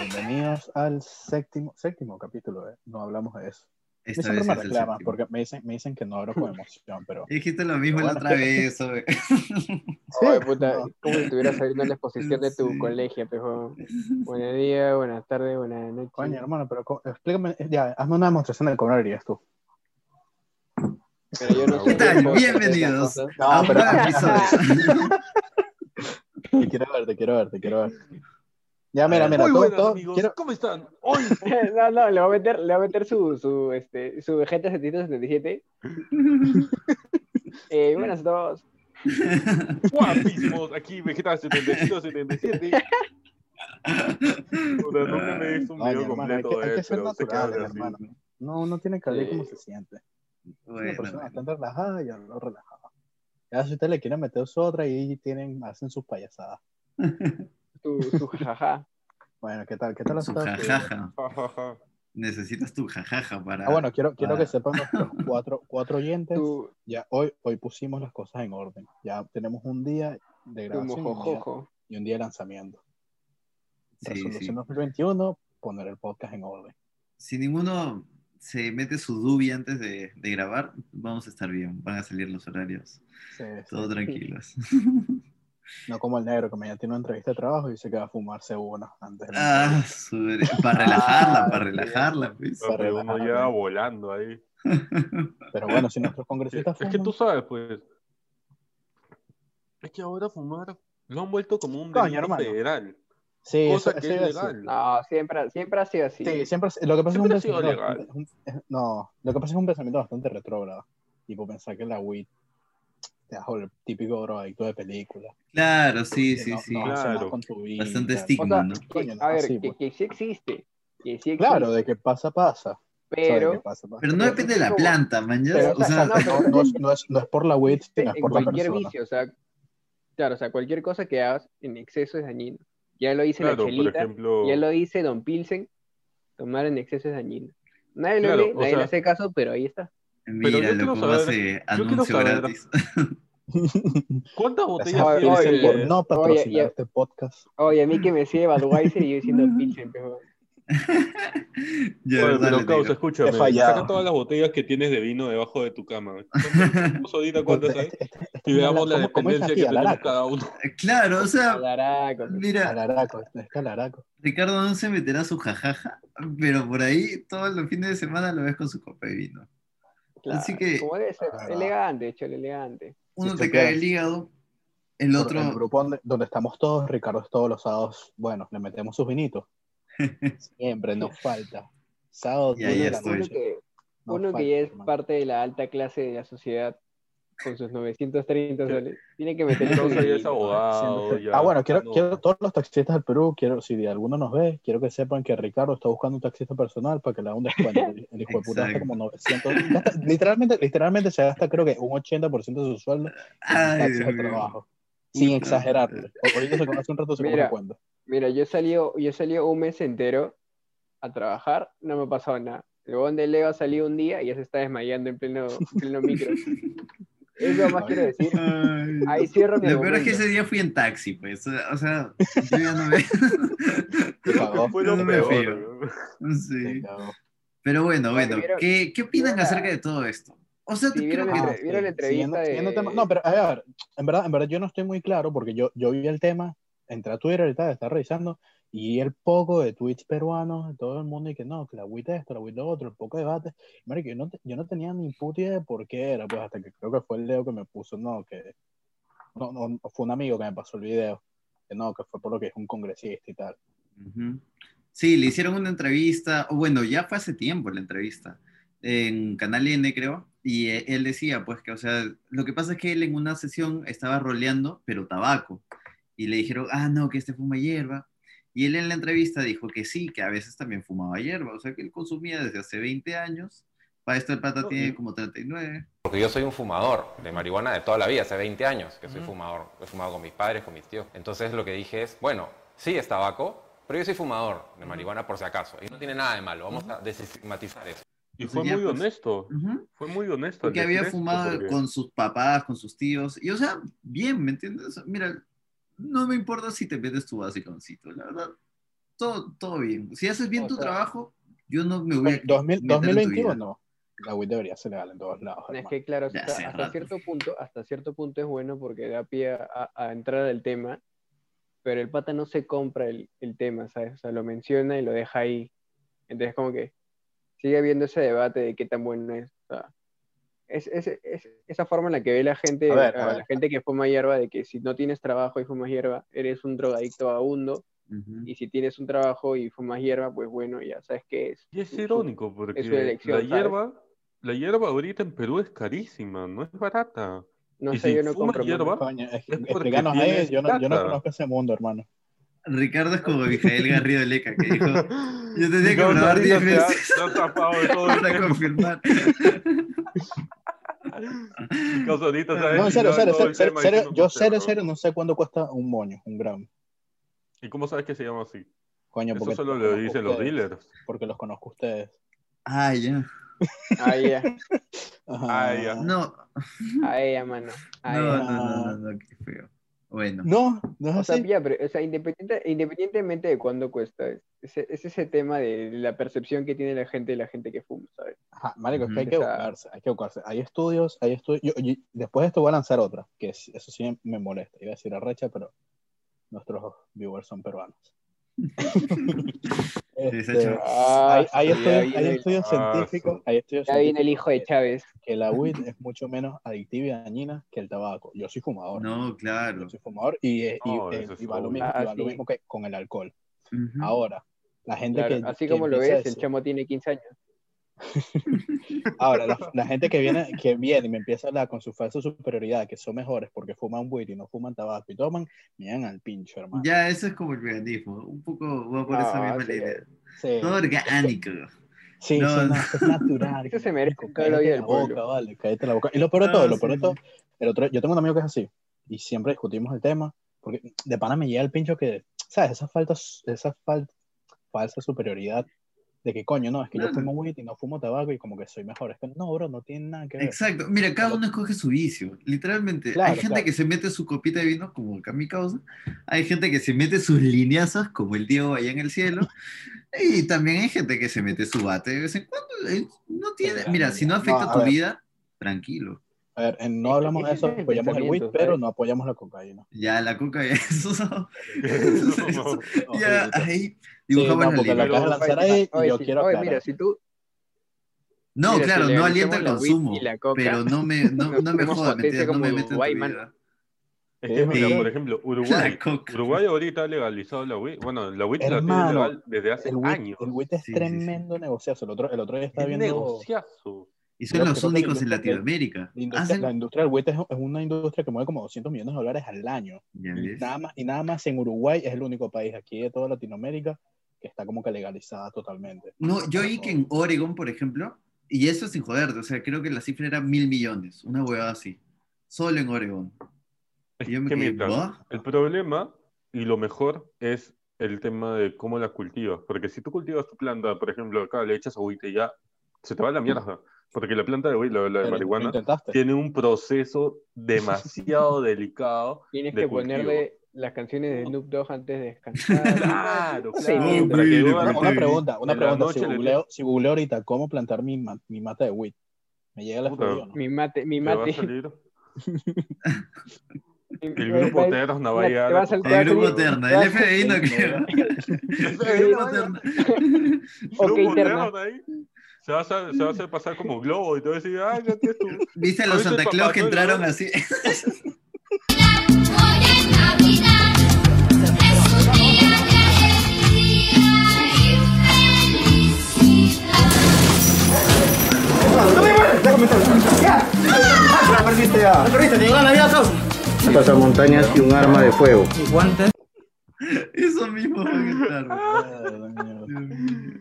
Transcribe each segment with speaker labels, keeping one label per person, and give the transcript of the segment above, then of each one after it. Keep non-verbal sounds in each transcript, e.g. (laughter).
Speaker 1: apenas al séptimo, séptimo capítulo, ¿eh? no hablamos de eso. Yo
Speaker 2: Esta
Speaker 1: siempre
Speaker 2: vez
Speaker 1: me
Speaker 2: es el
Speaker 1: reclaman
Speaker 2: séptimo.
Speaker 1: porque me dicen, me dicen que no
Speaker 2: (laughs)
Speaker 1: hablo con emoción, pero
Speaker 2: Dijiste lo mismo
Speaker 1: Bueno,
Speaker 2: la otra
Speaker 1: ¿qué?
Speaker 2: vez. oye.
Speaker 1: Sí,
Speaker 3: Ay, puta,
Speaker 1: no.
Speaker 3: como si estuvieras saliendo a la exposición de tu
Speaker 2: Sí.
Speaker 3: colegio,
Speaker 2: (laughs)
Speaker 3: pejo. Buenos días, buenas tardes, buenas noches.
Speaker 1: coño, hermano, pero co- explícame, ya, hazme una demostración de cómo lo harías tú.
Speaker 3: Pero
Speaker 1: (laughs)
Speaker 3: yo no
Speaker 2: ¿Qué
Speaker 3: soy
Speaker 2: tal?
Speaker 3: viejo,
Speaker 2: Bienvenidos
Speaker 3: esas cosas.
Speaker 2: a
Speaker 1: (laughs) No,
Speaker 2: un (laughs)
Speaker 1: pero-
Speaker 2: nuevo
Speaker 1: (laughs)
Speaker 2: episodio.
Speaker 1: Y quiero verte, quiero verte, quiero verte. Ya, mira, mira,
Speaker 4: Muy
Speaker 1: todo,
Speaker 4: buenas,
Speaker 1: todo-
Speaker 4: amigos.
Speaker 1: quiero-
Speaker 4: ¿Cómo están? Hoy (laughs)
Speaker 3: (laughs) No, no, le va a meter, le va a meter su, su, este, su Vegeta
Speaker 2: (laughs)
Speaker 3: 777. Eh, buenas a todos.
Speaker 4: guapísimos aquí, Vegeta 77, 77. Puta, nunca me he visto un
Speaker 1: Ay,
Speaker 4: video
Speaker 1: hermano, hay
Speaker 4: completo
Speaker 1: que- hay
Speaker 4: de
Speaker 1: que
Speaker 4: él,
Speaker 1: ser
Speaker 4: pero se queda
Speaker 1: naturales,
Speaker 4: así.
Speaker 1: hermano. no, uno tiene que hablar
Speaker 3: Sí.
Speaker 1: cómo se siente. Es una
Speaker 2: Bueno,
Speaker 1: persona
Speaker 2: bueno.
Speaker 1: bastante relajada y habló relajada. Ya, si usted le quiere meter su otra y tienen, hacen sus payasadas.
Speaker 3: Su, su
Speaker 1: (laughs)
Speaker 3: jajaja.
Speaker 1: Bueno, ¿qué tal? ¿Qué tal ha
Speaker 2: Su
Speaker 1: estado tu día?
Speaker 2: jajaja.
Speaker 4: (laughs) Ja, ja, ja.
Speaker 2: Necesitas tu jajaja para.
Speaker 1: Ah, bueno, quiero, quiero
Speaker 2: Ah.
Speaker 1: que sepan
Speaker 4: (laughs)
Speaker 1: nuestros cuatro, cuatro oyentes.
Speaker 3: Su,
Speaker 1: Ya hoy, hoy pusimos las cosas en orden. Ya tenemos un día de
Speaker 3: su
Speaker 1: grabación y un día-
Speaker 3: mojojojo.
Speaker 1: y un día de lanzamiento.
Speaker 2: Sí,
Speaker 1: Resolución
Speaker 2: sí.
Speaker 1: 2021, poner el podcast en orden.
Speaker 2: Si ninguno se mete su dubi antes de, de grabar, vamos a estar bien. Van a salir los horarios.
Speaker 1: Sí, sí. (laughs)
Speaker 2: Todo tranquilos. (laughs)
Speaker 1: No como el negro que mañana tiene una entrevista de trabajo y se queda a fumarse una antes de la
Speaker 2: Ah,
Speaker 1: entrevista.
Speaker 2: su- para relajarla,
Speaker 1: Ah,
Speaker 2: para
Speaker 1: sí.
Speaker 2: relajarla, pues. (laughs)
Speaker 1: Se
Speaker 4: Pero uno
Speaker 1: relaja,
Speaker 4: ya
Speaker 1: ¿no?
Speaker 4: volando ahí.
Speaker 1: Pero bueno, si nuestros
Speaker 4: Es
Speaker 1: congresistas
Speaker 4: (laughs) es que
Speaker 1: fuman-
Speaker 4: tú sabes, pues. Es que ahora fumar lo han vuelto como un
Speaker 1: Coño,
Speaker 4: delito
Speaker 1: hermano.
Speaker 4: federal.
Speaker 1: Sí,
Speaker 4: cosa
Speaker 1: eso-
Speaker 4: que
Speaker 1: eso
Speaker 4: es
Speaker 1: iba a decir.
Speaker 4: legal.
Speaker 3: No, siempre, siempre ha sido así.
Speaker 1: Sí, siempre, lo que pasa
Speaker 4: Siempre ha
Speaker 1: es un
Speaker 4: sido
Speaker 1: pensamiento-
Speaker 4: legal.
Speaker 1: un- es- no, lo que pasa es un pensamiento bastante retrógrado. Tipo pensar que la weed te da el típico drogadicto de película.
Speaker 2: Claro, sí,
Speaker 1: que
Speaker 2: sí,
Speaker 1: no-
Speaker 2: sí.
Speaker 1: no hace
Speaker 4: Claro.
Speaker 1: nada con tu vida.
Speaker 2: Bastante
Speaker 1: Claro.
Speaker 3: O
Speaker 2: estigma,
Speaker 3: sea,
Speaker 2: ¿no?
Speaker 3: que-
Speaker 1: Coño, no,
Speaker 3: a ver,
Speaker 1: sí,
Speaker 3: que,
Speaker 1: pues.
Speaker 3: que sí existe. Que sí existe.
Speaker 1: Claro, de que pasa, pasa. O sea, de que
Speaker 3: pero,
Speaker 1: pasa, pasa.
Speaker 2: Pero no depende de la planta, man. ya.
Speaker 1: Pero,
Speaker 2: o sea,
Speaker 3: no, pero-
Speaker 1: no, no es, no es- no es por la weed,
Speaker 3: existe
Speaker 1: sino es
Speaker 3: en
Speaker 1: por la
Speaker 3: cualquier
Speaker 1: persona.
Speaker 3: vicio. O sea, claro, o sea, cualquier cosa que hagas en exceso es dañino. Ya lo dice
Speaker 4: Claro,
Speaker 3: la
Speaker 4: por
Speaker 3: chelita.
Speaker 4: ejemplo.
Speaker 3: Ya lo dice Don Pilsen, tomar en exceso es dañino. Nadie lo
Speaker 4: Claro,
Speaker 3: lee,
Speaker 4: o
Speaker 3: nadie le
Speaker 4: sea-
Speaker 3: hace caso, pero ahí está.
Speaker 4: pero yo
Speaker 2: míralo,
Speaker 4: quiero
Speaker 2: cómo
Speaker 4: saber-
Speaker 2: hace
Speaker 4: quiero
Speaker 2: eh, anuncio
Speaker 4: saber-
Speaker 2: gratis.
Speaker 1: Gracias
Speaker 4: ¿Cuántas botellas
Speaker 1: a
Speaker 3: Oye,
Speaker 4: tienes?
Speaker 1: Pilsen
Speaker 3: oye,
Speaker 1: por no patrocinar
Speaker 3: oye.
Speaker 1: este podcast.
Speaker 3: Oye, a mí que me sigue Budweiser y yo
Speaker 1: (laughs)
Speaker 3: diciendo Pilsen, pero
Speaker 2: ya, (laughs)
Speaker 4: Oye,
Speaker 2: dale,
Speaker 4: pero causa,
Speaker 2: negro.
Speaker 4: escúchame.
Speaker 1: He fallado.
Speaker 4: Saca todas las botellas que tienes de vino debajo de
Speaker 1: (laughs)
Speaker 4: tu cama. ¿Cuántas ahorita cuántas hay?
Speaker 1: Este- este- este
Speaker 4: Y
Speaker 1: es un
Speaker 4: veamos la
Speaker 1: ala- ¿cómo- cómo es
Speaker 4: dependencia
Speaker 1: así?
Speaker 4: que tenemos
Speaker 1: Alaraco.
Speaker 4: cada uno.
Speaker 2: (laughs) Claro, o sea,
Speaker 3: alaraco.
Speaker 2: mira,
Speaker 1: Alaraco, este es alaraco.
Speaker 2: Ricardo no se meterá su jajaja, pero por ahí todos los fines de semana lo ves con su copa de vino.
Speaker 3: Claro,
Speaker 2: Así que-
Speaker 3: Como debe ser,
Speaker 1: Ah.
Speaker 3: elegante, hecho, elegante.
Speaker 2: Uno
Speaker 1: Sí,
Speaker 2: te
Speaker 1: se
Speaker 2: cae
Speaker 1: puede.
Speaker 2: el hígado, el
Speaker 1: Por El
Speaker 2: otro.
Speaker 1: grupo donde, donde estamos todos, Ricardo es todos los sábados. Bueno, le metemos sus vinitos. Siempre nos falta. Sábado,
Speaker 2: Ya,
Speaker 1: diez de
Speaker 2: ya
Speaker 1: la
Speaker 2: estoy.
Speaker 3: Uno
Speaker 1: noche,
Speaker 3: que,
Speaker 1: nos
Speaker 3: uno
Speaker 1: falta,
Speaker 3: que ya es
Speaker 1: hermano.
Speaker 3: parte de la alta clase de la sociedad, con sus 930 soles, tiene que meter su
Speaker 4: Entonces ya es
Speaker 3: dinerito.
Speaker 4: abogado.
Speaker 1: Siempre-
Speaker 4: ya-
Speaker 1: ah, bueno, quiero,
Speaker 4: no.
Speaker 1: quiero todos los taxistas del Perú, quiero, si alguno nos ve, quiero que sepan que Ricardo está buscando un taxista personal para que le haga un descuento. El el hijo de puta gasta
Speaker 2: Exacto.
Speaker 1: como 900. gasta- literalmente, literalmente se gasta creo que un 80% de su sueldo en
Speaker 2: (laughs) Ay,
Speaker 1: taxis
Speaker 2: Dios
Speaker 1: al
Speaker 2: mío.
Speaker 1: trabajo. Sin exagerarle. Ahorita se conoce un rato, se
Speaker 3: Mira.
Speaker 1: conoce cuándo.
Speaker 3: Mira, yo salí, yo salí un mes entero a trabajar, no me ha pasado nada. El bon de Leo ha salido un día y ya se está desmayando en pleno, en pleno micro. Eso más quiero decir.
Speaker 2: Ay.
Speaker 3: Ahí cierro mi
Speaker 2: Lo peor es que
Speaker 3: argumento.
Speaker 2: ese día fui en taxi, pues. O sea, yo ya no me. (laughs)
Speaker 4: Creo que fue lo
Speaker 2: No me fío.
Speaker 4: peor. ¿no?
Speaker 1: Se
Speaker 2: Sí.
Speaker 1: cagó.
Speaker 2: Pero bueno, bueno,
Speaker 3: vieron-
Speaker 2: ¿qué, qué opinan
Speaker 3: vieron la-
Speaker 2: acerca de todo esto? O sea,
Speaker 3: Sí,
Speaker 2: tú
Speaker 3: vieron
Speaker 2: creo
Speaker 3: la-
Speaker 2: que-
Speaker 3: Ah, ¿vieron la entrevista de-
Speaker 1: siguiendo tema- No, pero a ver, a ver, en verdad, en verdad yo no estoy muy claro porque yo, yo vi el tema, entré a Twitter ahorita, estaba revisando y el poco de tweets peruanos de todo el mundo y que no, que la WIT esto, la WIT lo otro, el poco de debate. Marico, yo no, te- yo no tenía ni puta idea de por qué era, pues hasta que creo que fue el Leo que me puso, no, que no, no, fue un amigo que me pasó el video, que no, que fue por lo que es un congresista y tal.
Speaker 2: Ujú. Sí, le hicieron una entrevista, o bueno, ya fue hace tiempo la entrevista, en Canal N creo, y eh, él decía, pues que, o sea, lo que pasa es que él en una sesión estaba roleando, pero tabaco, y le dijeron, ah, no, que este fuma hierba, y él en la entrevista dijo que sí, que a veces también fumaba hierba, o sea, que él consumía desde hace 20 años, para esto el pata
Speaker 4: No,
Speaker 2: tiene
Speaker 4: y-
Speaker 2: como 39.
Speaker 5: Porque yo soy un fumador de marihuana de toda la vida, hace 20 años que soy
Speaker 4: Ujú.
Speaker 5: fumador. He fumado con mis padres, con mis tíos. Entonces lo que dije es, bueno, sí es tabaco, pero yo soy fumador de marihuana por si acaso. Y no tiene nada de malo, vamos a desestigmatizar eso.
Speaker 4: Y
Speaker 2: Entonces
Speaker 4: fue
Speaker 2: ya,
Speaker 4: muy
Speaker 2: pues.
Speaker 4: honesto.
Speaker 2: Ujú.
Speaker 4: Fue muy honesto. al
Speaker 2: Porque había
Speaker 4: decir esto,
Speaker 2: fumado
Speaker 4: porque-
Speaker 2: con sus papás, con sus tíos. Y o sea, bien, ¿me entiendes? Mira, no me importa si te metes tu basiconcito, la verdad. todo, todo bien. Si haces bien
Speaker 3: O
Speaker 2: tu
Speaker 3: sea-
Speaker 2: trabajo, yo no me voy a...
Speaker 1: 2000
Speaker 2: meter en tu
Speaker 1: 2021
Speaker 2: vida.
Speaker 1: no. La Wii debería ser legal en todos lados.
Speaker 3: Es
Speaker 1: hermano.
Speaker 3: que claro,
Speaker 2: Ya
Speaker 3: hasta,
Speaker 2: hace
Speaker 3: hasta
Speaker 2: rato.
Speaker 3: cierto punto, hasta cierto punto es bueno porque da pie a, a entrar al tema, pero el pata no se compra el, el tema, ¿sabes? O sea, lo menciona y lo deja ahí. Entonces como que sigue habiendo ese debate de qué tan bueno es. o sea, es, es- es- esa forma en la que ve la gente,
Speaker 1: A ver, a
Speaker 3: a
Speaker 1: ver.
Speaker 3: la gente que fuma hierba, de que si no tienes trabajo y fumas hierba, eres un drogadicto vagabundo,
Speaker 2: Ujú.
Speaker 3: y si tienes un trabajo y fumas hierba, pues bueno, ya sabes qué es.
Speaker 4: Y es
Speaker 3: Su- su-
Speaker 4: irónico porque
Speaker 3: es una elección,
Speaker 4: la
Speaker 3: ¿sabes?
Speaker 4: hierba, la hierba ahorita en Perú es carísima, no es barata.
Speaker 3: No
Speaker 4: y
Speaker 3: sé,
Speaker 4: si
Speaker 3: yo no
Speaker 4: fumas
Speaker 3: compro.
Speaker 4: hierba,
Speaker 1: Coño, es que
Speaker 4: Es porque
Speaker 1: explícanos ahí,
Speaker 4: tienes
Speaker 1: yo no, yo no
Speaker 4: plata.
Speaker 1: conozco ese mundo, hermano.
Speaker 2: Ricardo es como
Speaker 3: (laughs)
Speaker 2: Miguel Garrido Leca, que dijo, (laughs) yo tenía que
Speaker 4: Ricardo
Speaker 2: probar 10
Speaker 4: ahorita
Speaker 2: veces
Speaker 4: Se ha, se ha tapado
Speaker 2: (laughs)
Speaker 4: de todo
Speaker 3: (laughs)
Speaker 4: el
Speaker 2: para
Speaker 4: tema.
Speaker 2: confirmar.
Speaker 4: Ricardo ahorita se ha
Speaker 1: No, en serio,
Speaker 4: desligado
Speaker 1: serio,
Speaker 4: todo
Speaker 1: serio, serio,
Speaker 4: el tema
Speaker 1: serio,
Speaker 4: diciendo
Speaker 1: yo
Speaker 4: que
Speaker 1: serio,
Speaker 4: se
Speaker 1: serio, no sé cuánto cuesta un moño, un gramo.
Speaker 4: roba. ¿Y cómo sabes que se llama así?
Speaker 1: Coño,
Speaker 4: Eso
Speaker 1: porque
Speaker 4: solo
Speaker 1: los
Speaker 4: lo
Speaker 1: conozco
Speaker 4: dicen los
Speaker 1: ustedes, (laughs)
Speaker 4: dealers. (laughs)
Speaker 1: Porque los conozco a ustedes.
Speaker 2: Ah, ya.
Speaker 3: A ella,
Speaker 1: Ajá.
Speaker 4: Ah, ya.
Speaker 2: No,
Speaker 3: a ella, Ah, mano. A ella.
Speaker 2: no, no, no, no, no, qué feo. Bueno,
Speaker 1: No, no es
Speaker 4: Ah,
Speaker 3: O sea,
Speaker 1: así.
Speaker 3: ya, pero, o sea, independiente, independientemente de cuándo cuesta, es, es- es ese tema de la percepción que tiene la gente de la gente que fuma, ¿sabes?
Speaker 1: Ajá, marico, es que
Speaker 2: Ujú.
Speaker 1: hay que
Speaker 3: O sea-
Speaker 1: buscarse, hay que buscarse. Hay estudios, hay estudios. yo- yo- después de esto voy a lanzar otra, que es- eso sí me molesta. Iba a decir arrecha, pero nuestros viewers son
Speaker 3: (laughs)
Speaker 1: peruanos.
Speaker 2: se ha
Speaker 1: Este,
Speaker 2: hecho-
Speaker 1: hay, hay
Speaker 3: ya
Speaker 1: estudios,
Speaker 3: Ah, viene
Speaker 1: hay
Speaker 3: el-
Speaker 1: estudios
Speaker 4: Ah,
Speaker 1: científicos, hay estudios
Speaker 3: Ya viene el
Speaker 1: científicos
Speaker 3: hijo de
Speaker 1: que,
Speaker 3: Chávez.
Speaker 1: que la weed es mucho menos adictiva y dañina que el tabaco. Yo soy fumador.
Speaker 2: no, claro.
Speaker 1: Yo soy fumador y, eh, y,
Speaker 4: No,
Speaker 1: eh,
Speaker 4: eso es
Speaker 1: y va lo
Speaker 4: obvio.
Speaker 1: mismo, y
Speaker 3: Ah,
Speaker 1: va lo
Speaker 3: sí.
Speaker 1: mismo que con el alcohol.
Speaker 2: Ujú.
Speaker 1: Ahora, la gente
Speaker 3: Claro,
Speaker 1: que.
Speaker 3: así
Speaker 1: que
Speaker 3: como lo
Speaker 1: empieza a
Speaker 3: ves, el
Speaker 1: decir-
Speaker 3: chamo tiene 15 años.
Speaker 1: Ahora, la, la gente que viene, que viene y me empieza a hablar con su falsa superioridad, que son mejores porque fuman weed y no fuman tabaco y toman, miren al pincho, hermano.
Speaker 2: Ya, eso es como el veganismo. Un poco va por
Speaker 3: No,
Speaker 2: esa misma
Speaker 3: Ah, sí.
Speaker 2: línea.
Speaker 1: Sí,
Speaker 2: Todo orgánico.
Speaker 1: sí,
Speaker 2: no,
Speaker 1: sí,
Speaker 2: no.
Speaker 1: es
Speaker 3: (laughs)
Speaker 1: natural.
Speaker 3: Eso se
Speaker 1: marico,
Speaker 3: merece todo el
Speaker 1: cállate
Speaker 3: odio
Speaker 1: la
Speaker 3: del
Speaker 1: boca,
Speaker 3: pueblo.
Speaker 1: vale, cállate la boca. Y lo peor de
Speaker 2: No,
Speaker 1: todo, lo
Speaker 2: sí,
Speaker 1: peor de
Speaker 2: sí.
Speaker 1: todo, el otro, yo tengo un amigo que es así y siempre discutimos el tema, porque de pana me llega el pincho que, ¿sabes? Esa falta, esa fal- falsa superioridad de que coño, no, es que yo
Speaker 2: Claro.
Speaker 1: fumo weed y no fumo tabaco y como que soy mejor. Es que no, bro, no tiene nada que ver.
Speaker 2: Exacto. Mira, cada uno escoge su vicio. Literalmente.
Speaker 1: Claro,
Speaker 2: hay gente
Speaker 1: claro.
Speaker 2: que se mete su copita de vino, como acá mi causa. Hay gente que se mete sus lineazas, como el Diego allá en el cielo. Y también hay gente que se mete su bate de vez en cuando. Eh, No tiene.
Speaker 1: Claro,
Speaker 2: Mira, si no
Speaker 1: no,
Speaker 2: afecta
Speaker 1: a
Speaker 2: tu
Speaker 1: ver.
Speaker 2: vida, tranquilo.
Speaker 1: A ver, en- no
Speaker 3: Ese-
Speaker 1: hablamos de
Speaker 3: ese
Speaker 1: eso,
Speaker 3: es el
Speaker 1: apoyamos el weed,
Speaker 3: pensamiento,
Speaker 1: pero
Speaker 3: ¿sabes?
Speaker 1: no apoyamos la cocaína.
Speaker 2: Ya, la coca ya. (laughs) Eso, no.
Speaker 4: No.
Speaker 2: ya,
Speaker 1: Ojito.
Speaker 2: ahí
Speaker 1: Sí, no,
Speaker 2: dibujamos la
Speaker 1: porque
Speaker 2: línea.
Speaker 1: la acabas de lanzar ahí y
Speaker 3: Oye,
Speaker 1: yo
Speaker 3: si-
Speaker 1: quiero
Speaker 3: oye,
Speaker 1: aclarar.
Speaker 3: mira, si tú,
Speaker 2: No,
Speaker 3: Mira, si
Speaker 2: claro, no
Speaker 3: legalizamos
Speaker 2: alienta el
Speaker 3: la weed
Speaker 2: consumo,
Speaker 3: y la coca,
Speaker 2: pero no me, no,
Speaker 3: nos
Speaker 2: no me
Speaker 3: ponemos
Speaker 2: joda, ¿me
Speaker 3: potencia
Speaker 2: entiendes? No me
Speaker 3: como
Speaker 2: mete en tu
Speaker 3: Uruguay,
Speaker 2: (laughs) vida.
Speaker 4: Es que
Speaker 2: Eh,
Speaker 4: mira, por ejemplo, Uruguay.
Speaker 2: La coca.
Speaker 4: Uruguay ahorita ha legalizado la weed. Bueno, la weed la tiene
Speaker 1: Hermano,
Speaker 4: legal desde hace
Speaker 1: el weed,
Speaker 4: años.
Speaker 1: el weed es
Speaker 2: Sí, sí, sí.
Speaker 1: tremendo negociazo. El otro, el otro día estaba
Speaker 4: Es
Speaker 1: viendo.
Speaker 4: negociazo.
Speaker 2: Y son
Speaker 1: Creo
Speaker 2: los
Speaker 1: que no te
Speaker 2: únicos en
Speaker 1: gusta que-
Speaker 2: Latinoamérica. Ah,
Speaker 1: La industria, la
Speaker 2: Hacen...
Speaker 1: industria del weed es, es una industria que mueve como 200 millones de dólares al año.
Speaker 2: Ya
Speaker 1: Y
Speaker 2: ves.
Speaker 1: nada, más, y nada más en Uruguay es el único país aquí de toda Latinoamérica que está como que legalizada totalmente.
Speaker 2: No, yo oí que en Oregon, por ejemplo, y eso sin joderte, o sea, creo que la cifra era mil millones, una huevada así. Solo en Oregon. Y yo me
Speaker 4: que
Speaker 2: quedé,
Speaker 4: mientras-
Speaker 2: ¿va?
Speaker 4: El problema y lo mejor es el tema de cómo la cultivas. Porque si tú cultivas tu planta, por ejemplo, acá le echas agüita y ya se te va la mierda. Porque la planta de weed, la, la de
Speaker 1: Pero, ¿lo
Speaker 4: marihuana,
Speaker 1: intentaste?
Speaker 4: tiene un proceso demasiado
Speaker 1: (laughs)
Speaker 4: delicado.
Speaker 3: tienes
Speaker 4: de
Speaker 3: que
Speaker 4: cultivo.
Speaker 3: ponerle las canciones de Snoop Dogg antes de descansar.
Speaker 4: (laughs) Claro,
Speaker 3: Sí,
Speaker 4: claro.
Speaker 3: sí,
Speaker 4: Para que
Speaker 2: sí,
Speaker 4: dure-
Speaker 1: Una, una
Speaker 2: Sí.
Speaker 1: pregunta, una
Speaker 4: En la
Speaker 1: pregunta.
Speaker 4: noche
Speaker 1: Si
Speaker 4: le-
Speaker 1: googleo, si googleo ahorita cómo plantar mi, ma- mi mata de weed, me llega la
Speaker 4: Puta.
Speaker 1: FBI, ¿no?
Speaker 2: (laughs)
Speaker 3: Mi mate, mi
Speaker 4: te va a
Speaker 1: (laughs)
Speaker 3: mate.
Speaker 4: salir
Speaker 3: mi-
Speaker 4: el grupo Teros Navallada.
Speaker 3: te va a salir-
Speaker 2: El grupo
Speaker 3: Claro.
Speaker 4: (laughs)
Speaker 2: Terna, el FBI no creo. El grupo Terna.
Speaker 3: Ok,
Speaker 4: Globo
Speaker 3: interna.
Speaker 4: Terna ahí. Se va, a, hacer- se va a hacer pasar como globo y te va a decir, ah, ya tienes tu,
Speaker 2: ¿Viste a los
Speaker 4: Ahorita
Speaker 2: Santa
Speaker 4: el Papá
Speaker 2: Claus que
Speaker 4: Noel,
Speaker 2: entraron
Speaker 4: ¿no? (laughs)
Speaker 2: así?
Speaker 6: Hoy es Navidad, es un día de alegría y felicidad.
Speaker 7: montañas y un arma de fuego.
Speaker 2: Eso mismo van a entrar.
Speaker 1: Ay, Dios.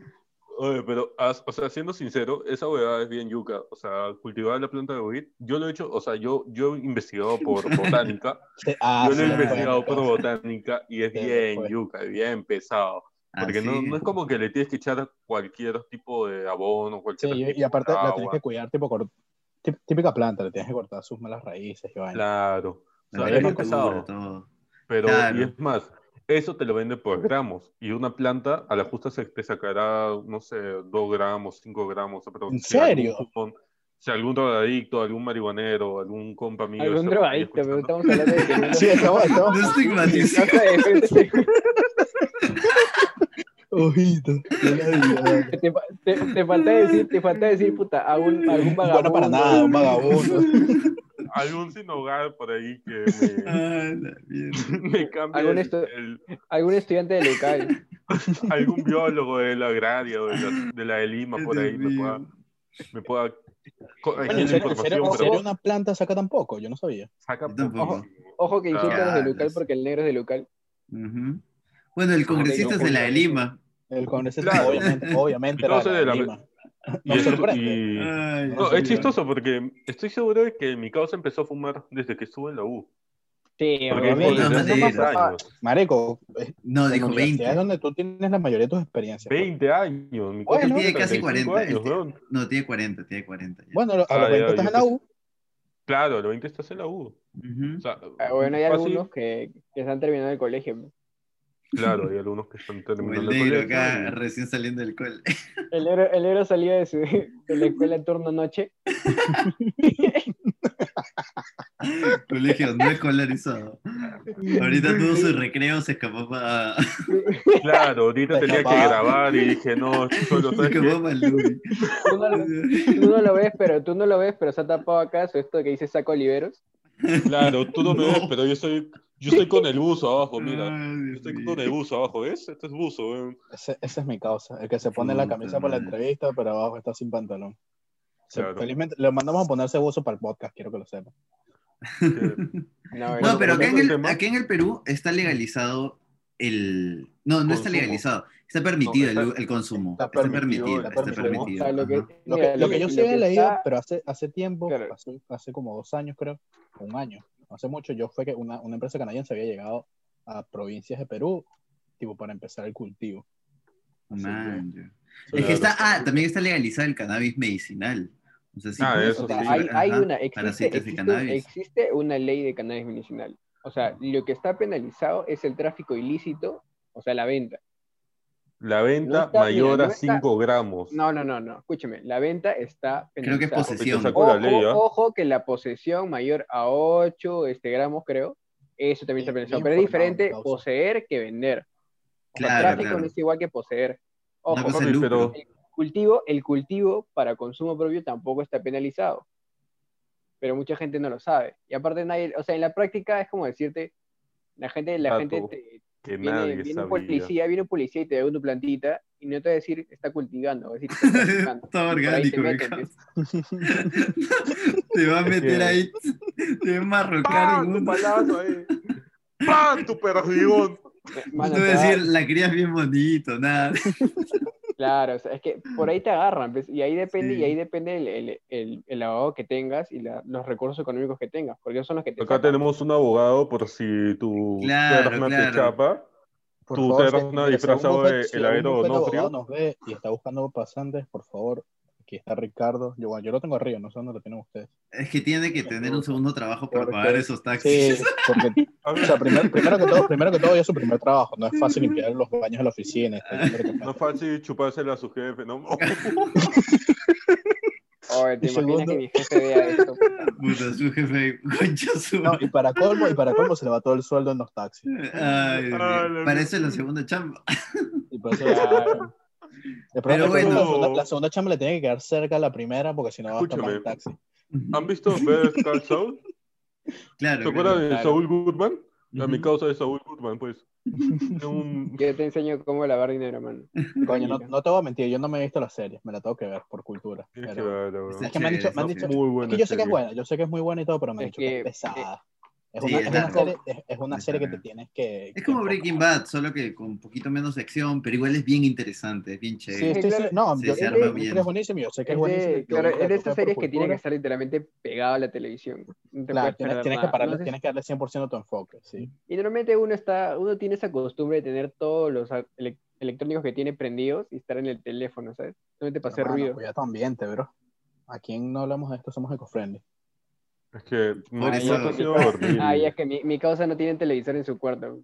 Speaker 4: Oye, pero, as- o sea, siendo sincero, esa huevada es bien yuca. O sea, cultivar la planta de weed, yo lo he hecho, o sea, yo, yo he investigado
Speaker 1: (laughs)
Speaker 4: por botánica,
Speaker 1: Sí, ah,
Speaker 4: yo
Speaker 1: sí,
Speaker 4: lo he
Speaker 1: bueno,
Speaker 4: investigado por
Speaker 1: entonces.
Speaker 4: botánica y es
Speaker 1: Sí,
Speaker 4: bien
Speaker 1: pues. Ah,
Speaker 4: yuca, es bien pesado. Porque
Speaker 2: Así.
Speaker 4: no, no es como que le tienes que echar cualquier tipo de abono,
Speaker 1: Sí,
Speaker 4: cualquier
Speaker 1: y,
Speaker 4: tipo
Speaker 1: y aparte
Speaker 4: de
Speaker 1: la tienes
Speaker 4: agua.
Speaker 1: que cuidar, tipo cor- tip- típica planta, le tienes que cortar sus malas raíces y vaina.
Speaker 4: Claro. O sea,
Speaker 2: La
Speaker 4: es bien
Speaker 2: verdura,
Speaker 4: pesado.
Speaker 2: todo.
Speaker 4: Pero,
Speaker 2: Claro.
Speaker 4: y es más, Eso te lo vende por gramos. Y una planta a la justa se te sacará, no sé, 2 gramos, 5 gramos. pero
Speaker 1: ¿En
Speaker 4: si algún
Speaker 1: serio?
Speaker 4: cupón- si algún drogadicto, algún marihuanero, algún compa mío.
Speaker 3: Algún
Speaker 4: está por ahí
Speaker 3: drogadicto, pero
Speaker 4: escuchando,
Speaker 3: estamos hablando de que no-
Speaker 1: Sí, estamos,
Speaker 2: No
Speaker 1: estamos.
Speaker 3: (laughs)
Speaker 4: (laughs)
Speaker 2: estigmaticé.
Speaker 3: no sé, pero sí.
Speaker 1: Ojito. qué labio.
Speaker 3: Te, fa- te, te falta decir, te falta decir, puta, a un, a algún vagabundo.
Speaker 1: Bueno, para nada, un vagabundo.
Speaker 4: Algún sin hogar por ahí que
Speaker 2: (laughs)
Speaker 4: me,
Speaker 2: Ah, la mierda.
Speaker 4: (laughs) me cambie
Speaker 3: Algún
Speaker 4: el-
Speaker 3: estu-
Speaker 4: el,
Speaker 3: Algún estudiante de local.
Speaker 4: algún biólogo de la agraria o de la de, la de Lima por ahí me pueda, me pueda co-
Speaker 1: Bueno,
Speaker 4: tiene
Speaker 1: ¿en serio, en
Speaker 4: información,
Speaker 1: serio- en
Speaker 4: pero
Speaker 1: serio una planta saca tampoco? Yo no sabía.
Speaker 4: saca
Speaker 2: Yo
Speaker 4: poco.
Speaker 2: tampoco.
Speaker 3: Ojo que insulta a los de
Speaker 2: Ah,
Speaker 3: local
Speaker 2: los-
Speaker 3: porque el negro es de local.
Speaker 2: Ujú. Bueno, el congresista es de la de Lima.
Speaker 1: El Congreso,
Speaker 4: Claro.
Speaker 1: obviamente, obviamente
Speaker 4: Yo
Speaker 1: era
Speaker 4: soy
Speaker 1: la
Speaker 4: de la- (laughs)
Speaker 1: Lima.
Speaker 4: Y
Speaker 1: Nos
Speaker 4: el-
Speaker 1: sorprende.
Speaker 4: y-
Speaker 2: Ay,
Speaker 1: No,
Speaker 4: No,
Speaker 2: Dios
Speaker 4: es
Speaker 2: mío.
Speaker 4: chistoso porque estoy seguro de que mi causa empezó a fumar desde que estuve en la U.
Speaker 3: Sí,
Speaker 4: Porque
Speaker 2: obviamente. No,
Speaker 4: dijo desde hace 10
Speaker 2: maneras.
Speaker 4: años.
Speaker 1: Mareco, es
Speaker 2: No, dijo 20.
Speaker 1: Es donde tú tienes la mayoría de tus experiencias. pues.
Speaker 4: 20 años. Mi causa
Speaker 1: Bueno,
Speaker 4: tiene
Speaker 1: tiene
Speaker 2: casi
Speaker 4: 35
Speaker 2: 40,
Speaker 4: años,
Speaker 2: este.
Speaker 4: weón.
Speaker 2: No, tiene 40, tiene 40. ya.
Speaker 1: Bueno, a los
Speaker 4: Ah, ya,
Speaker 1: 20 estás
Speaker 4: yo
Speaker 1: en la U.
Speaker 4: Claro, a los 20 estás en la U.
Speaker 2: Ujú.
Speaker 4: O sea,
Speaker 3: Ah, Bueno, hay
Speaker 4: fácil,
Speaker 3: algunos que, que están terminando el colegio.
Speaker 4: Claro, hay algunos que están
Speaker 2: Como
Speaker 4: terminando
Speaker 2: el negro
Speaker 4: colegio
Speaker 2: acá,
Speaker 4: y-
Speaker 2: (laughs) recién saliendo del cole. (laughs)
Speaker 3: El negro, el negro salía de, su, de la escuela en turno noche.
Speaker 2: Colegio no escolarizado. Ahorita todo su recreo se escapó para
Speaker 4: Claro, ahorita tenía que
Speaker 1: Capaz.
Speaker 4: grabar y dije, no,
Speaker 2: (laughs)
Speaker 4: solo sabes que
Speaker 2: escapó pa'
Speaker 4: (laughs)
Speaker 2: Luis.
Speaker 3: Tú no, lo- tú no lo ves, pero tú no lo ves, pero se ha tapado acaso esto que dice saco liberos.
Speaker 4: Claro, tú no me
Speaker 2: No.
Speaker 4: ves, pero yo estoy, yo estoy con el buzo abajo, Oh, mira.
Speaker 2: Ay,
Speaker 4: Yo
Speaker 2: Dios
Speaker 4: estoy
Speaker 2: mío.
Speaker 4: con ¿eh? el buzo abajo, ¿ves? Este es buzo,
Speaker 2: (laughs)
Speaker 4: weón.
Speaker 1: Ese- esa es mi causa. El que se pone la
Speaker 2: Puta
Speaker 1: camisa para la
Speaker 2: madre.
Speaker 1: entrevista, pero abajo está sin pantalón. Se-
Speaker 4: Claro.
Speaker 1: Felizmente, le mandamos a ponerse buzo para el podcast, quiero que lo sepa.
Speaker 4: Que-
Speaker 3: No,
Speaker 2: No,
Speaker 4: Bueno,
Speaker 2: pero acá en,
Speaker 4: volviendo al
Speaker 2: el,
Speaker 4: tema.
Speaker 2: aquí en el Perú está legalizado el... No, no está
Speaker 4: Consumo.
Speaker 2: legalizado. Está permitido
Speaker 4: No,
Speaker 2: el,
Speaker 4: está-
Speaker 2: el consumo.
Speaker 1: está
Speaker 2: Está
Speaker 1: permitido,
Speaker 2: permitido.
Speaker 1: está
Speaker 2: Está
Speaker 1: permitido.
Speaker 3: o
Speaker 2: permitido.
Speaker 3: sea, lo que,
Speaker 2: ajá.
Speaker 1: Lo que,
Speaker 3: mira,
Speaker 1: lo que yo sí
Speaker 3: lo
Speaker 1: había
Speaker 3: que
Speaker 1: leído,
Speaker 3: está-
Speaker 1: pero hace, hace tiempo,
Speaker 3: Claro.
Speaker 1: hace, hace como dos años creo, un año, no hace mucho, yo fue que una, una empresa canadiense había llegado a provincias de Perú, tipo para empezar el cultivo. Así que-
Speaker 2: Man, yo- Es
Speaker 4: Claro.
Speaker 2: que está, ah, también está legalizado el cannabis medicinal. O sea, si
Speaker 4: Ah,
Speaker 2: tú-
Speaker 4: eso
Speaker 3: O sea,
Speaker 4: sí.
Speaker 3: hay, hay
Speaker 2: Ajá,
Speaker 3: una,
Speaker 2: para
Speaker 3: existe,
Speaker 2: aceites de
Speaker 3: existe-
Speaker 2: cannabis.
Speaker 3: existe una ley de cannabis medicinal. O sea, lo que está penalizado es el tráfico ilícito, o sea, la venta.
Speaker 4: La venta
Speaker 3: No está-
Speaker 4: mayor
Speaker 3: mira,
Speaker 4: a
Speaker 3: no está-
Speaker 4: 5 gramos.
Speaker 3: No, no, no, no, escúcheme, la venta está
Speaker 2: Creo
Speaker 3: penalizada.
Speaker 2: que es posesión.
Speaker 4: Porque te
Speaker 3: Ojo,
Speaker 4: la ley, ¿ah?
Speaker 3: ojo que la posesión mayor a 8 este, gramos, creo, eso también está
Speaker 1: Bien- bien
Speaker 3: penalizado. Pero es
Speaker 1: formado,
Speaker 3: diferente
Speaker 1: causa.
Speaker 3: poseer que vender. O sea,
Speaker 2: Claro,
Speaker 3: tráfico
Speaker 2: claro. (laughs)
Speaker 3: no es igual que poseer.
Speaker 2: Una
Speaker 3: Ojo,
Speaker 2: cosa
Speaker 4: papi,
Speaker 2: es
Speaker 4: pero-
Speaker 2: lucro.
Speaker 3: cultivo, el cultivo para consumo propio tampoco está penalizado. Pero mucha gente no lo sabe. Y aparte nadie, o sea, en la práctica es como decirte, la gente, la
Speaker 4: Dato
Speaker 3: gente te-
Speaker 4: Que
Speaker 3: viene,
Speaker 4: Ah, nadie
Speaker 3: viene un
Speaker 4: sabía.
Speaker 3: policía, viene un policía y te da una plantita y no te va a decir está cultivando, va a decir está
Speaker 2: (laughs)
Speaker 3: cultivando.
Speaker 2: Todo
Speaker 3: Por ahí te
Speaker 2: orgánico.
Speaker 3: meten, (laughs)
Speaker 2: cabrón.
Speaker 3: ¿sí?
Speaker 2: Te va a meter
Speaker 4: que-
Speaker 2: ahí. Te va a marrocar
Speaker 4: ¡Pam!
Speaker 2: en (laughs)
Speaker 4: Tu
Speaker 2: un-
Speaker 4: palazo ahí. ¡Pam! Tu perdigón.
Speaker 3: Mano,
Speaker 2: Tú
Speaker 3: te va-
Speaker 2: decir, la crías bien bonito, nada.
Speaker 3: Claro, o sea, es que por ahí te agarran, pues, y ahí depende,
Speaker 2: Sí.
Speaker 3: y ahí depende el, el, el- el abogado que tengas y la- los recursos económicos que tengas, porque ellos son los que te
Speaker 4: Acá
Speaker 3: sacan.
Speaker 4: tenemos un abogado por si tu
Speaker 2: Claro,
Speaker 4: terna
Speaker 2: claro.
Speaker 4: te chapa.
Speaker 1: Por
Speaker 4: Tú te das una
Speaker 1: mira,
Speaker 4: disfrazado
Speaker 1: algún
Speaker 4: de
Speaker 1: si
Speaker 4: heladero
Speaker 1: algún bufete
Speaker 4: Donofrio.
Speaker 1: abogado nos ve y está buscando pasantes, por favor, aquí está Ricardo. Yo, bueno, yo lo tengo arriba, no sé dónde lo tienen ustedes.
Speaker 2: Es que tiene que tener un segundo trabajo para
Speaker 1: Porque-
Speaker 2: pagar esos
Speaker 1: Sí,
Speaker 2: taxis.
Speaker 1: porque,
Speaker 4: A
Speaker 1: o
Speaker 4: ver,
Speaker 1: sea, primer- primero que todo, primero que todo, ya es su primer trabajo, no es fácil limpiar los baños de la oficina. está lleno de
Speaker 4: No es fácil chupársela a su jefe,
Speaker 2: (laughs)
Speaker 4: ¿no?
Speaker 3: Oye, Oh, ¿te
Speaker 1: Y
Speaker 3: imaginas
Speaker 1: segundo-
Speaker 3: que mi jefe vea esto?
Speaker 2: (laughs) Puta, su jefe, concha su.
Speaker 1: No, y para colmo, y para colmo se le va todo el sueldo en los taxis.
Speaker 2: Ay, Dios mío.
Speaker 4: Ah, la
Speaker 2: para eso es la segunda chamba.
Speaker 1: Y pues, por eso- De pronto,
Speaker 2: Pero bueno.
Speaker 1: la, segunda, la segunda chamba le tiene que quedar cerca a la primera porque si no va a tomar
Speaker 4: Escúchame.
Speaker 1: un taxi.
Speaker 2: (laughs)
Speaker 4: ¿Han visto Better Call Saul?
Speaker 2: Claro.
Speaker 4: ¿Se acuerdan
Speaker 2: claro.
Speaker 4: de
Speaker 3: claro.
Speaker 4: Saul Goodman? A mi
Speaker 2: Ujú.
Speaker 4: causa de Saul Goodman, pues. Tiene un-
Speaker 3: Yo te enseño cómo lavar dinero, mano.
Speaker 1: Coño, no, no te voy a mentir, yo no me he visto la serie, me la tengo que ver por cultura.
Speaker 4: Tienes que
Speaker 1: pero-
Speaker 4: verlo, bro.
Speaker 2: Sí,
Speaker 1: Es que me han dicho, me han
Speaker 2: chévere,
Speaker 1: dicho,
Speaker 4: Muy buena
Speaker 1: Y yo sé que es
Speaker 4: serie.
Speaker 1: buena, yo sé que es muy buena y todo, pero me han
Speaker 3: Es
Speaker 1: dicho que es
Speaker 3: que- eh,
Speaker 1: pesada. Es
Speaker 2: Sí,
Speaker 1: una,
Speaker 2: es
Speaker 1: es una
Speaker 2: larga.
Speaker 1: serie, es, es una
Speaker 2: Es
Speaker 1: serie que te
Speaker 2: larga.
Speaker 1: tienes que.
Speaker 2: Es como Breaking Bad, solo que con un poquito menos de acción, pero igual es bien interesante, es bien
Speaker 1: Sí, sí,
Speaker 2: chévere.
Speaker 1: sí,
Speaker 3: claro.
Speaker 1: No,
Speaker 2: Sí,
Speaker 1: yo
Speaker 2: se
Speaker 1: sé
Speaker 2: arma
Speaker 1: que
Speaker 2: bien.
Speaker 1: es buenísimo, yo sé que es
Speaker 3: Es de-
Speaker 1: buenísimo. y que
Speaker 3: claro,
Speaker 1: uno
Speaker 3: es
Speaker 1: lo
Speaker 3: de
Speaker 1: toca
Speaker 3: esas
Speaker 1: por
Speaker 3: series que tienen que
Speaker 1: cultura.
Speaker 3: estar literalmente pegado a la televisión. No te
Speaker 1: Claro,
Speaker 3: puedes
Speaker 1: tienes,
Speaker 3: perder
Speaker 1: tienes que
Speaker 3: nada.
Speaker 1: pararle,
Speaker 3: No sé
Speaker 1: tienes que darle 100% tu enfoque, sí.
Speaker 3: Y normalmente uno está, uno tiene esa costumbre de tener todos los a- ele- electrónicos que tiene prendidos y estar en el teléfono, ¿sabes? Solamente para hacer
Speaker 1: Hermano,
Speaker 3: ruido.
Speaker 1: Cuida tu ambiente, bro. ¿A quién no hablamos de esto? Somos ecofriendly.
Speaker 4: Es que no,
Speaker 2: Por eso-
Speaker 4: no te has ido a dormir.
Speaker 1: (laughs)
Speaker 3: Ay, es que mi, mi causa no tiene televisor en su cuarto.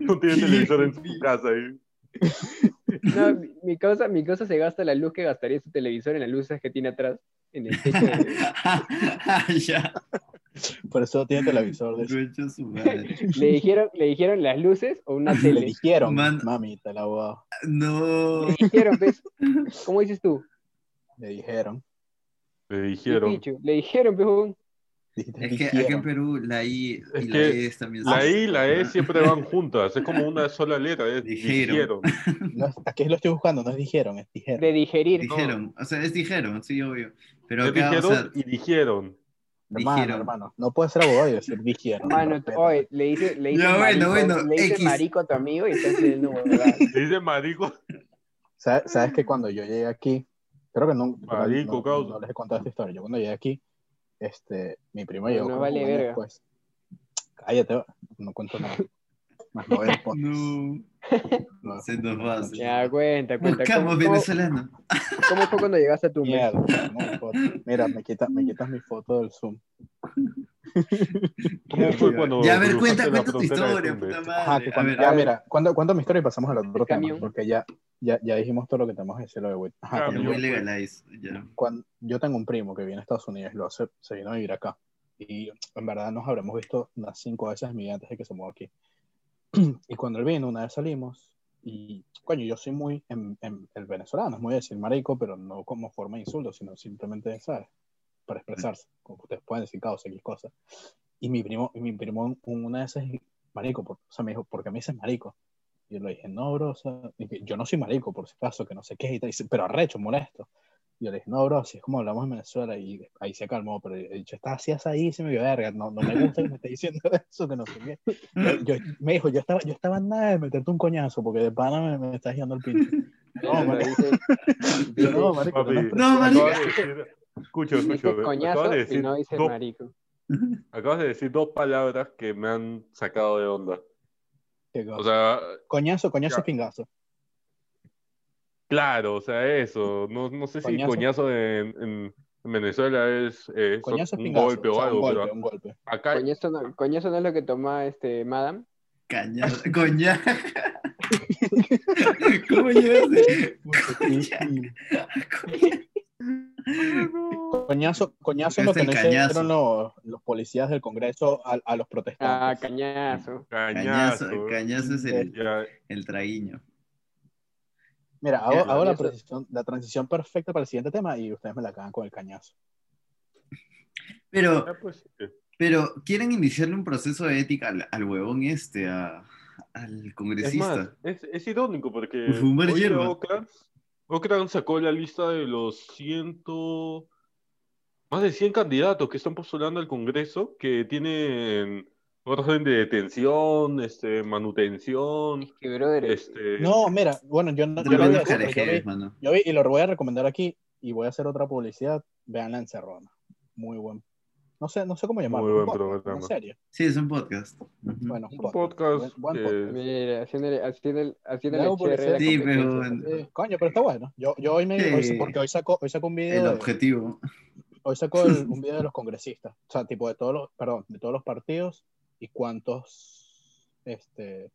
Speaker 4: No tiene televisor en su casa. ¿eh?
Speaker 3: No, mi- mi causa, mi causa se gasta la luz que gastaría su televisor en las luces que tiene atrás, en el techo.
Speaker 1: (laughs)
Speaker 3: de-
Speaker 2: (laughs) ya.
Speaker 1: Por eso tiene
Speaker 2: (laughs)
Speaker 1: televisor. de-
Speaker 2: Concha su madre.
Speaker 3: le, dijeron, le dijeron las luces o una
Speaker 1: Le
Speaker 3: tele.
Speaker 1: dijeron,
Speaker 2: Man-
Speaker 1: mami, te la voy a- (laughs)
Speaker 2: No.
Speaker 3: Le dijeron, pues, ¿cómo dices tú?
Speaker 1: Le dijeron.
Speaker 4: Le dijeron.
Speaker 3: Pichu, Le dijeron, pues, huevón.
Speaker 1: Dijiste,
Speaker 2: Es que aquí
Speaker 1: dijeron.
Speaker 2: en Perú la I
Speaker 4: Es
Speaker 2: y la
Speaker 4: que
Speaker 2: E también
Speaker 4: La
Speaker 2: son-
Speaker 4: I y la E siempre van juntas. Es como una sola letra. es
Speaker 2: Dijeron.
Speaker 4: dijeron.
Speaker 1: No, aquí lo estoy buscando, no es dijeron, es dijeron.
Speaker 3: de digerir.
Speaker 2: Dijeron, o sea, es dijeron, sí, obvio. Pero
Speaker 4: Es
Speaker 2: acá, o sea,
Speaker 4: dijeron y dijeron.
Speaker 1: hermano,
Speaker 2: dijeron.
Speaker 1: hermano, no puedes ser abogado y decir dijeron.
Speaker 3: Mano,
Speaker 1: Respeta.
Speaker 3: oye, le dice, le dice,
Speaker 2: Ya, bueno,
Speaker 3: marico,
Speaker 2: bueno,
Speaker 3: le dice
Speaker 2: X.
Speaker 3: marico a tu amigo y estás diciendo, huevadas.
Speaker 4: Le Dice marico.
Speaker 1: Sa- Sabes que cuando yo llegué aquí, creo que no, creo que
Speaker 4: Marico,
Speaker 1: no-
Speaker 4: causa.
Speaker 1: no les he contado esta historia. Yo cuando llegué aquí, este, mi primo llegó
Speaker 3: No
Speaker 1: como
Speaker 3: vale
Speaker 1: un año
Speaker 3: verga.
Speaker 1: después. Cállate, no cuento nada. Más no voy
Speaker 2: (laughs)
Speaker 1: a poner,
Speaker 2: No,
Speaker 1: no.
Speaker 2: se nos va. se nos
Speaker 3: Ya,
Speaker 2: va.
Speaker 3: cuenta, cuenta.
Speaker 2: Buscamos
Speaker 3: ¿Cómo- cómo-
Speaker 2: venezolano.
Speaker 3: ¿Cómo fue cuando llegaste a tu mesa?
Speaker 1: Mierda, no, foto. Mira, me quitas, me quitas mi foto del Zoom.
Speaker 4: ¿Cómo fue cuando
Speaker 2: Ya, a ver,
Speaker 4: cruzaste
Speaker 2: cuenta,
Speaker 4: la
Speaker 2: cuenta tu
Speaker 4: frontera de
Speaker 2: historia,
Speaker 4: Tumbes?
Speaker 2: puta
Speaker 1: Ajá, que
Speaker 2: madre. A
Speaker 1: cuando-
Speaker 2: ver,
Speaker 1: ya,
Speaker 2: a ver.
Speaker 1: mira, cuento, cuento mi historia y pasamos al otro tema,
Speaker 3: camión.
Speaker 1: porque ya, ya, ya dijimos todo lo que tenemos que decir lo de Whitney. Ajá,
Speaker 4: Camión.
Speaker 2: Ya
Speaker 1: cuando
Speaker 2: voy
Speaker 1: yo-
Speaker 2: a legalize, ya.
Speaker 1: cuando yo tengo un primo que viene a Estados Unidos y lo hace, se vino a vivir acá. Y en verdad nos habremos visto unas cinco veces a mí antes de que se mueva aquí. (clears throat) Y cuando él vino, una vez salimos, y coño, yo soy muy, en, en- el venezolano es muy de decir marico, pero no como forma de insulto, sino simplemente, ¿sabes? Para expresarse, como ustedes pueden decir, causa, X cosa. Y mi primo, y mi primo un- una vez es marico, por- o sea, me dijo, ¿por qué me dices marico? Y yo le dije, no, bro, o sea, y que yo no soy marico, por si acaso, que no sé qué, y tal, y dice, pero arrecho, molesto. Y yo le dije, no, bro, así es como hablamos en Venezuela, y ahí se calmó, pero he dicho, está así, ahí, se me vio verga, no, no me gusta que me esté diciendo (laughs) eso, que no sé qué. Yo- yo- me dijo, yo estaba, yo estaba en nada de meterte un coñazo, porque de pana me, me estás guiando el pinche. No,
Speaker 3: Cuando
Speaker 1: marico,
Speaker 3: dice-
Speaker 1: yo, no, marico,
Speaker 4: Papi,
Speaker 1: no,
Speaker 2: No, marico.
Speaker 4: acabas de decir- Escucho, escucho.
Speaker 3: dice
Speaker 4: Acabas
Speaker 3: coñazo
Speaker 4: de
Speaker 3: y
Speaker 4: decir
Speaker 3: no dice
Speaker 4: dos-
Speaker 3: marico.
Speaker 4: acabas de decir dos palabras que me han sacado de onda.
Speaker 1: que-
Speaker 4: O sea,
Speaker 1: coñazo, coñazo,
Speaker 4: ya.
Speaker 1: pingazo.
Speaker 4: Claro, o sea, eso. No, no sé si
Speaker 1: Coñazo.
Speaker 4: coñazo en, en- en Venezuela es eh, son
Speaker 1: Coñazo,
Speaker 4: un
Speaker 1: pingazo.
Speaker 4: golpe
Speaker 1: o
Speaker 4: o,
Speaker 1: sea,
Speaker 4: algo,
Speaker 1: un golpe,
Speaker 4: pero
Speaker 1: un golpe.
Speaker 4: (laughs) acá
Speaker 3: Coñazo no, coñazo no es lo que toma este Madame.
Speaker 2: Caña, coña. ¿Cómo llegas de coña?
Speaker 1: Coñazo, coñazo es
Speaker 2: Es
Speaker 1: lo que
Speaker 2: el
Speaker 1: no
Speaker 2: cañazo.
Speaker 1: hicieron los, los policías del Congreso a, a los
Speaker 3: Ah,
Speaker 1: protestantes.
Speaker 3: cañazo.
Speaker 4: cañazo.
Speaker 2: Cañazo, cañazo es el,
Speaker 4: Ya,
Speaker 2: el traguiño.
Speaker 1: Mira, hago, hago la,
Speaker 3: Cañazo.
Speaker 1: precisión- la transición perfecta para el siguiente tema y ustedes me la cagan con el cañazo.
Speaker 2: Pero,
Speaker 4: ya, pues, eh,
Speaker 2: pero quieren iniciarle un proceso de ética al, al huevón este, a- al
Speaker 4: es
Speaker 2: congresista.
Speaker 4: más, es, es irónico porque
Speaker 2: Fumar
Speaker 4: hoy
Speaker 2: hierba.
Speaker 4: Oakland, Oakland sacó la lista de los ciento más de 100 candidatos que están postulando al Congreso que tienen orden de detención, este, manutención,
Speaker 3: Que brother.
Speaker 4: este,
Speaker 1: No, mira, bueno, yo no. Yo, no
Speaker 2: Tremendos
Speaker 1: voy a decir, pero yo
Speaker 2: carejeres,
Speaker 1: vi,
Speaker 2: mano.
Speaker 1: yo vi- y lo voy a recomendar aquí y voy a hacer otra publicidad. Vean la encerrona. Muy buen. No sé, no sé cómo llamarlo.
Speaker 4: buen
Speaker 1: un podcast,
Speaker 4: programa.
Speaker 1: En serio.
Speaker 2: Sí, es un podcast. Ujú.
Speaker 1: Bueno,
Speaker 4: un podcast eh,
Speaker 1: Buen- buen
Speaker 4: que-
Speaker 1: podcast.
Speaker 3: Mira, haciéndole, haciéndole, haciéndole
Speaker 1: Luego
Speaker 3: chévere
Speaker 1: publicidad.
Speaker 3: la
Speaker 2: Sí, pero
Speaker 3: competencia.
Speaker 1: Eh, coño, pero está bueno. Yo, yo hoy me.
Speaker 2: Sí.
Speaker 1: hoy- porque hoy sacó, hoy sacó un video.
Speaker 2: el
Speaker 1: de-
Speaker 2: objetivo.
Speaker 1: Hoy sacó el- un video de los congresistas, o sea, tipo de todos los, perdón, de todos los partidos y cuántos, este,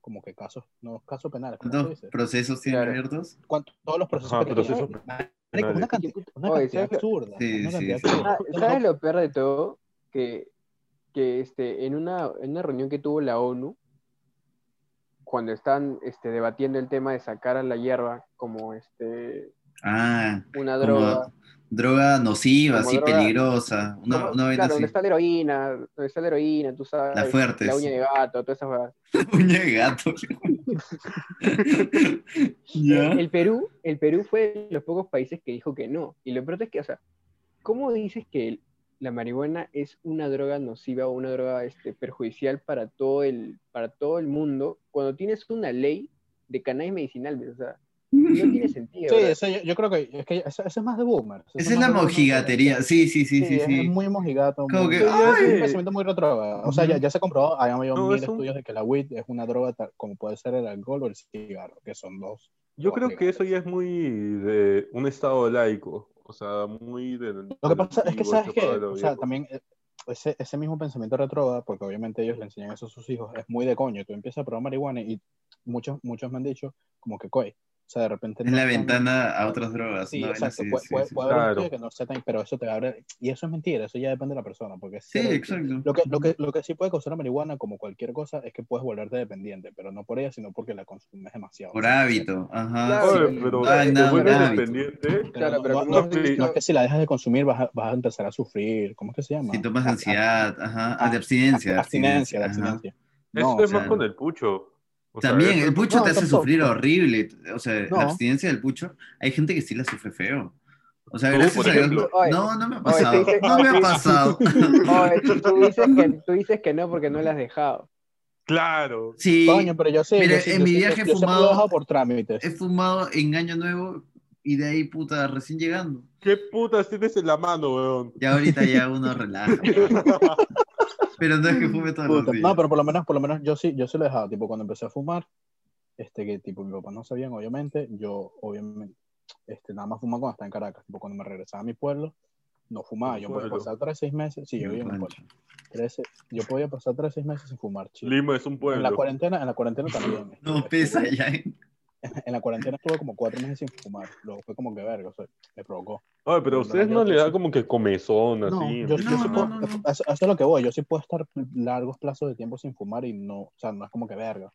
Speaker 1: como que casos, no casos penales, ¿cómo se
Speaker 2: ¿Cuántos
Speaker 1: dice?
Speaker 2: procesos tienen
Speaker 3: Claro.
Speaker 2: abiertos?
Speaker 1: Cuánto- todos los procesos
Speaker 4: Ajá,
Speaker 1: que tenían.
Speaker 4: procesos
Speaker 1: Marico, una
Speaker 4: ¿eh?
Speaker 1: cantidad, una
Speaker 3: Oye,
Speaker 1: cantidad
Speaker 3: ¿sabes lo-
Speaker 1: absurda.
Speaker 2: Sí,
Speaker 1: una
Speaker 2: sí,
Speaker 1: cantidad
Speaker 2: sí.
Speaker 1: absurda.
Speaker 3: Ah,
Speaker 1: (laughs)
Speaker 3: ¿Sabes lo peor de todo? Que, que este, en, una, en una reunión que tuvo la ONU, cuando están este, debatiendo el tema de sacar a la hierba como este,
Speaker 2: Ah,
Speaker 3: una
Speaker 2: Como
Speaker 3: droga,
Speaker 2: droga nociva,
Speaker 3: Como
Speaker 2: así
Speaker 3: droga-
Speaker 2: peligrosa. Una,
Speaker 3: como-
Speaker 2: una vaina
Speaker 3: claro,
Speaker 2: así.
Speaker 3: donde está la heroína, donde está la heroína, tú sabes,
Speaker 2: La Fuertes.
Speaker 3: la uña de gato, todas esas cosas.
Speaker 2: (laughs) Uña de gato. ¿Ya?
Speaker 3: Eh, El Perú, el Perú fue de los pocos países que dijo que no. Y lo peor es que, o sea, ¿cómo dices que el- la marihuana es una droga nociva o una droga este, perjudicial para todo, el, para todo el mundo cuando tienes una ley de cannabis medicinal? ¿ves? O sea, no
Speaker 2: (laughs)
Speaker 3: tiene sentido.
Speaker 1: Sí,
Speaker 3: ¿verdad?
Speaker 1: eso yo, yo creo que, es que eso, eso es más de boomer. Eso más
Speaker 2: Esa es la
Speaker 1: de boomer.
Speaker 2: mojigatería. Sí, sí, sí, sí,
Speaker 1: es,
Speaker 2: sí.
Speaker 1: es muy mojigato.
Speaker 2: Como
Speaker 1: muy-
Speaker 2: que,
Speaker 1: es
Speaker 4: ay.
Speaker 1: un pensamiento muy retrógrado. O sea, ya, ya se comprobó, hay habido
Speaker 4: No,
Speaker 1: mil
Speaker 4: es un-
Speaker 1: estudios de que la weed es una droga tal- como puede ser el alcohol o el cigarro, que son dos.
Speaker 4: Yo creo que eso ya es muy de un estado laico. O sea, muy del.
Speaker 1: Lo que pasa es que, ¿sabes
Speaker 4: que
Speaker 1: qué? O sea, también eh, ese, ese mismo pensamiento retrógrado, porque obviamente ellos le enseñan eso a sus hijos, es muy de coño. Tú empiezas a probar marihuana y muchos, muchos me han dicho, como que coy. O sea, de repente.
Speaker 2: Es
Speaker 1: no
Speaker 2: la
Speaker 1: están-
Speaker 2: ventana a otras drogas.
Speaker 1: Sí,
Speaker 2: ¿no?
Speaker 1: exacto.
Speaker 2: Sí,
Speaker 1: puede,
Speaker 2: sí,
Speaker 1: puede-
Speaker 2: sí.
Speaker 1: puede haber un
Speaker 4: Claro.
Speaker 1: estudio que no sea tan- pero eso te va a abrir- Y eso es mentira, eso ya depende de la persona. Porque
Speaker 2: Sí,
Speaker 1: cero-
Speaker 2: exacto.
Speaker 1: Lo que, lo, que, lo que sí puede causar la marihuana, como cualquier cosa, es que puedes volverte dependiente, pero no por ella, sino porque la consumes demasiado.
Speaker 2: Por hábito. Ajá.
Speaker 3: Claro,
Speaker 2: sí.
Speaker 4: Oye, pero
Speaker 2: Ay, no,
Speaker 4: te vuelves
Speaker 2: por hábito.
Speaker 4: dependiente.
Speaker 1: Pero
Speaker 3: Claro,
Speaker 1: no,
Speaker 3: pero
Speaker 1: no-
Speaker 3: como
Speaker 1: no-
Speaker 3: has dicho-
Speaker 1: no es que si la dejas de consumir vas a, vas a empezar a sufrir, ¿cómo es que se llama?
Speaker 2: Si tomas
Speaker 1: A- a-
Speaker 2: ansiedad, ajá. Ah, de abstinencia.
Speaker 1: abstinencia, abstinencia.
Speaker 2: ajá.
Speaker 1: abstinencia.
Speaker 4: Eso
Speaker 1: No,
Speaker 4: es
Speaker 1: o
Speaker 2: sea,
Speaker 4: más con el pucho. O sea,
Speaker 2: También,
Speaker 4: eso-
Speaker 2: el pucho
Speaker 1: no,
Speaker 2: te hace
Speaker 1: tampoco.
Speaker 2: sufrir horrible. O sea,
Speaker 1: No.
Speaker 2: la abstinencia del pucho, hay gente que sí la sufre feo. O sea,
Speaker 4: Tú,
Speaker 2: gracias
Speaker 4: por
Speaker 2: a Dios.
Speaker 4: ejemplo.
Speaker 2: No, no me ha
Speaker 3: Oye, sí,
Speaker 2: pasado.
Speaker 3: sí.
Speaker 2: No me ha
Speaker 1: (laughs)
Speaker 2: pasado.
Speaker 3: Oye, tú- tú, dices que, tú dices que no porque no la has dejado.
Speaker 4: Claro.
Speaker 2: Sí,
Speaker 1: Coño, pero yo sé.
Speaker 2: Mira,
Speaker 1: yo sí-
Speaker 2: en
Speaker 1: yo
Speaker 2: mi
Speaker 1: sí- yo-
Speaker 2: viaje
Speaker 1: yo siempre
Speaker 2: fumado-
Speaker 1: lo he dejado por trámites.
Speaker 2: he fumado en Año Nuevo y de ahí, puta, recién llegando.
Speaker 4: ¿Qué putas tienes en la mano, weón? (laughs)
Speaker 2: Ya ahorita ya uno relaja. pa. Pero no es que fume todos los
Speaker 1: Puta,
Speaker 2: días.
Speaker 1: No, pero por lo menos, por lo menos yo sí, yo sí lo dejaba. Tipo, cuando empecé a fumar, este, que tipo, mis papás no sabían, obviamente, yo, obviamente, este, nada más fumaba cuando estaba en Caracas. Tipo, cuando me regresaba a mi pueblo, no fumaba. Yo podía
Speaker 4: Pueblo.
Speaker 1: pasar tres, seis meses, sí, yo vivía en mi pueblo. Tres- yo podía pasar tres, seis meses sin fumar, chido.
Speaker 4: Lima es un
Speaker 1: En la
Speaker 4: pueblo.
Speaker 1: cuarentena, en la cuarentena también. este,
Speaker 2: No
Speaker 1: Estuve-
Speaker 2: pesa
Speaker 1: (laughs)
Speaker 2: ya. ¿eh?
Speaker 1: En la cuarentena estuve como cuatro meses sin fumar. Luego fue como que verga, o sea, me provocó.
Speaker 4: Oye, pero a ustedes no le da como que comezón, así.
Speaker 1: No, yo, yo
Speaker 2: No,
Speaker 1: sí
Speaker 2: no,
Speaker 1: puedo-
Speaker 2: no, no.
Speaker 1: Eso, eso es lo que voy. Yo sí puedo estar largos plazos de tiempo sin fumar y no, o sea, no es como que verga.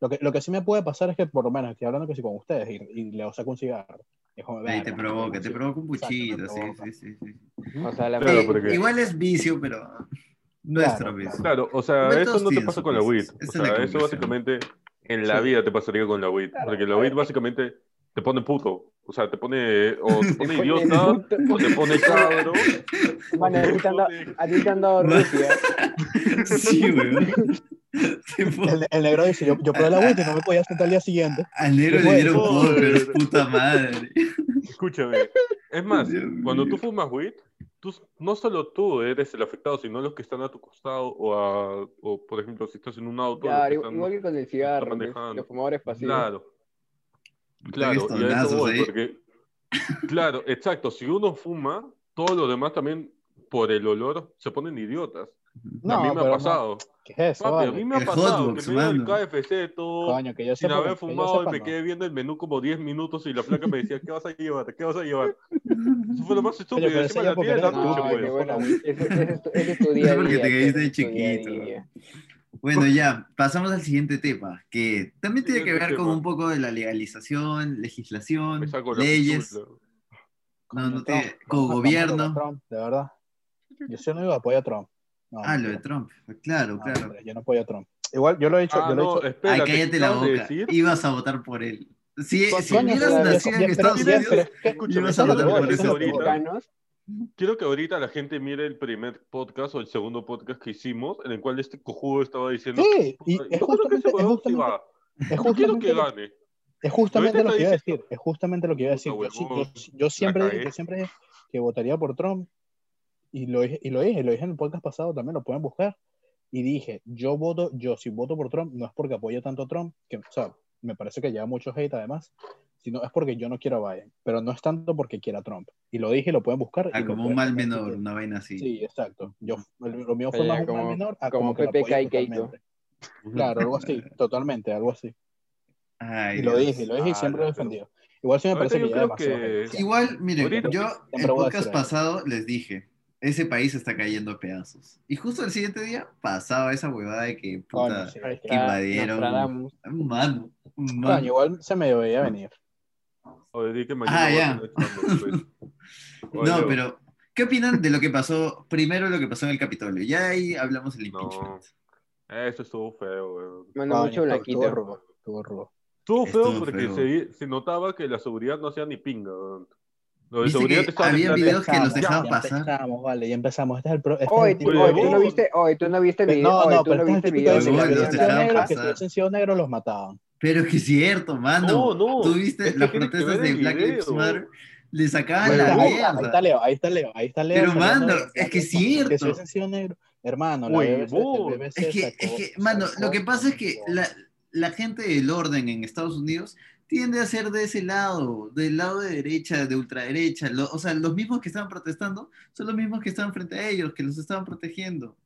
Speaker 1: Lo que, lo que sí me puede pasar es que por lo menos estoy hablando que sí con ustedes y, y Leo saca un cigarro. Y es como,
Speaker 2: Ahí
Speaker 1: verga,
Speaker 2: te provoca,
Speaker 1: sí.
Speaker 2: te provoca un
Speaker 1: Exacto, me
Speaker 2: puchito. Sí,
Speaker 1: provoca.
Speaker 2: sí, sí. sí.
Speaker 3: O sea, la
Speaker 4: Claro,
Speaker 2: Eh,
Speaker 4: porque-
Speaker 2: Igual es vicio, pero nuestro
Speaker 1: Claro,
Speaker 2: vicio.
Speaker 4: Claro, o sea,
Speaker 2: Momentos
Speaker 4: eso no te
Speaker 2: tensos,
Speaker 4: pasa con la weed.
Speaker 2: entonces. Esa
Speaker 4: O
Speaker 2: es la
Speaker 4: sea, eso
Speaker 2: conclusión.
Speaker 4: básicamente en la
Speaker 1: Sí.
Speaker 4: vida te pasaría con la weed. Porque la weed básicamente te pone puto. O sea, te pone,
Speaker 1: (laughs)
Speaker 4: o te pone
Speaker 3: pone
Speaker 4: idiota,
Speaker 3: puto.
Speaker 4: o te
Speaker 3: (laughs)
Speaker 4: pone cabro. (laughs)
Speaker 3: Mano, a ti te han dado- a ti te han dado rufia.
Speaker 2: (laughs) Sí, weón. Se fue-
Speaker 1: El, el negro dice, yo, yo probé la weed y no me podía sentar al día siguiente.
Speaker 2: Al negro le
Speaker 1: Bueno,
Speaker 2: dieron
Speaker 4: joder.
Speaker 2: por puta madre.
Speaker 4: Escúchame. Es más,
Speaker 2: Dios
Speaker 4: cuando
Speaker 2: mío.
Speaker 4: tú fumas weed, tú, no solo tú eres el afectado, sino los que están a tu costado o, a, o por ejemplo, si estás en un auto. los
Speaker 3: Claro,
Speaker 4: que
Speaker 3: igual,
Speaker 4: están-
Speaker 3: igual que con el cigarro, pues,
Speaker 4: manejando.
Speaker 3: los fumadores pasivos.
Speaker 4: Claro. Claro, y a eso
Speaker 2: estonazos
Speaker 4: voy,
Speaker 2: ahí. (laughs)
Speaker 4: porque. Claro, exacto. Si uno fuma, todos los demás también, por el olor, se ponen idiotas.
Speaker 1: No,
Speaker 4: a mí me ha
Speaker 1: pero
Speaker 4: pasado.
Speaker 1: ¿Qué es eso?
Speaker 4: Papi,
Speaker 1: vale?
Speaker 4: a mí me ha
Speaker 2: El
Speaker 4: pasado
Speaker 2: hot dogs,
Speaker 4: que me iba al
Speaker 2: mano.
Speaker 4: KFC todo,
Speaker 1: Coño, que yo
Speaker 4: sin
Speaker 1: sepa,
Speaker 4: haber
Speaker 1: que yo
Speaker 4: fumado, y
Speaker 1: sepa,
Speaker 4: me
Speaker 1: no.
Speaker 4: quedé viendo el menú como 10 minutos y la flaca me decía, ¿qué vas a llevar? ¿Qué vas a llevar? Eso fue lo más
Speaker 1: Coño,
Speaker 4: estúpido.
Speaker 1: pero
Speaker 4: Encima
Speaker 1: ese ya
Speaker 4: a las
Speaker 1: porque eres estúpido.
Speaker 3: Ay,
Speaker 4: 10 de la noche,
Speaker 3: qué
Speaker 4: pues.
Speaker 3: buena, güey. Ese- ese es tu- ese es tu día a
Speaker 2: Porque
Speaker 3: día,
Speaker 2: te
Speaker 3: ese
Speaker 2: caíste
Speaker 3: es tu día a
Speaker 2: chiquito.
Speaker 3: día.
Speaker 2: Bueno, ya, pasamos al siguiente tema, que también tiene que
Speaker 4: Siguiente
Speaker 2: ver con
Speaker 4: tema.
Speaker 2: un poco de la legalización, legislación,
Speaker 4: Me
Speaker 1: Pues
Speaker 4: saco la
Speaker 2: leyes,
Speaker 4: pichula.
Speaker 2: no, no
Speaker 1: Trump.
Speaker 2: tiene- con
Speaker 1: Vamos a-
Speaker 2: gobierno.
Speaker 1: vamos a Trump, de verdad. Yo sí no iba a apoyar a Trump. No, Ah,
Speaker 2: Ah, lo de
Speaker 1: mentira.
Speaker 2: Trump, claro,
Speaker 1: No,
Speaker 2: claro.
Speaker 1: mentira, Yo no apoyo a Trump. Igual, yo lo he dicho.
Speaker 4: Ah,
Speaker 1: yo lo he
Speaker 4: no,
Speaker 1: dicho-
Speaker 4: espérate.
Speaker 2: Ay,
Speaker 4: ¿qué
Speaker 2: cállate la
Speaker 4: acabas de
Speaker 2: boca,
Speaker 4: decir?
Speaker 2: ibas a votar por él. Si, si
Speaker 1: Coño,
Speaker 2: hubieras
Speaker 1: pero-
Speaker 2: nacido en
Speaker 1: pero-
Speaker 2: Estados
Speaker 1: pero-
Speaker 2: Unidos,
Speaker 1: pero-
Speaker 4: Escúchame,
Speaker 2: ibas
Speaker 1: eso
Speaker 2: a
Speaker 1: es lo que
Speaker 2: votar
Speaker 1: voy a
Speaker 2: por
Speaker 1: decir
Speaker 2: esa
Speaker 1: ahorita.
Speaker 2: puta.
Speaker 3: Mexicanos,
Speaker 4: Quiero que ahorita la gente mire el primer podcast o el segundo podcast que hicimos, en el cual este cojudo estaba diciendo.
Speaker 1: Sí, y
Speaker 4: "Yo
Speaker 1: es
Speaker 4: creo que ese
Speaker 1: justamente, es
Speaker 4: huevón sí
Speaker 1: justamente,
Speaker 4: va.
Speaker 1: es
Speaker 4: Yo quiero
Speaker 1: justamente,
Speaker 4: que
Speaker 1: lo-
Speaker 4: gane.
Speaker 1: es justamente
Speaker 4: Ahorita
Speaker 1: lo que iba a
Speaker 4: está
Speaker 1: decir. Es justamente lo que iba a decir. Yo,
Speaker 4: Puta,
Speaker 1: sí- yo,
Speaker 4: huevón,
Speaker 1: yo siempre dije,
Speaker 4: cagué.
Speaker 1: yo siempre dije que votaría por Trump y lo, dije- y lo dije, lo dije en el podcast pasado también, lo pueden buscar. Y dije, yo voto, yo si voto por Trump, no es porque apoyo tanto a Trump, que o sea, me parece que lleva mucho hate además, sino es porque yo no quiero a Biden, pero no es tanto porque quiera a Trump. Y lo dije, lo pueden buscar.
Speaker 2: Ah,
Speaker 1: y lo
Speaker 2: como un
Speaker 1: pueden
Speaker 2: mal
Speaker 1: ver,
Speaker 2: menor,
Speaker 1: porque-
Speaker 2: una vaina así.
Speaker 1: Sí, exacto. Yo, lo mío fue
Speaker 3: Oye,
Speaker 1: más un
Speaker 3: como-
Speaker 1: mal menor a
Speaker 3: como
Speaker 1: como, que lo
Speaker 3: Pepe
Speaker 1: apoyé
Speaker 3: Kai Keiko.
Speaker 1: totalmente. Claro, algo así, totalmente, algo así.
Speaker 2: Ay,
Speaker 1: Y lo
Speaker 2: Dios.
Speaker 1: dije, lo dije y
Speaker 4: Ah,
Speaker 1: siempre
Speaker 4: no,
Speaker 1: lo he defendido. Igual sí me
Speaker 4: Ahorita
Speaker 1: parece que ya
Speaker 4: yo creo que-
Speaker 1: demasiado. gente.
Speaker 2: Igual, miren,
Speaker 4: Ahorita-
Speaker 2: yo
Speaker 1: siempre
Speaker 2: el
Speaker 1: voy a
Speaker 2: podcast
Speaker 1: decir algo.
Speaker 2: pasado les dije, ese país está cayendo a pedazos. Y justo el siguiente día pasaba esa huevada de que
Speaker 1: Coño,
Speaker 2: puta,
Speaker 1: sí.
Speaker 3: ahí
Speaker 1: Coño,
Speaker 3: está,
Speaker 2: invadieron.
Speaker 3: Nostradamus.
Speaker 2: mano, mano.
Speaker 1: igual se me veía venir.
Speaker 4: Oye, di que mañana
Speaker 2: Ah,
Speaker 4: voy a
Speaker 2: ya.
Speaker 4: tener chamba, pues. Oye,
Speaker 2: (laughs) No, pero ¿qué opinan de lo que pasó? Primero lo que pasó en el Capitolio. Ya ahí hablamos del
Speaker 4: No.
Speaker 2: impeachment.
Speaker 4: Eso estuvo feo, weón.
Speaker 3: Mano,
Speaker 1: Coño, estuvo-
Speaker 3: mucho
Speaker 1: Estuvo
Speaker 3: blanquito.
Speaker 1: rudo, estuvo rudo.
Speaker 4: Estuvo feo
Speaker 2: Estuvo
Speaker 4: porque
Speaker 2: feo.
Speaker 4: se, se notaba que la seguridad no hacía ni pinga, weón. Lo de
Speaker 2: Viste
Speaker 4: seguridad
Speaker 2: que
Speaker 4: te estaban
Speaker 2: había
Speaker 4: diciendo,
Speaker 2: videos que los
Speaker 1: Ya
Speaker 2: dejaban
Speaker 1: empezamos,
Speaker 2: pasar.
Speaker 1: vale, ya empezamos. Este es el pro- este es
Speaker 3: Oye,
Speaker 1: el
Speaker 3: tú,
Speaker 1: típico-
Speaker 3: oye, tú no
Speaker 4: huevón.
Speaker 3: viste, oye, tú no viste video,
Speaker 1: No,
Speaker 3: oye,
Speaker 1: no,
Speaker 3: tú
Speaker 1: pero
Speaker 3: no
Speaker 1: este es
Speaker 3: viste
Speaker 1: el típico
Speaker 3: video
Speaker 1: de
Speaker 3: de
Speaker 1: que si
Speaker 2: Huevón, los
Speaker 1: hubiesen sido
Speaker 2: dejaban
Speaker 1: negros, que si
Speaker 2: pasar.
Speaker 1: hubiesen sido negros los mataban.
Speaker 2: Pero que es cierto, mano.
Speaker 4: No, no.
Speaker 2: Tú viste
Speaker 4: Es que
Speaker 2: las
Speaker 4: tiene que
Speaker 2: protestas
Speaker 4: ver
Speaker 2: de
Speaker 4: el
Speaker 2: Black Lives
Speaker 4: video.
Speaker 2: Matter. Le sacaban
Speaker 1: Ahí
Speaker 2: la
Speaker 1: está, ahí está, ahí está
Speaker 2: mierda.
Speaker 1: Leo, ahí está Leo, ahí está Leo.
Speaker 2: Pero,
Speaker 1: sacando
Speaker 2: mano,
Speaker 1: de-
Speaker 2: es que es
Speaker 1: Que si
Speaker 2: cierto.
Speaker 1: hubiesen sido negro, hermano, la
Speaker 4: Uy,
Speaker 1: BBC,
Speaker 4: vos.
Speaker 1: el BBC
Speaker 2: Es que,
Speaker 1: sacó-
Speaker 2: es que, mano,
Speaker 1: sacó-
Speaker 2: lo que pasa es que
Speaker 1: sacó-
Speaker 2: la, la gente del orden en Estados Unidos tiende a ser de ese lado, del lado de derecha, de ultraderecha. Lo- o sea, los mismos que estaban protestando son los mismos que estaban frente a ellos, que los estaban protegiendo.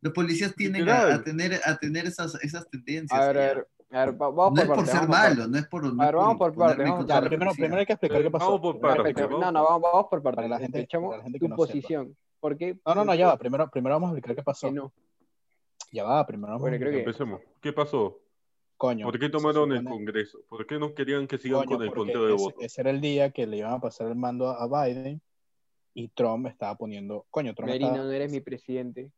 Speaker 2: Los policías tienden a,
Speaker 4: Literal.
Speaker 2: a tener, a tener esas, esas tendencias.
Speaker 3: A ver, a
Speaker 2: ya.
Speaker 3: ver, a ver, va- vamos
Speaker 2: no es por
Speaker 3: por partes,
Speaker 2: ser
Speaker 3: vamos por
Speaker 2: malo, no es por. no
Speaker 3: A
Speaker 2: es
Speaker 3: ver, vamos por partes,
Speaker 2: ponerme en
Speaker 1: O
Speaker 3: vamos
Speaker 2: contra
Speaker 1: sea,
Speaker 2: de
Speaker 3: por
Speaker 2: la
Speaker 1: primero,
Speaker 2: policía.
Speaker 1: primero hay que explicar qué pasó.
Speaker 4: Vamos por
Speaker 1: Primero hay que
Speaker 4: partes,
Speaker 1: explicar-
Speaker 4: vamos
Speaker 3: No, no, vamos, vamos por partes.
Speaker 1: Para la gente-
Speaker 3: Echamos
Speaker 1: para la gente que
Speaker 3: tu
Speaker 1: no sepa.
Speaker 3: posición. ¿Por qué?
Speaker 1: No, no, no, ya va.
Speaker 3: ¿Por
Speaker 1: Primero, primero vamos a explicar qué pasó.
Speaker 3: qué no?
Speaker 1: Ya va, primero vamos
Speaker 3: Bueno,
Speaker 1: a
Speaker 3: creo que-
Speaker 4: Empecemos. ¿Qué pasó?
Speaker 1: Coño.
Speaker 4: ¿Por qué
Speaker 1: se
Speaker 4: tomaron el
Speaker 1: supone-
Speaker 4: Congreso? ¿Por qué no querían que sigan
Speaker 1: Coño,
Speaker 4: con el
Speaker 1: porque
Speaker 4: conteo de
Speaker 1: ese,
Speaker 4: votos?
Speaker 1: ese era el día que le iban a pasar el mando a, a Biden y Trump estaba poniendo. Coño, Trump
Speaker 3: Merino,
Speaker 1: estaba-
Speaker 3: no eres mi presidente.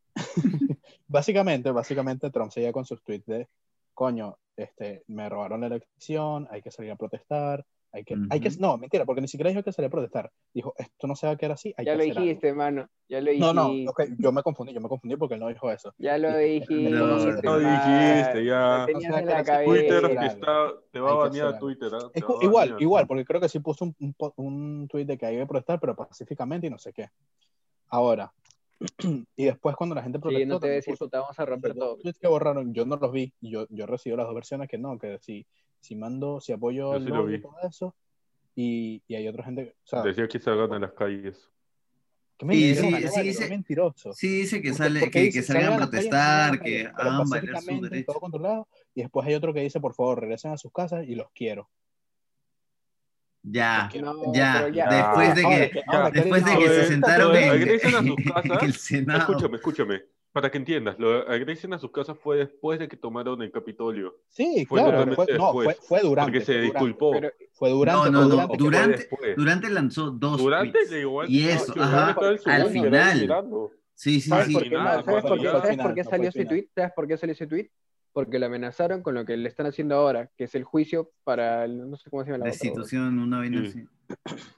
Speaker 1: Básicamente, básicamente Trump seguía con sus tweets de: Coño, este, me robaron la elección, hay que salir a protestar. Hay que, hay que,
Speaker 2: Ujú.
Speaker 1: no, mentira, porque ni siquiera dijo que salía a protestar. Dijo, esto no se va a quedar así, hay
Speaker 3: Ya
Speaker 1: que
Speaker 3: lo
Speaker 1: hacer algo".
Speaker 3: dijiste, mano. Ya lo
Speaker 1: No,
Speaker 3: dijiste.
Speaker 1: no, ok, yo me confundí, yo me confundí porque él no dijo eso.
Speaker 3: Ya lo dijiste.
Speaker 2: No,
Speaker 4: No Ah, dijiste ya.
Speaker 1: te-
Speaker 3: Tenías
Speaker 1: O sea,
Speaker 3: en
Speaker 1: que
Speaker 3: la
Speaker 1: era
Speaker 4: Twitter
Speaker 1: hacer
Speaker 4: que
Speaker 1: algo.
Speaker 3: cabeza.
Speaker 4: está, te va
Speaker 1: Hay
Speaker 4: a
Speaker 1: que hacer
Speaker 4: banear
Speaker 1: algo.
Speaker 4: Twitter. ¿ah? Te
Speaker 1: Es
Speaker 4: va
Speaker 1: cu-
Speaker 4: a
Speaker 1: igual,
Speaker 4: banear.
Speaker 1: igual, porque creo que sí puso un, un, po- un tweet de que hay que protestar, pero pacíficamente y no sé qué. Ahora, (clears throat) y después cuando la gente protestó,
Speaker 3: Sí, no te voy a
Speaker 1: también
Speaker 3: decir,
Speaker 1: puso-
Speaker 3: puta, vamos a romper
Speaker 1: los
Speaker 3: todo.
Speaker 1: tweets que borraron, yo no los vi, y yo, yo recibí las dos versiones que no, que si, si mando, si apoyo
Speaker 4: Yo
Speaker 1: el
Speaker 4: sí lo
Speaker 1: lobby y
Speaker 4: vi.
Speaker 1: todo eso, y, y hay otra gente, o sea,
Speaker 4: Decía que salgan a las calles.
Speaker 1: que
Speaker 2: Sí,
Speaker 1: mentiroso,
Speaker 2: sí,
Speaker 1: marico,
Speaker 2: sí, sí.
Speaker 1: qué mentiroso.
Speaker 2: Sí, dice que,
Speaker 1: Porque-
Speaker 2: sale,
Speaker 1: porque
Speaker 2: que,
Speaker 1: dice,
Speaker 2: que salgan a
Speaker 1: las calles,
Speaker 2: protestar,
Speaker 1: salgan a
Speaker 2: que
Speaker 1: protestar,
Speaker 2: hagan valer su
Speaker 1: pacíficamente,
Speaker 2: derecho.
Speaker 1: todo controlado, y después hay otro que dice, por favor, regresen a sus casas y los quiero.
Speaker 2: Ya,
Speaker 1: Porque-
Speaker 3: No,
Speaker 2: ya,
Speaker 3: pero ya.
Speaker 2: después de
Speaker 1: Ahora
Speaker 2: que,
Speaker 1: que- ahora que
Speaker 2: después de
Speaker 1: eres-
Speaker 2: que
Speaker 4: Joder,
Speaker 2: se sentaron (laughs)
Speaker 4: joder,
Speaker 2: en,
Speaker 4: regresen a sus casas.
Speaker 2: el Senado.
Speaker 4: Escúchame, escúchame. Para que entiendas, lo de agresión a sus casas fue después de que tomaron el Capitolio.
Speaker 1: Sí,
Speaker 4: Fue
Speaker 1: claro,
Speaker 4: totalmente
Speaker 1: fue, no, fue,
Speaker 4: después,
Speaker 1: fue durante.
Speaker 4: Porque se
Speaker 1: fue durante,
Speaker 4: disculpó.
Speaker 3: Pero
Speaker 1: Fue durante,
Speaker 2: No, no,
Speaker 1: fue
Speaker 2: no,
Speaker 1: durante.
Speaker 4: Fue
Speaker 2: durante-
Speaker 4: después.
Speaker 2: Durante lanzó dos
Speaker 4: Durante
Speaker 2: tweets.
Speaker 4: le llegó al
Speaker 2: Y
Speaker 4: final,
Speaker 2: eso,
Speaker 4: que Durante
Speaker 2: ajá,
Speaker 4: estaba en su
Speaker 2: al
Speaker 4: búnker,
Speaker 2: final.
Speaker 4: ahí mirando.
Speaker 2: Sí, sí,
Speaker 3: ¿Sabes
Speaker 2: sí.
Speaker 3: por qué,
Speaker 4: nada,
Speaker 3: más? ¿Sabes por
Speaker 4: fue
Speaker 3: qué?
Speaker 4: final,
Speaker 3: ¿Sabes por qué
Speaker 1: no fue
Speaker 3: salió ese
Speaker 1: final.
Speaker 3: tweet? ¿Sabes por qué salió ese tweet? Porque lo amenazaron con lo que le están haciendo ahora, que es el juicio para el- no sé cómo se llama la otra, bro.
Speaker 2: Restitución, una vaina
Speaker 4: Sí.
Speaker 2: así.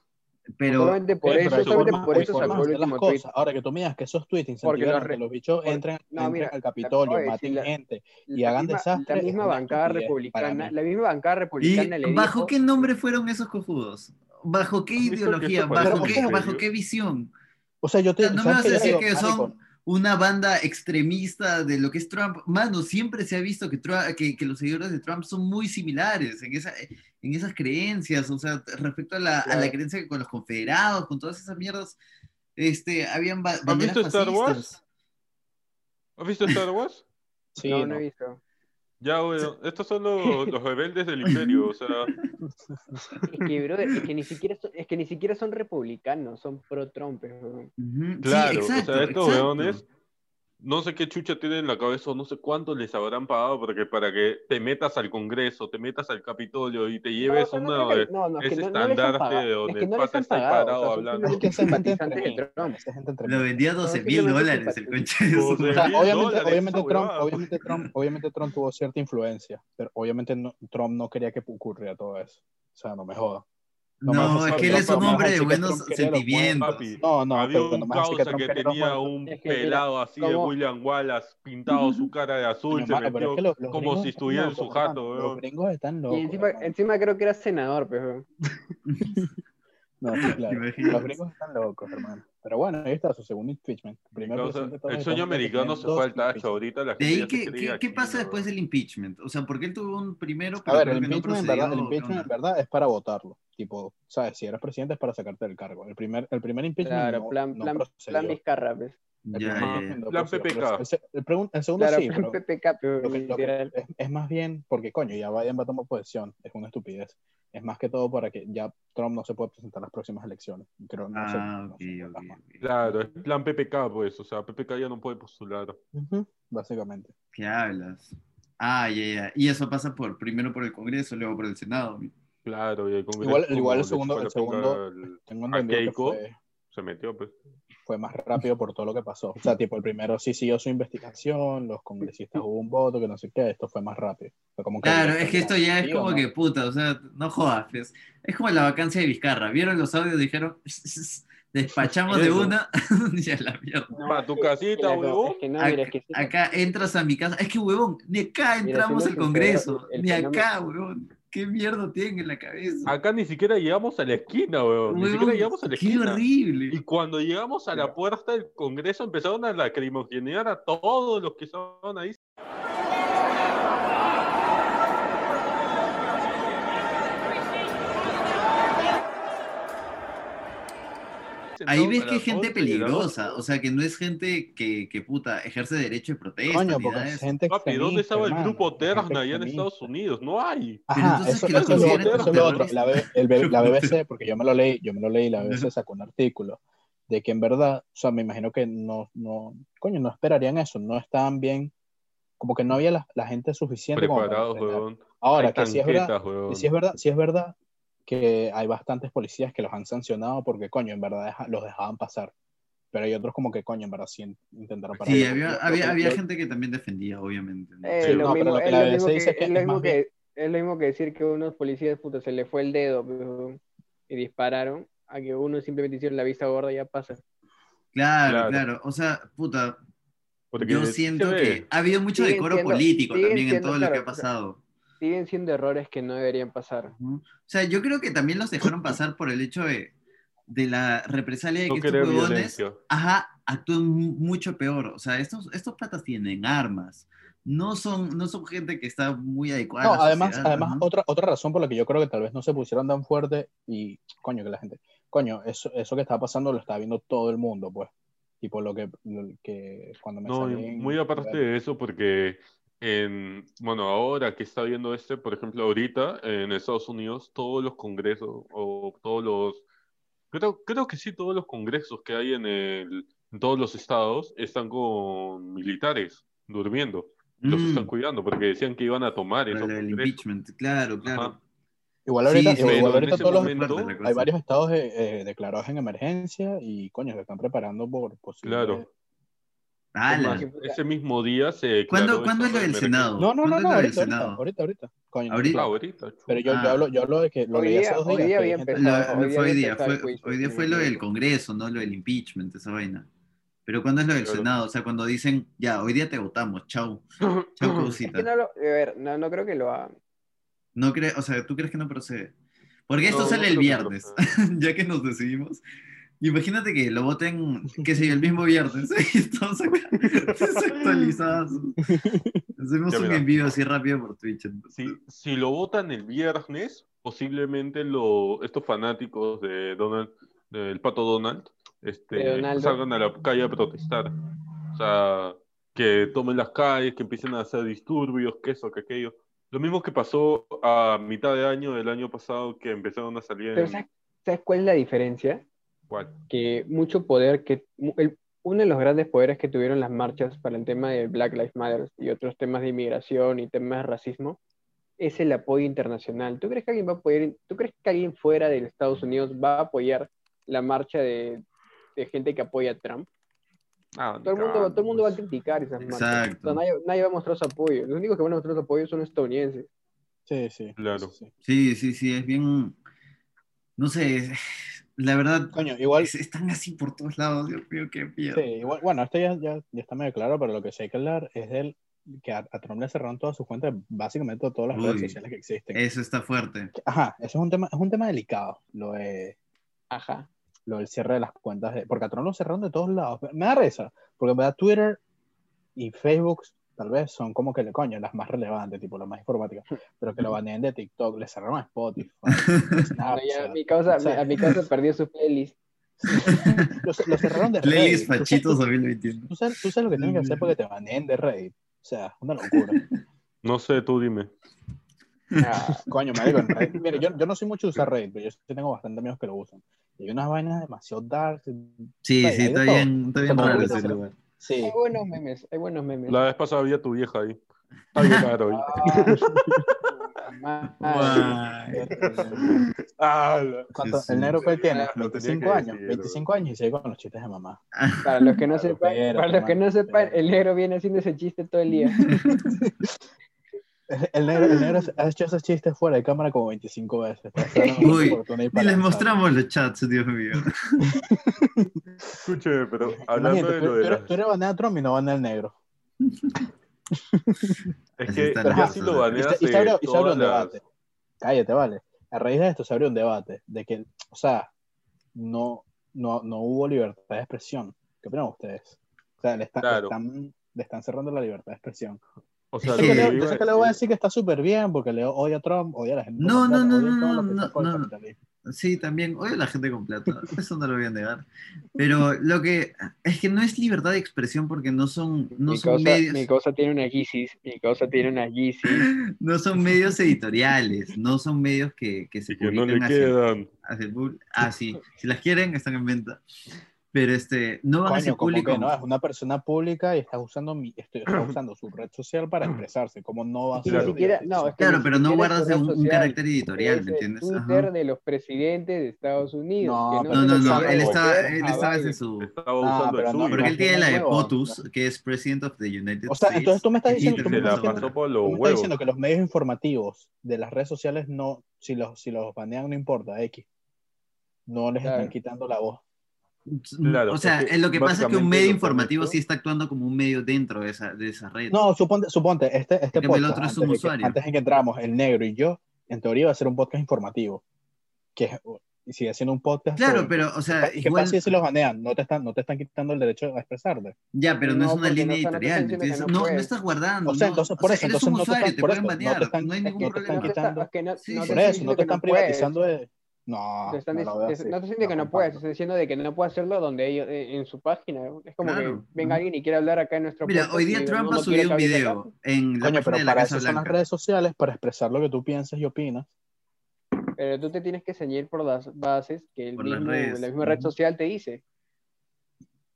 Speaker 2: Pero,
Speaker 3: solamente por
Speaker 4: Eh,
Speaker 3: eso,
Speaker 4: pero
Speaker 1: hay
Speaker 4: solamente
Speaker 3: solamente
Speaker 1: formas-
Speaker 3: por
Speaker 1: hay
Speaker 3: eso
Speaker 1: formas
Speaker 3: sacó el
Speaker 1: de hacer las
Speaker 3: último tweet.
Speaker 1: cosas. Ahora que tú miras que esos tweets
Speaker 3: Porque
Speaker 1: incentivan
Speaker 3: los
Speaker 1: a
Speaker 3: re-
Speaker 1: que los bichos
Speaker 3: porque-
Speaker 1: entren,
Speaker 3: no, mira,
Speaker 1: entren al
Speaker 3: te
Speaker 1: Capitolio,
Speaker 3: acabo de
Speaker 1: maten
Speaker 3: decir la-
Speaker 1: gente. y
Speaker 3: La
Speaker 1: hagan
Speaker 3: misma-
Speaker 1: desastre,
Speaker 3: La
Speaker 1: es
Speaker 3: misma
Speaker 1: una
Speaker 3: bancada
Speaker 1: estupidez para
Speaker 3: republicana,
Speaker 1: mí.
Speaker 3: la misma bancada
Speaker 2: ¿y
Speaker 3: republicana le
Speaker 2: bajo
Speaker 3: dijo-
Speaker 2: qué nombre fueron esos cojudos? ¿Bajo qué
Speaker 4: ¿Has visto que
Speaker 2: ideología?
Speaker 4: esto parece
Speaker 2: ¿Bajo
Speaker 1: un
Speaker 2: qué,
Speaker 1: imperio?
Speaker 2: bajo qué visión?
Speaker 1: O sea, yo
Speaker 2: O
Speaker 1: te.
Speaker 2: sea, no me
Speaker 1: ¿sabes
Speaker 2: vas a
Speaker 1: qué? Yo
Speaker 2: decir
Speaker 1: digo,
Speaker 2: que
Speaker 1: marico,
Speaker 2: son una banda extremista de lo que es Trump. Mano, siempre se ha visto que, Trump- que, que los seguidores de Trump son muy similares en, esa, en esas creencias, o sea, respecto a la, a la
Speaker 1: Claro.
Speaker 2: creencia que con los confederados, con todas esas mierdas, este, habían ba-
Speaker 4: ¿Has
Speaker 2: banderas
Speaker 4: visto Star Wars?
Speaker 2: fascistas.
Speaker 4: ¿Has visto Star Wars?
Speaker 1: Sí,
Speaker 3: no,
Speaker 1: no.
Speaker 3: no he visto.
Speaker 4: Ya,
Speaker 1: (laughs)
Speaker 4: bueno, estos son
Speaker 2: (laughs)
Speaker 4: los, los rebeldes del imperio, o sea,
Speaker 3: Es que, brother, es que ni siquiera son, es que ni siquiera son republicanos, son pro Trump.
Speaker 2: Ujú,
Speaker 4: claro,
Speaker 2: sí, exacto,
Speaker 4: o sea,
Speaker 2: exacto.
Speaker 4: estos weones, no sé qué chucha tienen en la cabeza o no sé cuánto les habrán pagado porque para que te metas al Congreso, te metas al Capitolio y te lleves
Speaker 3: no,
Speaker 4: una...
Speaker 3: no, creo que- no, no, es que
Speaker 4: eh,
Speaker 3: no,
Speaker 4: ese
Speaker 3: no les han
Speaker 4: estandarte
Speaker 3: pagado.
Speaker 4: de donde
Speaker 3: es que no les
Speaker 4: el pata
Speaker 3: han
Speaker 4: está ahí
Speaker 3: pagado.
Speaker 4: parado
Speaker 3: o sea,
Speaker 4: hablando.
Speaker 1: (laughs) Es que pues.
Speaker 3: simplemente
Speaker 1: esa gente entre
Speaker 3: simpatizantes de
Speaker 1: mí,
Speaker 3: Trump.
Speaker 1: esa gente entre
Speaker 2: Lo
Speaker 1: mí.
Speaker 2: vendía 12 mil dólares el concha de su
Speaker 4: Doce
Speaker 1: O
Speaker 2: madre.
Speaker 1: sea,
Speaker 4: Mil
Speaker 1: obviamente,
Speaker 4: dólares,
Speaker 1: obviamente,
Speaker 4: esa
Speaker 1: Trump,
Speaker 4: huevada.
Speaker 1: obviamente, Trump, obviamente Trump tuvo cierta influencia, pero obviamente no- Trump no quería que ocurriera todo eso. O sea, no me joda. No,
Speaker 2: No,
Speaker 1: más,
Speaker 2: es que él
Speaker 1: no,
Speaker 2: es un
Speaker 1: más,
Speaker 2: hombre de
Speaker 1: así que
Speaker 2: buenos
Speaker 1: Trump quería los
Speaker 2: sentimientos.
Speaker 4: Papi,
Speaker 1: No, no,
Speaker 4: Había
Speaker 1: pero
Speaker 4: un
Speaker 1: cuando más así que
Speaker 4: causa
Speaker 1: Trump
Speaker 4: que,
Speaker 1: quería los
Speaker 4: tenía
Speaker 1: muertos.
Speaker 4: un
Speaker 3: Es que mira,
Speaker 4: pelado así de
Speaker 3: como-
Speaker 4: William Wallace pintado su cara de azul,
Speaker 1: Coño,
Speaker 4: se
Speaker 1: mano, pero
Speaker 4: metió
Speaker 1: es que los- los
Speaker 4: como
Speaker 1: gringos
Speaker 4: si
Speaker 1: están
Speaker 4: estuviera en su
Speaker 1: locos, hermano.
Speaker 4: jato,
Speaker 1: Los
Speaker 4: weón.
Speaker 1: gringos están locos.
Speaker 3: Y encima,
Speaker 1: hermano.
Speaker 3: encima creo que era senador, pues. weón. eh,
Speaker 1: No, sí,
Speaker 2: (laughs)
Speaker 1: claro.
Speaker 2: ¿Te imaginas?
Speaker 1: Los gringos están locos, hermano. Pero bueno, ahí está su segundo impeachment. Primer
Speaker 4: Causa-
Speaker 1: presidente de Estados
Speaker 4: el sueño
Speaker 1: Unidos que
Speaker 4: americano
Speaker 1: tiene
Speaker 4: se
Speaker 1: dos
Speaker 4: fue al tacho
Speaker 1: impeachments.
Speaker 4: ahorita. La
Speaker 2: De
Speaker 4: gente
Speaker 2: ahí,
Speaker 4: ya se
Speaker 2: ¿qué,
Speaker 4: cree
Speaker 2: qué,
Speaker 4: aquí,
Speaker 2: qué pasa
Speaker 4: weón.
Speaker 2: después del impeachment? O sea, porque él tuvo un primero,
Speaker 1: A
Speaker 2: pero
Speaker 1: ver,
Speaker 2: creo
Speaker 1: el
Speaker 2: que no
Speaker 1: impeachment, en
Speaker 2: procedió,
Speaker 1: verdad, el
Speaker 2: ¿o qué
Speaker 1: impeachment en
Speaker 2: onda?
Speaker 1: verdad es para votarlo. Tipo, sabes, si eres presidente es para sacarte del cargo. El primer, el primer impeachment
Speaker 3: Claro,
Speaker 1: no,
Speaker 3: plan,
Speaker 1: no
Speaker 3: plan,
Speaker 1: procedió.
Speaker 3: plan Vizcarra, pues.
Speaker 1: El primer
Speaker 2: Ya, ya, ya.
Speaker 1: impeachment no
Speaker 4: Plan
Speaker 1: procedió,
Speaker 4: PPK.
Speaker 1: pero El, se- el pregun- el segundo
Speaker 3: Claro,
Speaker 1: sí,
Speaker 3: plan
Speaker 1: pero
Speaker 3: PPK, pero
Speaker 1: lo que- lo que-
Speaker 3: literal.
Speaker 1: es, es más bien porque, coño, ya Biden va a tomar posesión. Es una estupidez. Es más que todo para que ya Trump no se pueda presentar en las próximas elecciones. Creo, no sé,
Speaker 2: Ah,
Speaker 1: no
Speaker 2: ok,
Speaker 1: sé,
Speaker 2: ok,
Speaker 1: capaz más.
Speaker 2: ok.
Speaker 4: Claro, es plan PPK, pues. O sea, PPK ya no puede postular.
Speaker 1: Ujú, Básicamente.
Speaker 2: ¿Qué hablas? Ah, ya, ya. Y eso pasa por primero por el Congreso, luego por el Senado.
Speaker 4: Claro, y el Congreso.
Speaker 1: Igual- igual
Speaker 4: como
Speaker 1: el
Speaker 4: le
Speaker 1: segundo-
Speaker 4: chupó la
Speaker 1: el segundo-
Speaker 4: pinga al-
Speaker 1: Tengo
Speaker 4: a
Speaker 1: entendido que
Speaker 4: Keiko.
Speaker 1: fue,
Speaker 4: Se metió, pues.
Speaker 1: fue más rápido por todo lo que pasó. O sea, tipo, el primero sí siguió su investigación, los congresistas hubo un voto, que no sé qué, esto fue más rápido. Fue como que-
Speaker 2: Claro, es que esto ya es
Speaker 1: ¿Sí o
Speaker 2: como
Speaker 1: no?
Speaker 2: que puta, o sea, no jodas. pues. Es como la vacancia de Vizcarra. ¿Vieron los audios? Dijeron, despachamos de
Speaker 4: Eso.
Speaker 2: una (laughs) y a la mierda.
Speaker 3: No,
Speaker 4: Pa' tu casita,
Speaker 3: Mira, no,
Speaker 4: huevón.
Speaker 3: Es que no,
Speaker 2: Acá,
Speaker 3: mira, es que sí.
Speaker 2: acá entras a mi casa. Es que, huevón, ni acá
Speaker 3: Mira,
Speaker 2: entramos
Speaker 3: siendo
Speaker 2: al Congreso.
Speaker 3: sincero, el
Speaker 2: ni
Speaker 3: fenómeno-
Speaker 2: acá, huevón. ¿Qué mierda tienen en la cabeza?
Speaker 4: Acá ni siquiera llegamos a la esquina, weón. Pues Ni
Speaker 2: Huevón,
Speaker 4: siquiera llegamos a la
Speaker 2: Qué
Speaker 4: esquina.
Speaker 2: horrible.
Speaker 4: Y cuando llegamos a la puerta del Congreso empezaron a lacrimogenear a todos los que estaban ahí.
Speaker 2: Ahí
Speaker 4: sentados
Speaker 2: ves
Speaker 4: a
Speaker 2: que es
Speaker 4: las
Speaker 2: gente
Speaker 4: 11 de la noche.
Speaker 2: peligrosa, o sea, que no es gente que, que puta, ejerce derecho de protesta.
Speaker 1: Coño,
Speaker 2: ni
Speaker 1: porque
Speaker 2: nada de
Speaker 1: es
Speaker 2: eso.
Speaker 1: gente
Speaker 4: Papi, ¿dónde
Speaker 1: extremista,
Speaker 4: estaba el
Speaker 1: hermano?
Speaker 4: grupo
Speaker 1: Es gente
Speaker 4: Terna allá en
Speaker 1: extremista.
Speaker 4: Estados Unidos? No hay.
Speaker 2: Pero
Speaker 1: Ajá,
Speaker 2: entonces
Speaker 1: eso,
Speaker 2: que lo
Speaker 1: eso es lo
Speaker 2: consideren
Speaker 1: otro, eso es lo otro.
Speaker 2: terroristas.
Speaker 1: La, B- el B- la BBC, porque yo me lo leí, yo me lo leí, la BBC sacó un artículo de que en verdad, o sea, me imagino que no, no, coño, no esperarían eso, no estaban bien, como que no había la, la gente suficiente como para
Speaker 4: Preparados,
Speaker 1: frenar.
Speaker 4: huevón.
Speaker 1: Ahora,
Speaker 4: Hay
Speaker 1: que si es verdad,
Speaker 4: tanquetas, huevón.
Speaker 1: que sí es verdad, sí es verdad que hay bastantes policías que los han sancionado porque, coño, en verdad deja- los dejaban pasar. Pero hay otros como que, coño, en verdad sí in- intentaron parar.
Speaker 2: Sí,
Speaker 1: Yo-
Speaker 2: había,
Speaker 1: yo-
Speaker 2: había,
Speaker 1: yo-
Speaker 2: había
Speaker 1: yo-
Speaker 2: gente que también defendía, obviamente. ¿no?
Speaker 3: Eh,
Speaker 1: Sí,
Speaker 3: lo
Speaker 1: no, pero
Speaker 3: mismo-
Speaker 1: lo que
Speaker 3: es
Speaker 1: la
Speaker 3: lo
Speaker 1: BBC
Speaker 3: mismo que-
Speaker 1: dice es que
Speaker 3: es lo
Speaker 1: es más
Speaker 3: mismo que- es lo mismo que decir que unos policías puta, se le fue el dedo pues, weón, y dispararon a que uno simplemente hicieron la vista gorda y ya pasa.
Speaker 2: Claro,
Speaker 4: claro.
Speaker 2: claro. O sea, puta,
Speaker 4: Porque
Speaker 2: yo
Speaker 4: se
Speaker 2: siento
Speaker 4: ve.
Speaker 2: que ha habido mucho
Speaker 3: Siguen
Speaker 2: decoro
Speaker 3: siendo-
Speaker 2: político
Speaker 3: siguen
Speaker 2: también en
Speaker 3: siendo,
Speaker 2: todo lo que
Speaker 3: claro,
Speaker 2: ha pasado.
Speaker 3: Siguen siendo errores que no deberían pasar.
Speaker 2: Ujú. O sea, yo creo que también los dejaron pasar por el hecho de, de la represalia de
Speaker 4: no
Speaker 2: que estos
Speaker 4: querer
Speaker 2: huevones
Speaker 4: violencia.
Speaker 2: ajá, actúan mu- mucho peor. O sea, estos, estos patas tienen armas. No son, no son gente que está muy adecuada.
Speaker 1: No,
Speaker 2: a Ah, la
Speaker 1: además,
Speaker 2: sociedad,
Speaker 1: además
Speaker 2: ¿no?
Speaker 1: otra, otra razón por la que yo creo que tal vez no se pusieron tan fuerte y, coño, que la gente, coño, eso, eso que está pasando lo está viendo todo el mundo, pues. Y por lo que, lo que cuando me
Speaker 4: No, y
Speaker 1: salí en-
Speaker 4: muy aparte de eso, porque en, bueno, ahora que está viendo este, por ejemplo, ahorita en Estados Unidos, todos los congresos o todos los, creo, creo que sí, todos los congresos que hay en, el, en todos los estados están con militares durmiendo, los
Speaker 2: Mm,
Speaker 4: están cuidando, porque decían que iban a tomar
Speaker 2: para
Speaker 4: esos
Speaker 2: el
Speaker 4: congresos.
Speaker 2: impeachment, claro, claro.
Speaker 4: Ajá.
Speaker 1: Igual ahorita,
Speaker 2: Sí, sí,
Speaker 1: igual
Speaker 4: Pero en
Speaker 1: ahorita
Speaker 4: ese
Speaker 1: todos los,
Speaker 4: momento, pues,
Speaker 2: Fuerte la cosa.
Speaker 1: hay varios estados eh, eh, declarados en emergencia y, coño, se están preparando por posibles...
Speaker 4: claro,
Speaker 2: ¡Hala!
Speaker 3: Porque, puta,
Speaker 4: ese mismo día se declaró
Speaker 2: Ah, ¿Cuándo,
Speaker 4: el
Speaker 2: ¿cuándo es lo
Speaker 4: estado de
Speaker 2: del
Speaker 4: emergencia.
Speaker 2: Senado?
Speaker 1: No, no,
Speaker 2: ¿Cuándo
Speaker 1: no,
Speaker 2: es
Speaker 1: no,
Speaker 2: lo del
Speaker 1: ahorita, ahorita,
Speaker 2: Senado?
Speaker 1: ahorita, ahorita. Coño, no,
Speaker 2: Ahorita.
Speaker 1: claro.
Speaker 4: Ahorita,
Speaker 1: Pero yo,
Speaker 2: Ah.
Speaker 1: yo, hablo, yo hablo de que lo
Speaker 3: Hoy
Speaker 1: leí
Speaker 3: día-
Speaker 1: hace dos
Speaker 3: hoy
Speaker 1: días.
Speaker 3: día
Speaker 1: que hay
Speaker 3: bien
Speaker 1: gente-
Speaker 2: Lo-
Speaker 3: Ah, hoy día
Speaker 2: fue hoy
Speaker 3: ya
Speaker 2: día,
Speaker 3: empezaba
Speaker 2: fue,
Speaker 3: el juicio,
Speaker 2: hoy día
Speaker 3: sí,
Speaker 2: fue
Speaker 3: me
Speaker 2: lo del
Speaker 3: acuerdo.
Speaker 2: Congreso, no lo del impeachment, esa vaina. Pero ¿cuándo es lo del
Speaker 4: Claro.
Speaker 2: Senado? O sea, cuando dicen, ya, hoy día te votamos,
Speaker 4: (laughs)
Speaker 2: chau,
Speaker 4: chucha.
Speaker 2: chau,
Speaker 3: es
Speaker 2: cosita.
Speaker 1: (laughs)
Speaker 3: que no lo, a ver, no, no creo que lo hagan.
Speaker 2: No cree, o sea, ¿tú crees que no procede? Porque esto
Speaker 4: No,
Speaker 2: sale
Speaker 4: no
Speaker 2: el
Speaker 4: creo que
Speaker 2: viernes, (laughs) ya que nos decidimos. Imagínate que lo voten, qué sé yo, el mismo viernes. (laughs) y estamos acá desactualizados. Hacemos
Speaker 4: Ya
Speaker 2: un
Speaker 4: verás.
Speaker 2: envío así rápido por Twitch. entonces.
Speaker 4: Si, si lo votan el viernes, posiblemente lo, estos fanáticos de Donald, del pato Donald,
Speaker 3: De
Speaker 4: este,
Speaker 3: Donaldo.
Speaker 4: salgan a la calle a protestar. O sea, que tomen las calles, que empiecen a hacer disturbios, que eso, que aquello. Lo mismo que pasó a mitad de año del año pasado, que empezaron a salir
Speaker 3: Pero
Speaker 4: en...
Speaker 3: ¿sabes, sabes cuál es la diferencia?
Speaker 4: ¿Cuál?
Speaker 3: Que mucho poder, que mu- el- uno de los grandes poderes que tuvieron las marchas para el tema de Black Lives Matter y otros temas de inmigración y temas de racismo es el apoyo internacional. ¿Tú crees que alguien va a apoyar, tú crees que alguien fuera de Estados Unidos va a apoyar la marcha de, de gente que apoya a Trump?
Speaker 4: Ah,
Speaker 3: Todo el mundo, va- todo el mundo va a criticar esas marchas. O sea,
Speaker 2: Exacto.
Speaker 3: nadie, nadie va a mostrar su apoyo. Los únicos que van a mostrar su apoyo son los estadounidenses.
Speaker 1: Sí, sí.
Speaker 4: Claro.
Speaker 1: sí, sí.
Speaker 2: Sí, sí, sí, es bien. No sé, la verdad,
Speaker 1: Coño, igual,
Speaker 2: es- están así por todos lados. Dios mío, qué miedo.
Speaker 1: sí, igual- bueno, esto ya, ya, ya está medio claro, pero lo que sí hay que hablar es del que a, a Trump le cerraron todas sus cuentas, básicamente de todas las
Speaker 2: Uy. Eh.
Speaker 1: redes sociales que existen.
Speaker 2: Eso está fuerte.
Speaker 1: Ajá, eso es un tema, es un tema delicado, lo de,
Speaker 3: Ajá.
Speaker 1: lo del cierre de las cuentas, de, porque a Trump lo cerraron de todos lados. Me- Me da risa, porque en verdad Twitter y Facebook tal vez son como que, coño, las más relevantes, tipo las más informáticas,
Speaker 2: Hmm.
Speaker 1: pero que lo baneen de TikTok, le cerraron a
Speaker 2: (laughs)
Speaker 1: Spotify,
Speaker 3: Bueno,
Speaker 1: Snapchat.
Speaker 3: ya mi causa,
Speaker 1: o sea-
Speaker 3: a mi (laughs) causa perdió su playlist.
Speaker 1: (laughs) Lo, lo cerraron de
Speaker 2: Playlist
Speaker 1: Reddit. (laughs)
Speaker 2: Pachitos
Speaker 1: Tú, sabes-
Speaker 2: 2021.
Speaker 1: tú sabes, tú sabes lo que tienen que hacer para que te baneen de Reddit. O sea, una locura.
Speaker 4: No sé, tú dime.
Speaker 3: Ah,
Speaker 1: Coño, marico, en Reddit- mira, yo, yo no soy mucho de usar Reddit, pero yo sí tengo bastantes amigos que lo usan. Y hay unas vainas demasiado dark.
Speaker 2: Sí,
Speaker 1: Hay
Speaker 2: sí,
Speaker 1: de
Speaker 2: está
Speaker 1: todo.
Speaker 2: bien, está bien
Speaker 1: Pero
Speaker 2: raro
Speaker 1: bueno,
Speaker 2: ese
Speaker 1: pero-
Speaker 2: lugar.
Speaker 1: Sí.
Speaker 3: Hay buenos memes, hay buenos memes.
Speaker 4: La vez pasada había tu vieja ahí. Está bien, claro. ahí.
Speaker 3: (laughs) Ah, ma-
Speaker 1: eh,
Speaker 2: Guay.
Speaker 4: Ah, la-
Speaker 1: ¿Cuánto-
Speaker 2: Sí, sí.
Speaker 1: el negro que él tiene,
Speaker 4: Lo tenía que
Speaker 1: 25 años,
Speaker 4: decir,
Speaker 1: 25 años y sigue con los chistes de mamá.
Speaker 3: Para los que no
Speaker 1: Claro,
Speaker 3: sepan,
Speaker 1: pero,
Speaker 3: para los que no
Speaker 1: hermano,
Speaker 3: sepan,
Speaker 1: pero-
Speaker 3: el negro viene haciendo ese chiste todo el día.
Speaker 1: El, el negro, el negro ha hecho esos chistes fuera de cámara como 25 veces. pero esta no es
Speaker 2: (laughs) Uy,
Speaker 1: una oportunidad
Speaker 2: Y
Speaker 1: para
Speaker 2: les
Speaker 1: lanzar.
Speaker 2: mostramos los chats, Dios mío.
Speaker 4: Escúcheme, pero hablando
Speaker 1: Imagínate,
Speaker 4: de lo
Speaker 1: tú, tú
Speaker 4: de las
Speaker 1: eres- tú eres banana a Trump y no banana al negro.
Speaker 4: Es
Speaker 2: Así
Speaker 4: que
Speaker 2: están
Speaker 4: ya
Speaker 1: las
Speaker 4: si
Speaker 2: cosas.
Speaker 4: lo
Speaker 1: Y se,
Speaker 4: baneas
Speaker 1: y se abrió,
Speaker 4: de
Speaker 1: y se abrió
Speaker 4: todas
Speaker 1: un
Speaker 4: las...
Speaker 1: debate. Cállate, vale. A raíz de esto se abrió un debate de que, o sea, no, no, no hubo libertad de expresión. ¿Qué opinan ustedes? O sea, le, está- le
Speaker 4: Claro.
Speaker 1: están, le están cerrando la libertad de expresión.
Speaker 4: O sea,
Speaker 2: Es
Speaker 4: lo
Speaker 2: que
Speaker 4: que
Speaker 2: Leo-
Speaker 4: yo iba
Speaker 1: Entonces, que le voy a decir que está súper bien porque Leo odia a Trump, odia a la gente.
Speaker 2: No, no,
Speaker 1: demócrata,
Speaker 2: no,
Speaker 1: odia
Speaker 2: no,
Speaker 1: todo lo
Speaker 2: no,
Speaker 1: que está
Speaker 2: no,
Speaker 1: con el
Speaker 2: no.
Speaker 1: capitalismo.
Speaker 2: Sí, también. Odio a la gente con plata. Eso no lo voy a negar. Pero lo que es que no es libertad de expresión porque no son, (laughs) no
Speaker 3: mi,
Speaker 2: son
Speaker 3: cosa,
Speaker 2: medios.
Speaker 3: mi cosa tiene unas Yeezys, mi cosa tiene unas
Speaker 2: (laughs)
Speaker 3: Yeezys.
Speaker 2: No son medios editoriales, no son medios que, que se
Speaker 4: Y que no le
Speaker 2: publican hacia,
Speaker 4: quedan.
Speaker 2: hacia el público. Ah, sí, si las quieren, están en venta. Pero este, no van hacia
Speaker 1: Coño,
Speaker 2: el
Speaker 1: como
Speaker 2: público.
Speaker 1: que no, es una persona pública y está usando, mi, estoy-
Speaker 4: (clears throat)
Speaker 1: está usando su red social para expresarse. ¿Cómo no va a
Speaker 3: Y
Speaker 1: ser?
Speaker 3: ni
Speaker 4: Claro.
Speaker 3: siquiera, no, es que
Speaker 2: Claro,
Speaker 3: ni
Speaker 2: pero no
Speaker 3: siquiera
Speaker 2: guardas
Speaker 3: es
Speaker 2: un, un
Speaker 3: social,
Speaker 2: carácter editorial,
Speaker 3: es
Speaker 2: ¿me
Speaker 3: el
Speaker 2: entiendes? Ajá.
Speaker 3: Twitter de los presidentes de Estados Unidos.
Speaker 1: No,
Speaker 3: que
Speaker 1: pero
Speaker 2: No, no,
Speaker 1: Él
Speaker 2: no,
Speaker 1: estaba en
Speaker 2: él estaba,
Speaker 1: Twitter,
Speaker 2: él
Speaker 1: ah,
Speaker 2: estaba
Speaker 1: vale.
Speaker 2: desde su...
Speaker 4: Estaba
Speaker 1: Ah,
Speaker 4: usando el
Speaker 1: pero no,
Speaker 4: suyo.
Speaker 2: Porque él tiene la de
Speaker 1: Huevón,
Speaker 2: POTUS, que es President of the United
Speaker 1: O sea,
Speaker 2: States.
Speaker 1: entonces tú me estás
Speaker 2: y
Speaker 1: diciendo-
Speaker 2: Hitler
Speaker 1: tú me
Speaker 4: Se
Speaker 2: es
Speaker 1: estás
Speaker 4: la
Speaker 2: otro.
Speaker 1: diciendo-
Speaker 4: pasó por
Speaker 1: Tú
Speaker 4: los
Speaker 1: me estás
Speaker 4: huevos.
Speaker 1: diciendo que los medios informativos de las redes sociales no, si los, si los banean no importa, X. No les
Speaker 3: Claro.
Speaker 1: están quitando la voz.
Speaker 4: Claro,
Speaker 2: o sea,
Speaker 4: es que
Speaker 2: eh, lo que pasa es que un
Speaker 4: básicamente
Speaker 2: medio
Speaker 4: lo
Speaker 2: informativo
Speaker 4: correcto-
Speaker 2: sí está actuando como un medio dentro de esa, de esa red.
Speaker 1: No, suponte, suponte este, este
Speaker 2: En cambio, el
Speaker 1: podcast,
Speaker 2: otro es
Speaker 1: antes,
Speaker 2: un
Speaker 1: de que,
Speaker 2: usuario.
Speaker 1: antes de que entramos, el negro y yo, en teoría va a ser un podcast informativo. Que es- y sigue siendo un podcast.
Speaker 2: claro,
Speaker 1: sobre-
Speaker 2: pero, o sea,
Speaker 1: ¿Y eh, qué
Speaker 2: igual-
Speaker 1: pasa si los banean? No te están, no te están quitando el derecho a expresarte.
Speaker 2: ya, pero no,
Speaker 3: No,
Speaker 2: es una
Speaker 3: porque
Speaker 2: línea
Speaker 3: no están- no
Speaker 2: editorial.
Speaker 3: te están diciendo
Speaker 2: ¿entiendes?
Speaker 3: que
Speaker 2: No,
Speaker 3: no
Speaker 2: no,
Speaker 3: pueden.
Speaker 2: estás guardando.
Speaker 1: O sea,
Speaker 2: no.
Speaker 1: entonces,
Speaker 2: O
Speaker 1: por
Speaker 2: sea,
Speaker 1: eso,
Speaker 2: eres
Speaker 1: entonces
Speaker 2: un
Speaker 1: no te
Speaker 2: usuario,
Speaker 1: están,
Speaker 2: te
Speaker 1: por eso,
Speaker 2: pueden
Speaker 1: no te
Speaker 2: banear,
Speaker 1: están-
Speaker 2: no hay
Speaker 1: es que
Speaker 2: ningún
Speaker 1: te
Speaker 2: problema.
Speaker 1: están
Speaker 3: No te
Speaker 1: quitando.
Speaker 3: está- es que
Speaker 2: Sí,
Speaker 3: no- no
Speaker 2: sí,
Speaker 3: te
Speaker 1: Por
Speaker 2: están
Speaker 1: eso,
Speaker 3: diciendo
Speaker 1: no
Speaker 3: que
Speaker 1: te están
Speaker 3: puedes.
Speaker 1: privatizando de. No,
Speaker 3: Te están
Speaker 1: no lo veo
Speaker 3: dic- te-
Speaker 1: así,
Speaker 3: no te sientes que no
Speaker 1: comparto.
Speaker 3: puedes, te están diciendo de que no puedes hacerlo donde ellos, eh, en su página. Es como
Speaker 2: Claro.
Speaker 3: que venga alguien y quiera hablar acá en nuestro
Speaker 2: Mira,
Speaker 3: podcast
Speaker 2: hoy
Speaker 3: y
Speaker 2: día
Speaker 3: diga,
Speaker 2: Trump
Speaker 3: no,
Speaker 2: ha
Speaker 3: no quiero
Speaker 2: subido un
Speaker 3: que hable acá.
Speaker 2: video en la
Speaker 1: Coño,
Speaker 2: página
Speaker 1: pero
Speaker 2: de la
Speaker 1: para
Speaker 2: Casa
Speaker 1: eso son las
Speaker 2: Blanca.
Speaker 1: redes sociales, para expresar lo que tú piensas y opinas.
Speaker 3: Pero tú te tienes que ceñir por las bases que el
Speaker 2: Por las
Speaker 3: mismo,
Speaker 2: redes.
Speaker 3: la misma red
Speaker 2: Ujú.
Speaker 3: social te dice.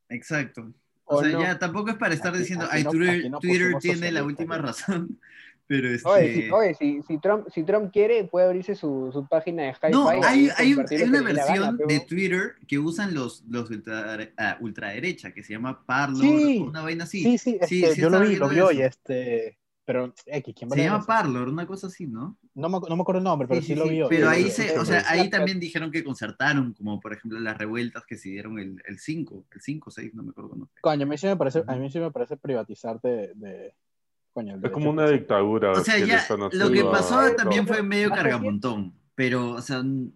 Speaker 2: Exacto.
Speaker 3: O
Speaker 2: O sea,
Speaker 3: no.
Speaker 2: ya tampoco es para estar
Speaker 1: Aquí-
Speaker 2: diciendo,
Speaker 1: aquí
Speaker 2: ay,
Speaker 1: no-
Speaker 2: Twitter,
Speaker 1: aquí no
Speaker 2: Twitter
Speaker 1: pusimos
Speaker 2: tiene la
Speaker 1: socialista,
Speaker 2: última
Speaker 1: ¿no?
Speaker 2: razón, (laughs) pero este...
Speaker 3: Oye, si, oye, si, si Trump, si Trump quiere, puede abrirse su, su página de hi
Speaker 2: No, hay, hay un- hay una versión de Twitter que usan los, los ultra- ah, ultraderecha que se llama Parlor,
Speaker 1: Sí.
Speaker 2: una vaina así.
Speaker 1: Sí, sí,
Speaker 2: sí,
Speaker 1: este,
Speaker 2: sí
Speaker 1: yo lo
Speaker 2: estaba
Speaker 1: vi, lo
Speaker 2: viendo
Speaker 1: vi hoy,
Speaker 2: eso.
Speaker 1: este. Pero, X, ¿quién va a
Speaker 2: Se
Speaker 1: leer
Speaker 2: llama
Speaker 1: eso?
Speaker 2: Parlor, una cosa así, ¿no?
Speaker 1: No me, no me acuerdo el nombre, pero sí, lo vi hoy.
Speaker 2: Pero
Speaker 1: Sí,
Speaker 2: ahí,
Speaker 1: sí,
Speaker 2: se,
Speaker 1: sí,
Speaker 2: o sea,
Speaker 1: sí.
Speaker 2: ahí también dijeron que concertaron, como por ejemplo las revueltas que se dieron el el 5, el 5 o 6, no me acuerdo. ¿no?
Speaker 1: Coño, a mí sí me parece, a mí sí me parece privatizarte de. de- coño, el
Speaker 4: Es como
Speaker 1: derecho
Speaker 4: una
Speaker 1: a-
Speaker 4: dictadura.
Speaker 2: O sea,
Speaker 4: Ah, que le
Speaker 2: ya
Speaker 4: están
Speaker 2: lo que
Speaker 4: haciendo a
Speaker 2: pasó
Speaker 4: Trump.
Speaker 2: también fue medio
Speaker 3: Ah,
Speaker 2: cargamontón, pero, o sea, n-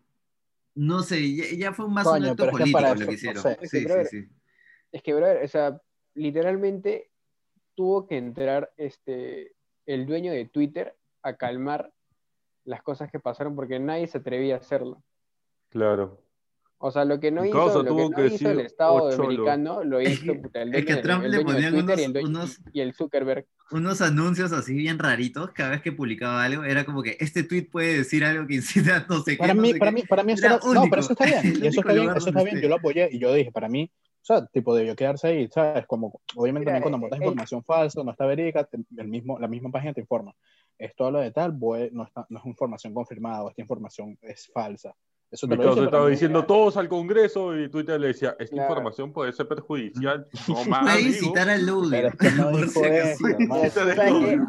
Speaker 2: no sé, ya, ya fue más un
Speaker 1: Coño,
Speaker 2: acto
Speaker 1: pero es que
Speaker 2: político
Speaker 1: para
Speaker 2: lo
Speaker 1: eso,
Speaker 2: que
Speaker 1: no
Speaker 2: hicieron.
Speaker 1: sé.
Speaker 2: Sí, sí,
Speaker 3: Pero-
Speaker 2: sí.
Speaker 3: Es que, brother, o sea, literalmente tuvo que entrar este, el dueño de Twitter a calmar las cosas que pasaron porque nadie se atrevía a hacerlo.
Speaker 4: Claro.
Speaker 3: O sea, lo que no
Speaker 4: Mi
Speaker 3: hizo,
Speaker 4: causa
Speaker 3: lo que
Speaker 4: tuvo
Speaker 3: no
Speaker 4: que
Speaker 3: hizo el
Speaker 4: decir,
Speaker 3: Estado
Speaker 4: "Oh, cholo".
Speaker 3: americano lo
Speaker 2: Es
Speaker 3: hizo
Speaker 2: que-
Speaker 3: puta, el
Speaker 2: es que
Speaker 3: dueño
Speaker 2: a
Speaker 3: de-
Speaker 2: Trump
Speaker 3: el
Speaker 2: le
Speaker 3: dueño de
Speaker 2: ponían
Speaker 3: Twitter y el
Speaker 2: unos-
Speaker 3: dueño-
Speaker 2: unos-
Speaker 3: y el Zuckerberg.
Speaker 2: unos anuncios así bien raritos cada vez que publicaba algo era como que este tweet puede decir algo que incita a no sé qué
Speaker 1: Para
Speaker 2: no
Speaker 1: mí,
Speaker 2: sé
Speaker 1: para
Speaker 2: qué.
Speaker 1: mí, para mí eso
Speaker 2: Era
Speaker 1: era- No,
Speaker 2: único.
Speaker 1: pero eso está
Speaker 2: (laughs)
Speaker 1: bien. Y eso
Speaker 2: El único
Speaker 1: está bien,
Speaker 2: lugar
Speaker 1: eso está
Speaker 2: donde
Speaker 1: bien.
Speaker 2: esté.
Speaker 1: Yo lo apoyé y yo dije, para mí, o sea, tipo, debió quedarse ahí, ¿sabes? Como, obviamente
Speaker 3: Mira,
Speaker 1: también cuando
Speaker 3: eh,
Speaker 1: montas
Speaker 3: eh,
Speaker 1: información falsa, no está verídica, te- el mismo, la misma página te informa. Esto habla de tal, voy- no, está- no es información confirmada, o esta información es falsa. Eso te
Speaker 4: Mi
Speaker 1: lo
Speaker 4: causa
Speaker 1: dice, pero
Speaker 4: estaba
Speaker 1: no-
Speaker 4: diciendo todos al Congreso y Twitter le decía, esta
Speaker 3: Claro.
Speaker 4: información puede ser
Speaker 2: (laughs)
Speaker 4: perjudicial. No más,
Speaker 2: puede
Speaker 4: amigo.
Speaker 2: incitar al
Speaker 1: Pero
Speaker 2: odio
Speaker 1: es que no
Speaker 2: por
Speaker 1: dijo
Speaker 2: si acaso.
Speaker 1: eso, hermano.
Speaker 4: Eso de
Speaker 3: ¿Sabes
Speaker 4: todo.
Speaker 3: qué?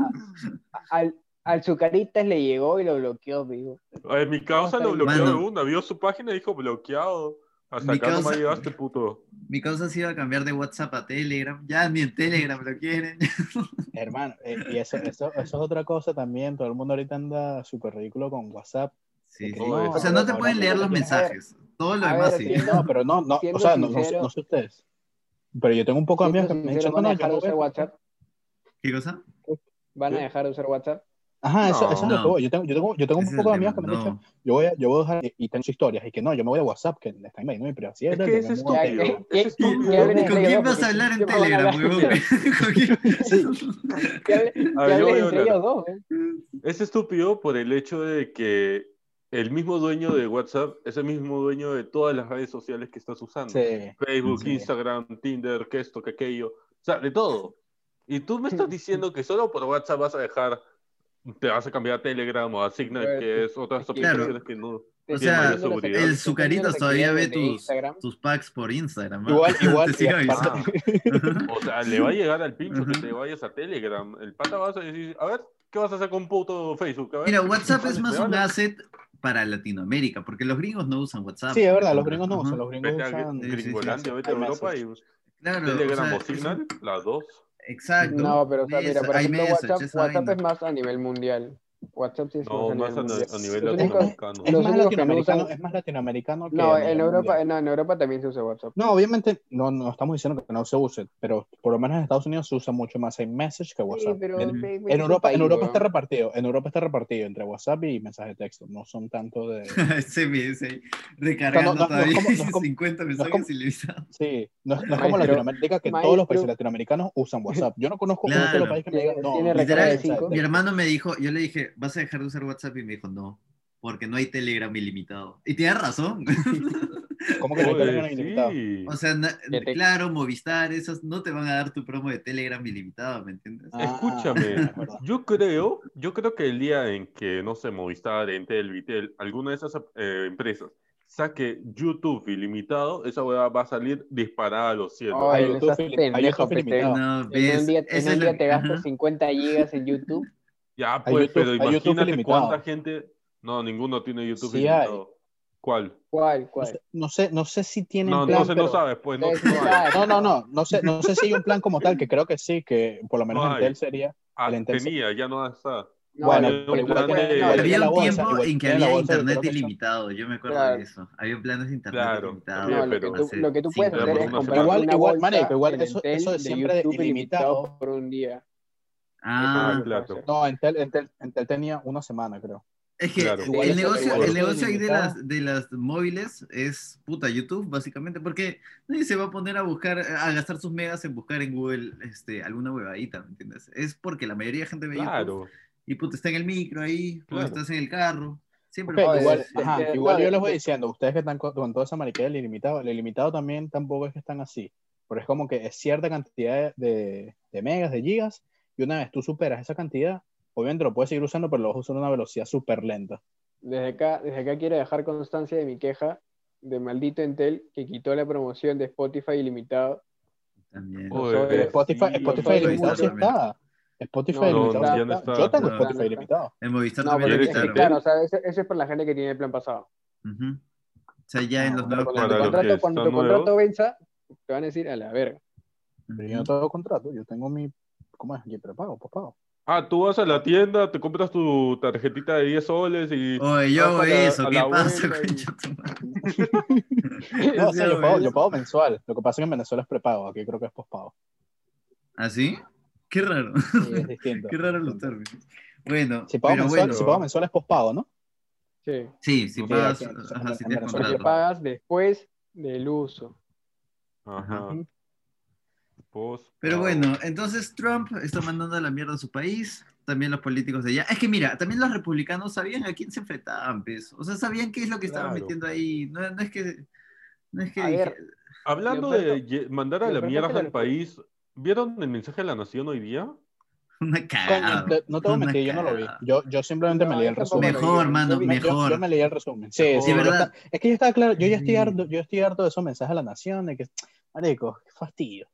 Speaker 3: A- Al, al Zucaritas le llegó y lo bloqueó, digo.
Speaker 4: Eh, mi causa lo bloqueó
Speaker 2: Mano.
Speaker 4: de una, vio su página y dijo bloqueado. Hasta
Speaker 2: Mi
Speaker 4: acá no
Speaker 2: causa-
Speaker 4: me llegaste, puto.
Speaker 2: mi causa se iba a cambiar de WhatsApp a Telegram ya ni en Telegram lo quieren
Speaker 1: Hermano, eh, y eso, eso, eso es otra cosa también. Todo el mundo ahorita anda súper ridículo con WhatsApp.
Speaker 2: Sí, sí.
Speaker 1: que
Speaker 4: no,
Speaker 2: o sea no te
Speaker 1: ahora
Speaker 2: pueden
Speaker 1: tú
Speaker 2: leer
Speaker 1: lo
Speaker 2: los
Speaker 1: quieres
Speaker 2: mensajes todo lo
Speaker 3: A
Speaker 2: demás
Speaker 3: ver,
Speaker 2: sí
Speaker 3: siendo-
Speaker 1: No, pero no, no,
Speaker 3: Siendo
Speaker 1: o sea, no, no sé-
Speaker 3: sincero-
Speaker 1: no sé ustedes. Pero yo tengo un poco de amigos que me han
Speaker 3: Siendo
Speaker 1: dicho,
Speaker 3: sinceros,
Speaker 1: no,
Speaker 3: van a
Speaker 1: no, yo
Speaker 3: dejar de
Speaker 1: no
Speaker 3: usar
Speaker 1: veo".
Speaker 3: WhatsApp.
Speaker 2: qué cosa
Speaker 3: Van a
Speaker 4: ¿Sí?
Speaker 3: dejar de usar WhatsApp.
Speaker 1: Ajá, eso,
Speaker 4: No.
Speaker 1: eso es lo que
Speaker 2: No.
Speaker 1: voy. Yo tengo, yo tengo, yo tengo
Speaker 2: Ese
Speaker 1: un
Speaker 2: es
Speaker 1: poco de
Speaker 2: el
Speaker 1: amigos que
Speaker 2: tema,
Speaker 1: me han dicho,
Speaker 2: no.
Speaker 1: yo voy a, yo voy a dejar, y, y tengo sus historias, y que no, yo me voy a WhatsApp, que me están invadiendo mi privacidad.
Speaker 4: Es
Speaker 1: yo
Speaker 4: que
Speaker 1: me
Speaker 4: es
Speaker 1: muevo.
Speaker 3: Ya,
Speaker 4: estúpido.
Speaker 3: que-
Speaker 4: Es
Speaker 3: que-
Speaker 4: estúpido.
Speaker 3: que hablen
Speaker 2: ¿Y
Speaker 3: entre
Speaker 2: con quién
Speaker 3: ellos,
Speaker 2: vas a
Speaker 3: porque
Speaker 2: hablar en
Speaker 3: siempre van a
Speaker 2: Telegram
Speaker 3: hablar.
Speaker 2: huevón? ¿Con quién?
Speaker 3: Que hablen- que
Speaker 4: A ver,
Speaker 3: hablen
Speaker 4: yo voy a
Speaker 3: entre
Speaker 4: hablar.
Speaker 3: ellos dos, ¿eh?
Speaker 4: Es estúpido por el hecho de que el mismo dueño de WhatsApp es el mismo dueño de todas las redes sociales que estás usando.
Speaker 1: Sí.
Speaker 4: Facebook,
Speaker 1: Sí.
Speaker 4: Instagram, Tinder, que esto, que aquello. O sea, de todo. Y tú me estás diciendo que solo por WhatsApp vas a dejar, te vas a cambiar a Telegram o a Signal, que Pues, es otras
Speaker 3: Claro.
Speaker 4: aplicaciones que no.
Speaker 3: Te
Speaker 2: O
Speaker 3: estoy
Speaker 2: sea,
Speaker 3: diciendo las
Speaker 4: el
Speaker 3: actividades- te estoy
Speaker 2: Zucaritas
Speaker 3: diciendo las
Speaker 2: todavía ve
Speaker 3: actividades de
Speaker 2: tus-
Speaker 3: Instagram.
Speaker 2: tus packs por Instagram ¿ah?
Speaker 1: Igual, igual,
Speaker 2: (laughs) te sigo
Speaker 1: y aparte-
Speaker 2: avisando
Speaker 4: O sea, le va a llegar al pincho que
Speaker 2: Ujú.
Speaker 4: te vayas a Telegram. El pata vas a decir, a ver, ¿qué vas a hacer con puto Facebook? A ver,
Speaker 2: Mira, WhatsApp es
Speaker 4: Vale,
Speaker 2: más
Speaker 4: me
Speaker 2: un
Speaker 4: vale.
Speaker 2: asset para Latinoamérica, porque los gringos no usan WhatsApp.
Speaker 1: (laughs) Sí, es verdad, los gringos no
Speaker 2: Ajá.
Speaker 1: usan, los gringos
Speaker 4: Vete a
Speaker 1: usan.
Speaker 2: sí, sí, sí.
Speaker 4: Gringolandia, vete a Europa y
Speaker 2: Claro, o
Speaker 4: Telegram
Speaker 2: sea,
Speaker 4: o Signal, las dos.
Speaker 2: Exacto.
Speaker 3: No, pero o sea, mira,
Speaker 2: (laughs) Mesa-
Speaker 3: por
Speaker 2: hay
Speaker 3: ejemplo,
Speaker 2: message,
Speaker 3: WhatsApp,
Speaker 2: esa
Speaker 3: WhatsApp
Speaker 2: vaina.
Speaker 3: es más a nivel mundial. WhatsApp sí es
Speaker 4: No,
Speaker 3: más
Speaker 4: más a,
Speaker 3: a nivel mundial.
Speaker 4: a nivel
Speaker 3: Los únicos-
Speaker 4: latinoamericano.
Speaker 1: Es
Speaker 3: Los
Speaker 1: más,
Speaker 3: únicos que no
Speaker 1: latinoamericano,
Speaker 3: usan-
Speaker 1: es más latinoamericano que.
Speaker 3: No,
Speaker 1: a nivel
Speaker 3: en Europa,
Speaker 1: mundial.
Speaker 3: no, en Europa también se usa WhatsApp.
Speaker 1: No, obviamente no, no estamos diciendo que no se use, pero por lo menos en Estados Unidos se usa mucho más iMessage que WhatsApp.
Speaker 3: pero
Speaker 1: en,
Speaker 3: ve- ve-
Speaker 1: en
Speaker 3: es un
Speaker 1: Europa,
Speaker 3: país,
Speaker 1: en Europa
Speaker 3: weón.
Speaker 1: está repartido, en Europa está repartido entre WhatsApp y mensaje de texto. No son tanto
Speaker 3: (laughs)
Speaker 1: de.
Speaker 2: Ese me- ese- recargando
Speaker 1: No, no, no,
Speaker 2: todavía
Speaker 1: ¿cómo- no, cómo-
Speaker 2: 50 mensajes
Speaker 1: cómo-
Speaker 2: y le
Speaker 3: (laughs)
Speaker 2: avisaba.
Speaker 1: Sí, no, es- no es
Speaker 3: Maestro,
Speaker 1: como Latinoamérica que todos los países
Speaker 3: maestro.
Speaker 1: latinoamericanos usan WhatsApp. Yo no conozco un
Speaker 2: Claro.
Speaker 1: solo país que me diga,
Speaker 3: Tiene-
Speaker 1: no,
Speaker 3: tiene
Speaker 1: no
Speaker 3: recarga
Speaker 1: usa
Speaker 2: de
Speaker 1: mensaje
Speaker 3: cinco.
Speaker 1: texto.
Speaker 2: Mi hermano me dijo, yo le dije, ¿vas a dejar de usar WhatsApp? Y me dijo, no, porque no hay Telegram ilimitado. Y tiene razón.
Speaker 1: ¿Cómo que no hay Telegram
Speaker 4: Oye,
Speaker 1: ilimitado?
Speaker 4: sí.
Speaker 2: (laughs) o sea, na-
Speaker 3: Que te-
Speaker 2: claro, Movistar, esas no te van a dar tu promo de Telegram ilimitado, ¿me entiendes?
Speaker 1: Ah,
Speaker 4: Escúchame.
Speaker 1: (laughs) es verdad.
Speaker 4: Yo creo, yo creo que el día en que, no sé, Movistar, Entel, Vitel, alguna de esas eh, empresas saque YouTube ilimitado, esa hueá va a salir disparada a los cielos.
Speaker 3: Ay,
Speaker 1: Hay
Speaker 3: no
Speaker 1: YouTube
Speaker 3: seas
Speaker 1: ilimitado, hay
Speaker 3: pendejo,
Speaker 1: YouTube
Speaker 3: Peter.
Speaker 1: ilimitado.
Speaker 2: No,
Speaker 3: En un
Speaker 2: ves.
Speaker 3: día, en
Speaker 2: esa
Speaker 3: un
Speaker 2: es la-
Speaker 3: día te gastas
Speaker 2: ajá.
Speaker 3: 50 gigas en YouTube.
Speaker 4: ya,
Speaker 1: hay
Speaker 4: pues,
Speaker 1: YouTube-
Speaker 4: pero
Speaker 1: hay YouTube
Speaker 4: imagínate
Speaker 1: ilimitado.
Speaker 4: cuánta gente. No, ninguno tiene YouTube
Speaker 1: Sí hay.
Speaker 4: ilimitado. ¿Cuál?
Speaker 3: ¿Cuál?
Speaker 1: No
Speaker 3: ¿Cuál?
Speaker 1: sé, no sé, no sé si tienen
Speaker 4: No,
Speaker 1: plan.
Speaker 4: entonces no
Speaker 1: pero-
Speaker 4: sabes, pues no,
Speaker 3: Ustedes
Speaker 4: no
Speaker 3: no
Speaker 4: hay.
Speaker 3: saben.
Speaker 1: No, no, no, no sé, no sé si hay un plan como tal, que creo que sí, que por lo menos
Speaker 4: No hay.
Speaker 1: Entel sería.
Speaker 4: Ah,
Speaker 1: El Entel-
Speaker 4: tenía, ya no está.
Speaker 3: No,
Speaker 1: bueno,
Speaker 3: no,
Speaker 1: pero
Speaker 3: igual
Speaker 1: igual
Speaker 3: que-
Speaker 4: tiene-
Speaker 3: no,
Speaker 4: Había
Speaker 2: Había
Speaker 1: la
Speaker 2: un
Speaker 1: bolsa,
Speaker 2: tiempo
Speaker 1: igual
Speaker 2: en que
Speaker 1: tiene la
Speaker 2: había
Speaker 1: bolsa, yo
Speaker 2: internet
Speaker 1: creo que son-
Speaker 2: ilimitado, yo me acuerdo
Speaker 3: Claro.
Speaker 2: de eso. Había planes de internet
Speaker 4: Claro,
Speaker 2: ilimitado.
Speaker 4: había,
Speaker 3: No, lo que
Speaker 4: pero-
Speaker 3: tú, lo que tú puedes
Speaker 4: pero
Speaker 3: hacer
Speaker 4: por
Speaker 3: es
Speaker 4: una
Speaker 3: comprar
Speaker 4: semana.
Speaker 3: una
Speaker 1: Igual- igual,
Speaker 3: bolsa
Speaker 1: marico, igual,
Speaker 3: en
Speaker 1: eso-
Speaker 3: Entel
Speaker 1: eso es
Speaker 3: de
Speaker 1: siempre
Speaker 3: YouTube
Speaker 1: ilimitado.
Speaker 3: ilimitado por un día.
Speaker 4: Ah,
Speaker 2: Ah,
Speaker 4: claro.
Speaker 1: No, Entel, Entel, Entel tenía una semana, creo.
Speaker 2: es que
Speaker 4: Claro.
Speaker 2: el
Speaker 1: Igual-
Speaker 2: negocio,
Speaker 1: igual-
Speaker 2: el negocio ahí de
Speaker 1: ilimitado.
Speaker 2: las, de las móviles es puta YouTube, básicamente, porque nadie se va a poner a buscar, a gastar sus megas en buscar en Google este, alguna huevadita, ¿me entiendes? Es porque la mayoría de gente ve YouTube
Speaker 4: Claro.
Speaker 2: y puta está en el micro ahí, o
Speaker 4: Claro.
Speaker 2: estás en el carro. Siempre
Speaker 1: Ok,
Speaker 2: puedes-
Speaker 1: igual,
Speaker 3: sí,
Speaker 1: ajá,
Speaker 3: sí, sí,
Speaker 1: igual
Speaker 3: no,
Speaker 1: yo
Speaker 3: de-
Speaker 1: les voy
Speaker 3: de-
Speaker 1: diciendo, ustedes que están con, con toda esa mariquera del ilimitado, el ilimitado también tampoco es que están así, pero es como que es cierta cantidad de, de- de megas, de gigas, y una vez tú superas esa cantidad, obviamente lo puedes seguir usando, pero lo vas a usar a una velocidad súper lenta.
Speaker 3: Desde acá, desde acá quiero dejar constancia de mi queja de maldito Entel que quitó la promoción de Spotify ilimitado.
Speaker 2: También.
Speaker 4: Oye,
Speaker 3: soy-
Speaker 1: Pero Spotify,
Speaker 4: sí,
Speaker 1: Spotify
Speaker 3: Spotify
Speaker 1: ilimitado sí
Speaker 2: también.
Speaker 1: está. Spotify
Speaker 3: No, no,
Speaker 1: ilimitado
Speaker 3: no,
Speaker 1: sí
Speaker 3: ya
Speaker 4: no
Speaker 1: está.
Speaker 4: está.
Speaker 1: Yo tengo
Speaker 2: No,
Speaker 1: Spotify
Speaker 3: no está.
Speaker 1: ilimitado.
Speaker 2: En Movistar
Speaker 3: No,
Speaker 2: también
Speaker 3: pero
Speaker 2: lo
Speaker 4: pero
Speaker 3: es
Speaker 4: claro.
Speaker 3: que,
Speaker 2: quitaron.
Speaker 3: claro, o sea, eso, eso es por la gente que tiene el plan pasado.
Speaker 2: Ujú. O sea, ya en los
Speaker 3: Pero
Speaker 2: nuevos
Speaker 3: cuando
Speaker 4: Para
Speaker 3: tu
Speaker 4: los
Speaker 2: planes.
Speaker 3: contrato,
Speaker 4: que
Speaker 3: cuando tu
Speaker 4: están
Speaker 3: contrato
Speaker 4: nuevos.
Speaker 3: venza, te van a decir a la verga.
Speaker 1: Pero yo no tengo contrato, yo tengo mi, ¿cómo es? Yo prepago, pospago.
Speaker 4: Ah, tú vas a la tienda, te compras tu tarjetita de 10 soles y.
Speaker 2: Oye, yo
Speaker 4: Vas
Speaker 2: hago
Speaker 4: a la-
Speaker 2: eso,
Speaker 4: a
Speaker 2: ¿qué
Speaker 4: la
Speaker 2: pasa,
Speaker 4: vuelta y-
Speaker 2: concha tu madre?
Speaker 1: (laughs)
Speaker 2: (laughs)
Speaker 1: No, o sea, yo pago,
Speaker 2: hago
Speaker 1: yo
Speaker 2: eso.
Speaker 1: pago mensual. Lo que pasa es que en Venezuela es prepago, aquí creo que es pospago.
Speaker 2: ¿Ah, sí? Qué raro. (laughs)
Speaker 1: Sí, es distinto.
Speaker 2: Qué raro los términos. Bueno,
Speaker 1: Si pago,
Speaker 2: pero
Speaker 1: mensual,
Speaker 2: bueno.
Speaker 1: si pago mensual es pospago, ¿no?
Speaker 3: Sí.
Speaker 2: Sí, si
Speaker 1: Sí,
Speaker 2: pagas,
Speaker 1: aquí en-
Speaker 2: ajá, si
Speaker 1: en
Speaker 2: tienes
Speaker 1: Venezuela
Speaker 3: Porque
Speaker 2: contrato.
Speaker 3: pagas después del uso.
Speaker 1: Ah.
Speaker 4: Ajá.
Speaker 2: Ujú.
Speaker 4: Pos-
Speaker 2: Pero
Speaker 4: ah,
Speaker 2: bueno, entonces Trump está mandando a la mierda a su país, también los políticos de allá. Es que mira, también los republicanos sabían a quién se enfrentaban, pues. O sea, sabían qué es lo que estaban
Speaker 4: Claro.
Speaker 2: metiendo ahí. No, no es que... No es que...
Speaker 3: A ver,
Speaker 4: Hablando
Speaker 3: Leopardo-
Speaker 4: de ye- mandar a la
Speaker 3: Leopardo
Speaker 4: mierda
Speaker 3: que la-
Speaker 4: al país, ¿vieron el mensaje de la nación hoy día?
Speaker 2: Una cagada.
Speaker 1: Coño, te- no te voy a
Speaker 2: una
Speaker 1: mentir, yo no lo vi.
Speaker 2: cagada.
Speaker 1: Yo, yo simplemente me
Speaker 3: No,
Speaker 1: leí
Speaker 3: yo
Speaker 1: el
Speaker 3: tampoco
Speaker 1: resumen.
Speaker 3: lo vi.
Speaker 2: Mejor, mano,
Speaker 3: Yo vi-
Speaker 1: Yo- Yo,
Speaker 2: mejor.
Speaker 1: me leí el resumen. Sí,
Speaker 4: Mejor.
Speaker 1: sí,
Speaker 4: Sí,
Speaker 1: pero
Speaker 2: ¿verdad?
Speaker 1: está- es que ya está claro, yo ya estoy
Speaker 2: Mm.
Speaker 1: harto, yo estoy harto de esos mensajes a la nación, de que, marico, qué fastidio.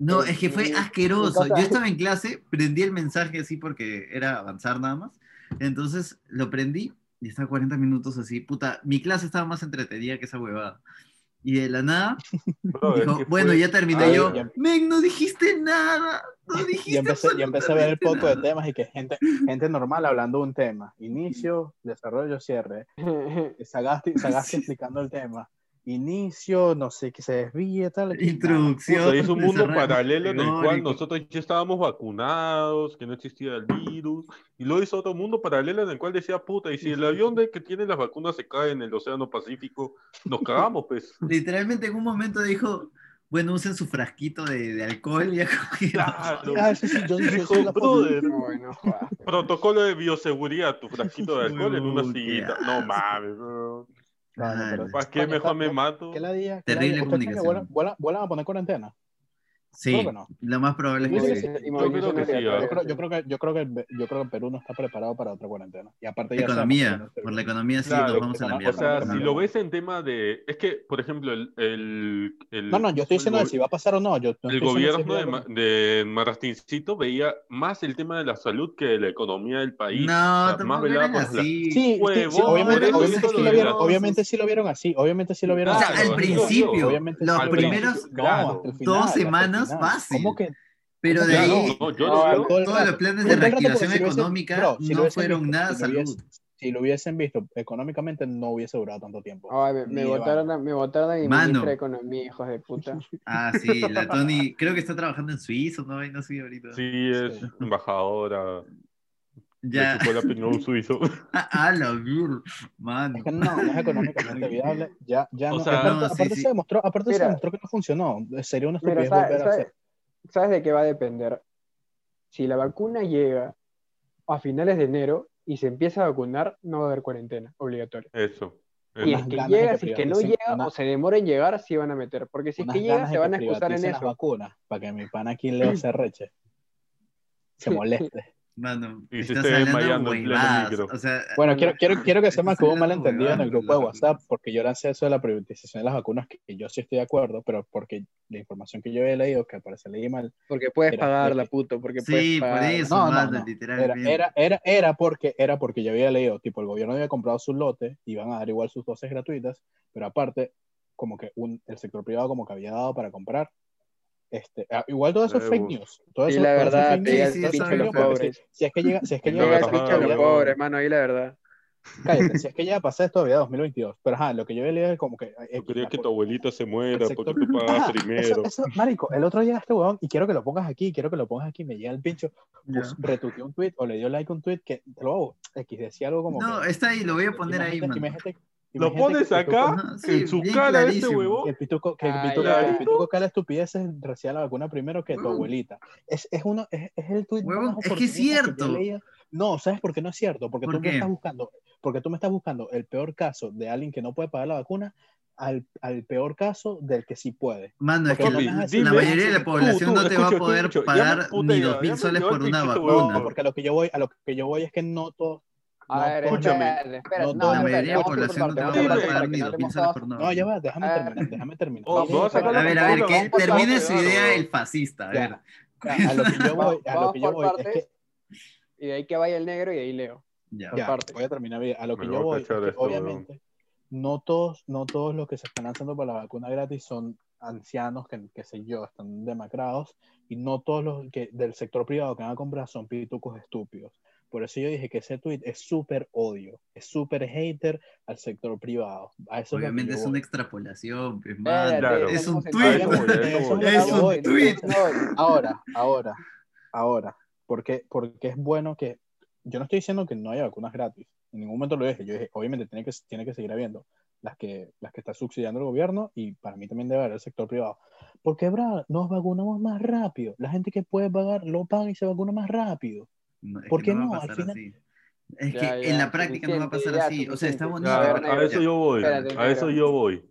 Speaker 2: No,
Speaker 3: Sí,
Speaker 2: es que fue
Speaker 3: sí.
Speaker 2: asqueroso.
Speaker 3: Entonces-
Speaker 2: Yo estaba en clase, prendí el mensaje así porque era avanzar nada más. Entonces lo prendí y estaba 40 minutos así. Puta, mi clase estaba más entretenida que esa huevada. Y de la nada
Speaker 4: Bro, es
Speaker 2: dijo,
Speaker 4: que
Speaker 2: bueno,
Speaker 4: fue-
Speaker 2: ya terminé
Speaker 4: Ah,
Speaker 2: yo.
Speaker 1: ya.
Speaker 2: Men, no dijiste nada. No dijiste
Speaker 1: Y empecé, y empecé a ver
Speaker 2: este
Speaker 1: el poco de
Speaker 2: absolutamente
Speaker 1: temas y que gente, gente normal hablando de un tema. Inicio, desarrollo, cierre.
Speaker 3: (laughs)
Speaker 1: Sagasti, Sagasti explicando el tema. Inicio, no sé, que se desvíe, tal.
Speaker 2: nada.
Speaker 1: que-
Speaker 2: Introducción.
Speaker 4: puta, es un mundo
Speaker 2: desarrollo,
Speaker 4: paralelo en el cual
Speaker 2: teórico.
Speaker 4: nosotros ya estábamos vacunados, que no existía el virus, y luego hizo otro mundo paralelo en el cual decía, puta, y si el avión de que tiene las vacunas se cae en el Océano Pacífico, nos cagamos, pues.
Speaker 2: Literalmente en un momento dijo, bueno, usen su frasquito de, de alcohol. Y (laughs) ya como que-
Speaker 4: Claro.
Speaker 1: Ah, sí, sí, yo, yo
Speaker 4: Dijo,
Speaker 1: soy la
Speaker 4: brother,
Speaker 3: No, bueno, joda.
Speaker 4: protocolo de bioseguridad, tu frasquito de alcohol en una
Speaker 2: Uy, qué
Speaker 4: sillita. No mames, bro.
Speaker 1: No, no, pero-
Speaker 4: ¿Para qué
Speaker 1: Coño,
Speaker 4: mejor me
Speaker 1: está-
Speaker 4: mato?
Speaker 1: ¿Qué la día?
Speaker 2: Terrible comunicación.
Speaker 1: ¿Vuelan, vuelan, vuelan a poner cuarentena?
Speaker 2: Sí,
Speaker 1: Creo que no.
Speaker 2: lo más probable es
Speaker 1: Yo
Speaker 2: que
Speaker 1: creo
Speaker 2: sí.
Speaker 1: que
Speaker 3: Y
Speaker 4: Yo creo que sí,
Speaker 3: aleatoria.
Speaker 4: ah.
Speaker 1: Yo creo, yo creo que, yo creo que, el- yo creo que Perú no está preparado para otra cuarentena. Y aparte ya sabemos que
Speaker 2: economía,
Speaker 1: no se-
Speaker 2: por la economía sí
Speaker 4: Claro,
Speaker 2: nos vamos a la
Speaker 4: O
Speaker 2: mierda.
Speaker 4: sea,
Speaker 1: Claro.
Speaker 4: si lo ves en tema de. Es que, por ejemplo, el. el, el-
Speaker 1: No, no, yo estoy diciendo
Speaker 4: el,
Speaker 1: de si va a pasar o no. Yo no
Speaker 4: El
Speaker 1: estoy diciendo si
Speaker 4: gobierno
Speaker 1: es
Speaker 4: de,
Speaker 1: verdad
Speaker 4: Ma-
Speaker 1: o no.
Speaker 4: de Marastincito veía más el tema de la salud que de la economía del país.
Speaker 2: no,
Speaker 4: O sea, más
Speaker 2: tampoco
Speaker 4: velada
Speaker 2: eran
Speaker 4: por la-
Speaker 2: así.
Speaker 1: Sí, sí, sí,
Speaker 4: Huevón,
Speaker 1: obviamente,
Speaker 2: eres
Speaker 1: obviamente
Speaker 2: un
Speaker 1: sí lo vieron,
Speaker 2: asqueroso.
Speaker 1: obviamente sí lo vieron así. Obviamente sí lo vieron
Speaker 2: O sea,
Speaker 1: así.
Speaker 2: al
Speaker 4: Claro,
Speaker 2: principio,
Speaker 4: obviamente
Speaker 2: los
Speaker 1: sí lo vieron así.
Speaker 2: primeros
Speaker 1: No, hasta el final,
Speaker 2: dos
Speaker 1: hasta el
Speaker 2: semanas,
Speaker 1: final.
Speaker 2: fácil.
Speaker 1: ¿Cómo que,
Speaker 2: Pero de
Speaker 1: Claro,
Speaker 2: ahí,
Speaker 4: no, yo
Speaker 3: No,
Speaker 4: lo veo.
Speaker 1: todo el
Speaker 2: todos
Speaker 1: rato.
Speaker 2: los planes
Speaker 1: Todo
Speaker 2: de
Speaker 1: el rato,
Speaker 2: reactivación
Speaker 1: porque si lo hubiesen-
Speaker 2: económica
Speaker 1: bro, si lo
Speaker 2: no
Speaker 1: hubiesen
Speaker 2: fueron
Speaker 1: visto,
Speaker 2: nada
Speaker 1: si lo hubiesen-
Speaker 2: salud.
Speaker 1: Si lo hubiesen visto económicamente, no hubiese durado tanto tiempo.
Speaker 3: Ay, me, me
Speaker 1: Ni de
Speaker 3: botaron,
Speaker 1: vaina.
Speaker 3: a- me botaron a mi
Speaker 2: Mano.
Speaker 3: ministra de Economía, hijos de
Speaker 1: (laughs)
Speaker 3: puta.
Speaker 2: Ah, sí, la Tony, creo que está trabajando en Suiza, ¿no? Ahí No sé ahorita.
Speaker 4: Sí, es
Speaker 1: Sí.
Speaker 4: embajadora.
Speaker 2: ya.
Speaker 4: Le chupó la piña a
Speaker 1: (laughs)
Speaker 4: un suizo.
Speaker 2: (laughs) Ah, la vir- mano.
Speaker 1: Es que no, no es económicamente viable. Ya, ya
Speaker 4: O
Speaker 1: no.
Speaker 4: sea,
Speaker 2: no,
Speaker 1: aparte
Speaker 2: sí,
Speaker 1: aparte
Speaker 2: sí.
Speaker 1: se demostró, aparte se
Speaker 3: Mira.
Speaker 1: demostró que no funcionó. Sería una
Speaker 3: Mira,
Speaker 1: estupidez
Speaker 3: ¿sabes,
Speaker 1: volver a
Speaker 3: sabes,
Speaker 1: hacer.
Speaker 3: sabes de qué va a depender? Si la vacuna llega a finales de enero y se empieza a vacunar, no va a haber cuarentena obligatoria.
Speaker 4: Eso.
Speaker 3: Y
Speaker 4: eso.
Speaker 1: Unas
Speaker 3: es que
Speaker 1: ganas de
Speaker 3: llega,
Speaker 1: que
Speaker 3: si es que no
Speaker 1: privaticen
Speaker 3: llega
Speaker 1: una-
Speaker 3: o se demora en llegar, sí van a meter. Porque si es
Speaker 1: Unas
Speaker 3: que llega,
Speaker 1: ganas de
Speaker 3: se van
Speaker 1: que
Speaker 3: a excusar en
Speaker 1: privaticen las
Speaker 3: eso.
Speaker 1: vacunas para que mi pana aquí Leo se reche. Se moleste.
Speaker 2: Mano,
Speaker 4: (laughs) Y se
Speaker 2: estás
Speaker 4: esté
Speaker 2: hablando
Speaker 4: desmayando en pleno
Speaker 2: huevadas.
Speaker 4: micro.
Speaker 2: O sea,
Speaker 1: (laughs) Bueno, quiero, quiero, quiero que
Speaker 2: Estás
Speaker 1: sepan que hubo un
Speaker 2: hablando
Speaker 1: malentendido en el
Speaker 2: huevadas,
Speaker 1: grupo de
Speaker 2: la
Speaker 1: WhatsApp porque yo lancé eso de la privatización de las vacunas, que yo sí estoy de acuerdo, pero porque la información que yo he leído, que al parecer leí mal,
Speaker 3: Porque puedes
Speaker 1: Mira,
Speaker 3: pagarla,
Speaker 1: es que-
Speaker 3: puto. Porque
Speaker 2: Sí,
Speaker 3: puedes
Speaker 2: por
Speaker 3: pagarla.
Speaker 2: eso,
Speaker 1: No, no,
Speaker 2: mano,
Speaker 1: no. Era,
Speaker 2: literalmente.
Speaker 1: era, era, era porque, era porque yo había leído, tipo, el gobierno había comprado sus lotes, iban a dar igual sus dosis gratuitas, pero aparte, como que un, el sector privado como que había dado para comprar. Este, ah, igual todo eso es fake
Speaker 4: Huevos.
Speaker 1: news. Todo
Speaker 3: Y
Speaker 1: eso,
Speaker 3: la
Speaker 1: todo eso es
Speaker 3: verdad,
Speaker 1: fake
Speaker 3: te
Speaker 1: news,
Speaker 2: llega
Speaker 1: todo eso es
Speaker 2: ese
Speaker 1: fake
Speaker 2: bicho a los
Speaker 1: news, porque
Speaker 3: pobres.
Speaker 1: Si, si es que llega, si es que
Speaker 4: No,
Speaker 1: llega
Speaker 3: Llega
Speaker 1: a
Speaker 3: ese
Speaker 4: ajá,
Speaker 1: pasar
Speaker 3: bicho a los
Speaker 1: todavía-
Speaker 4: huevón.
Speaker 3: pobres, mano, ahí la verdad.
Speaker 1: cállate, si es que llega a pasar todavía 2022. Pero ajá, lo que yo había leído es como que... eh,
Speaker 4: Yo quería
Speaker 1: la
Speaker 4: que
Speaker 1: por-
Speaker 4: tu abuelita se muera
Speaker 1: el
Speaker 4: porque
Speaker 1: sector-
Speaker 4: tú pagabas
Speaker 1: Ajá,
Speaker 4: primero.
Speaker 1: (laughs) eso, eso, marico, el otro día este huevón, y quiero que lo pongas aquí, quiero que lo pongas aquí, me llega el pincho, pues, retuiteó un tweet o le dio like a un tweet que, te lo hago, X decía algo como
Speaker 2: No,
Speaker 1: que-
Speaker 2: está ahí, lo voy a poner ahí,
Speaker 1: Imagínate-
Speaker 2: mano.
Speaker 1: imagínate-
Speaker 4: ¿Lo
Speaker 1: imagínate
Speaker 4: pones
Speaker 1: que el pituco-
Speaker 4: acá?
Speaker 2: No, sí,
Speaker 4: en su
Speaker 2: bien
Speaker 4: cara este
Speaker 2: clarísimo.
Speaker 4: huevón.
Speaker 1: Que el pituco, que el
Speaker 3: Ay,
Speaker 1: pituco,
Speaker 3: ya.
Speaker 1: que el pituco acá la estupidez es recién la vacuna primero que tu
Speaker 2: Huevón.
Speaker 1: abuelita. Es, es uno, es, es el tuit
Speaker 2: Huevón,
Speaker 1: más
Speaker 2: es que es
Speaker 1: oportunista yo he
Speaker 2: cierto.
Speaker 1: leído. No, ¿sabes por qué no es cierto? Porque
Speaker 2: ¿Por
Speaker 1: tú me
Speaker 2: qué?
Speaker 1: estás buscando, porque tú me estás buscando el peor caso de alguien que no puede pagar la vacuna al, al peor caso del que sí puede.
Speaker 2: Mano, es
Speaker 1: Porque
Speaker 2: que
Speaker 1: lo
Speaker 2: la,
Speaker 1: más
Speaker 2: la
Speaker 1: dime-
Speaker 2: mayoría de la
Speaker 4: Tú,
Speaker 2: población
Speaker 4: tú,
Speaker 2: no te va a
Speaker 4: escucha, tú,
Speaker 2: poder
Speaker 4: escucha, llama
Speaker 2: pagar
Speaker 4: a puta
Speaker 2: ni
Speaker 4: idea,
Speaker 2: dos mil
Speaker 4: llama
Speaker 2: soles
Speaker 4: yo al
Speaker 2: por una
Speaker 4: pinchito,
Speaker 1: No,
Speaker 2: vacuna.
Speaker 1: porque a lo que yo voy, a lo que yo voy es que no todos
Speaker 3: A ver,
Speaker 4: escúchame.
Speaker 3: espérate, espérate.
Speaker 1: No,
Speaker 3: No,
Speaker 1: toda
Speaker 2: la
Speaker 3: espérate,
Speaker 2: mayoría de la
Speaker 3: vamos por
Speaker 2: población no te va a
Speaker 3: parte,
Speaker 2: poder
Speaker 4: Dime.
Speaker 3: vamos por
Speaker 2: pagar
Speaker 3: parte,
Speaker 2: ni
Speaker 3: que no
Speaker 2: dos
Speaker 3: te
Speaker 2: mil soles
Speaker 3: hemos dado-
Speaker 2: por una
Speaker 1: No, ya
Speaker 2: vacuna.
Speaker 1: va, déjame
Speaker 3: Ah.
Speaker 1: terminar, déjame terminar.
Speaker 4: Oh,
Speaker 1: Vamos
Speaker 4: me vas a sacar
Speaker 2: A
Speaker 4: la
Speaker 2: ver, a ver,
Speaker 4: vacuna,
Speaker 2: que
Speaker 4: vamos a
Speaker 2: termine
Speaker 4: sacar,
Speaker 2: su idea
Speaker 4: claro.
Speaker 2: el fascista. A
Speaker 1: Ya.
Speaker 2: ver,
Speaker 1: a lo que yo voy, a lo que yo
Speaker 3: Vamos por
Speaker 1: voy es
Speaker 3: partes.
Speaker 1: que
Speaker 3: Y de ahí que vaya el negro y de ahí leo.
Speaker 2: ya.
Speaker 3: por
Speaker 1: Ya,
Speaker 3: parte.
Speaker 1: voy a terminar bien. A lo
Speaker 4: Me
Speaker 1: que
Speaker 4: lo
Speaker 1: yo
Speaker 4: voy a
Speaker 1: voy, es
Speaker 4: cachar
Speaker 1: que
Speaker 4: esto, weón.
Speaker 1: obviamente, no todos, no todos los que se están lanzando para la vacuna gratis son ancianos que, qué sé yo, están demacrados, y no todos los que del sector privado que van a comprar son pitucos estúpidos. Por eso yo dije que ese tweet es súper odio, es súper hater al sector privado. A eso es lo que
Speaker 2: Obviamente
Speaker 1: yo
Speaker 2: es una
Speaker 1: voy.
Speaker 2: extrapolación, pues,
Speaker 3: Espérate,
Speaker 2: mano.
Speaker 4: Claro.
Speaker 3: no
Speaker 2: Es un
Speaker 3: hemos
Speaker 4: A
Speaker 2: tuit.
Speaker 4: eso
Speaker 1: Obviamente,
Speaker 4: voy, a eso
Speaker 1: eso
Speaker 4: voy.
Speaker 1: es lo que
Speaker 2: Es un
Speaker 1: voy, eso es
Speaker 2: tuit.
Speaker 3: No, no,
Speaker 1: Ahora, ahora, ahora, porque, porque es bueno que, yo no estoy diciendo que no haya vacunas gratis, en ningún momento lo dije, yo dije, obviamente tiene que, tiene que seguir habiendo las que, las que está subsidiando el gobierno y para mí también debe haber el sector privado, porque bra, nos vacunamos más rápido, la gente que puede pagar lo paga y se vacuna más rápido.
Speaker 2: No, es que
Speaker 1: ¿Por qué
Speaker 2: va a
Speaker 1: no? Al
Speaker 2: pasar
Speaker 1: final-
Speaker 2: así. Es que
Speaker 3: Ya, ya,
Speaker 2: en la práctica no va a pasar
Speaker 3: suficiente, ya,
Speaker 2: así. O sea, está bonito.
Speaker 3: suficiente.
Speaker 4: Ya,
Speaker 3: A
Speaker 4: A,
Speaker 3: ver,
Speaker 4: a
Speaker 3: negro.
Speaker 4: eso yo voy.
Speaker 3: Espérate,
Speaker 4: a eso
Speaker 3: negro.
Speaker 4: yo voy.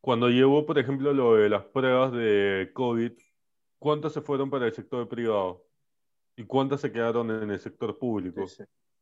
Speaker 4: Cuando llevo, por ejemplo, lo de las pruebas de COVID, ¿cuántas se fueron para el sector privado? ¿Y cuántas se quedaron en el sector público?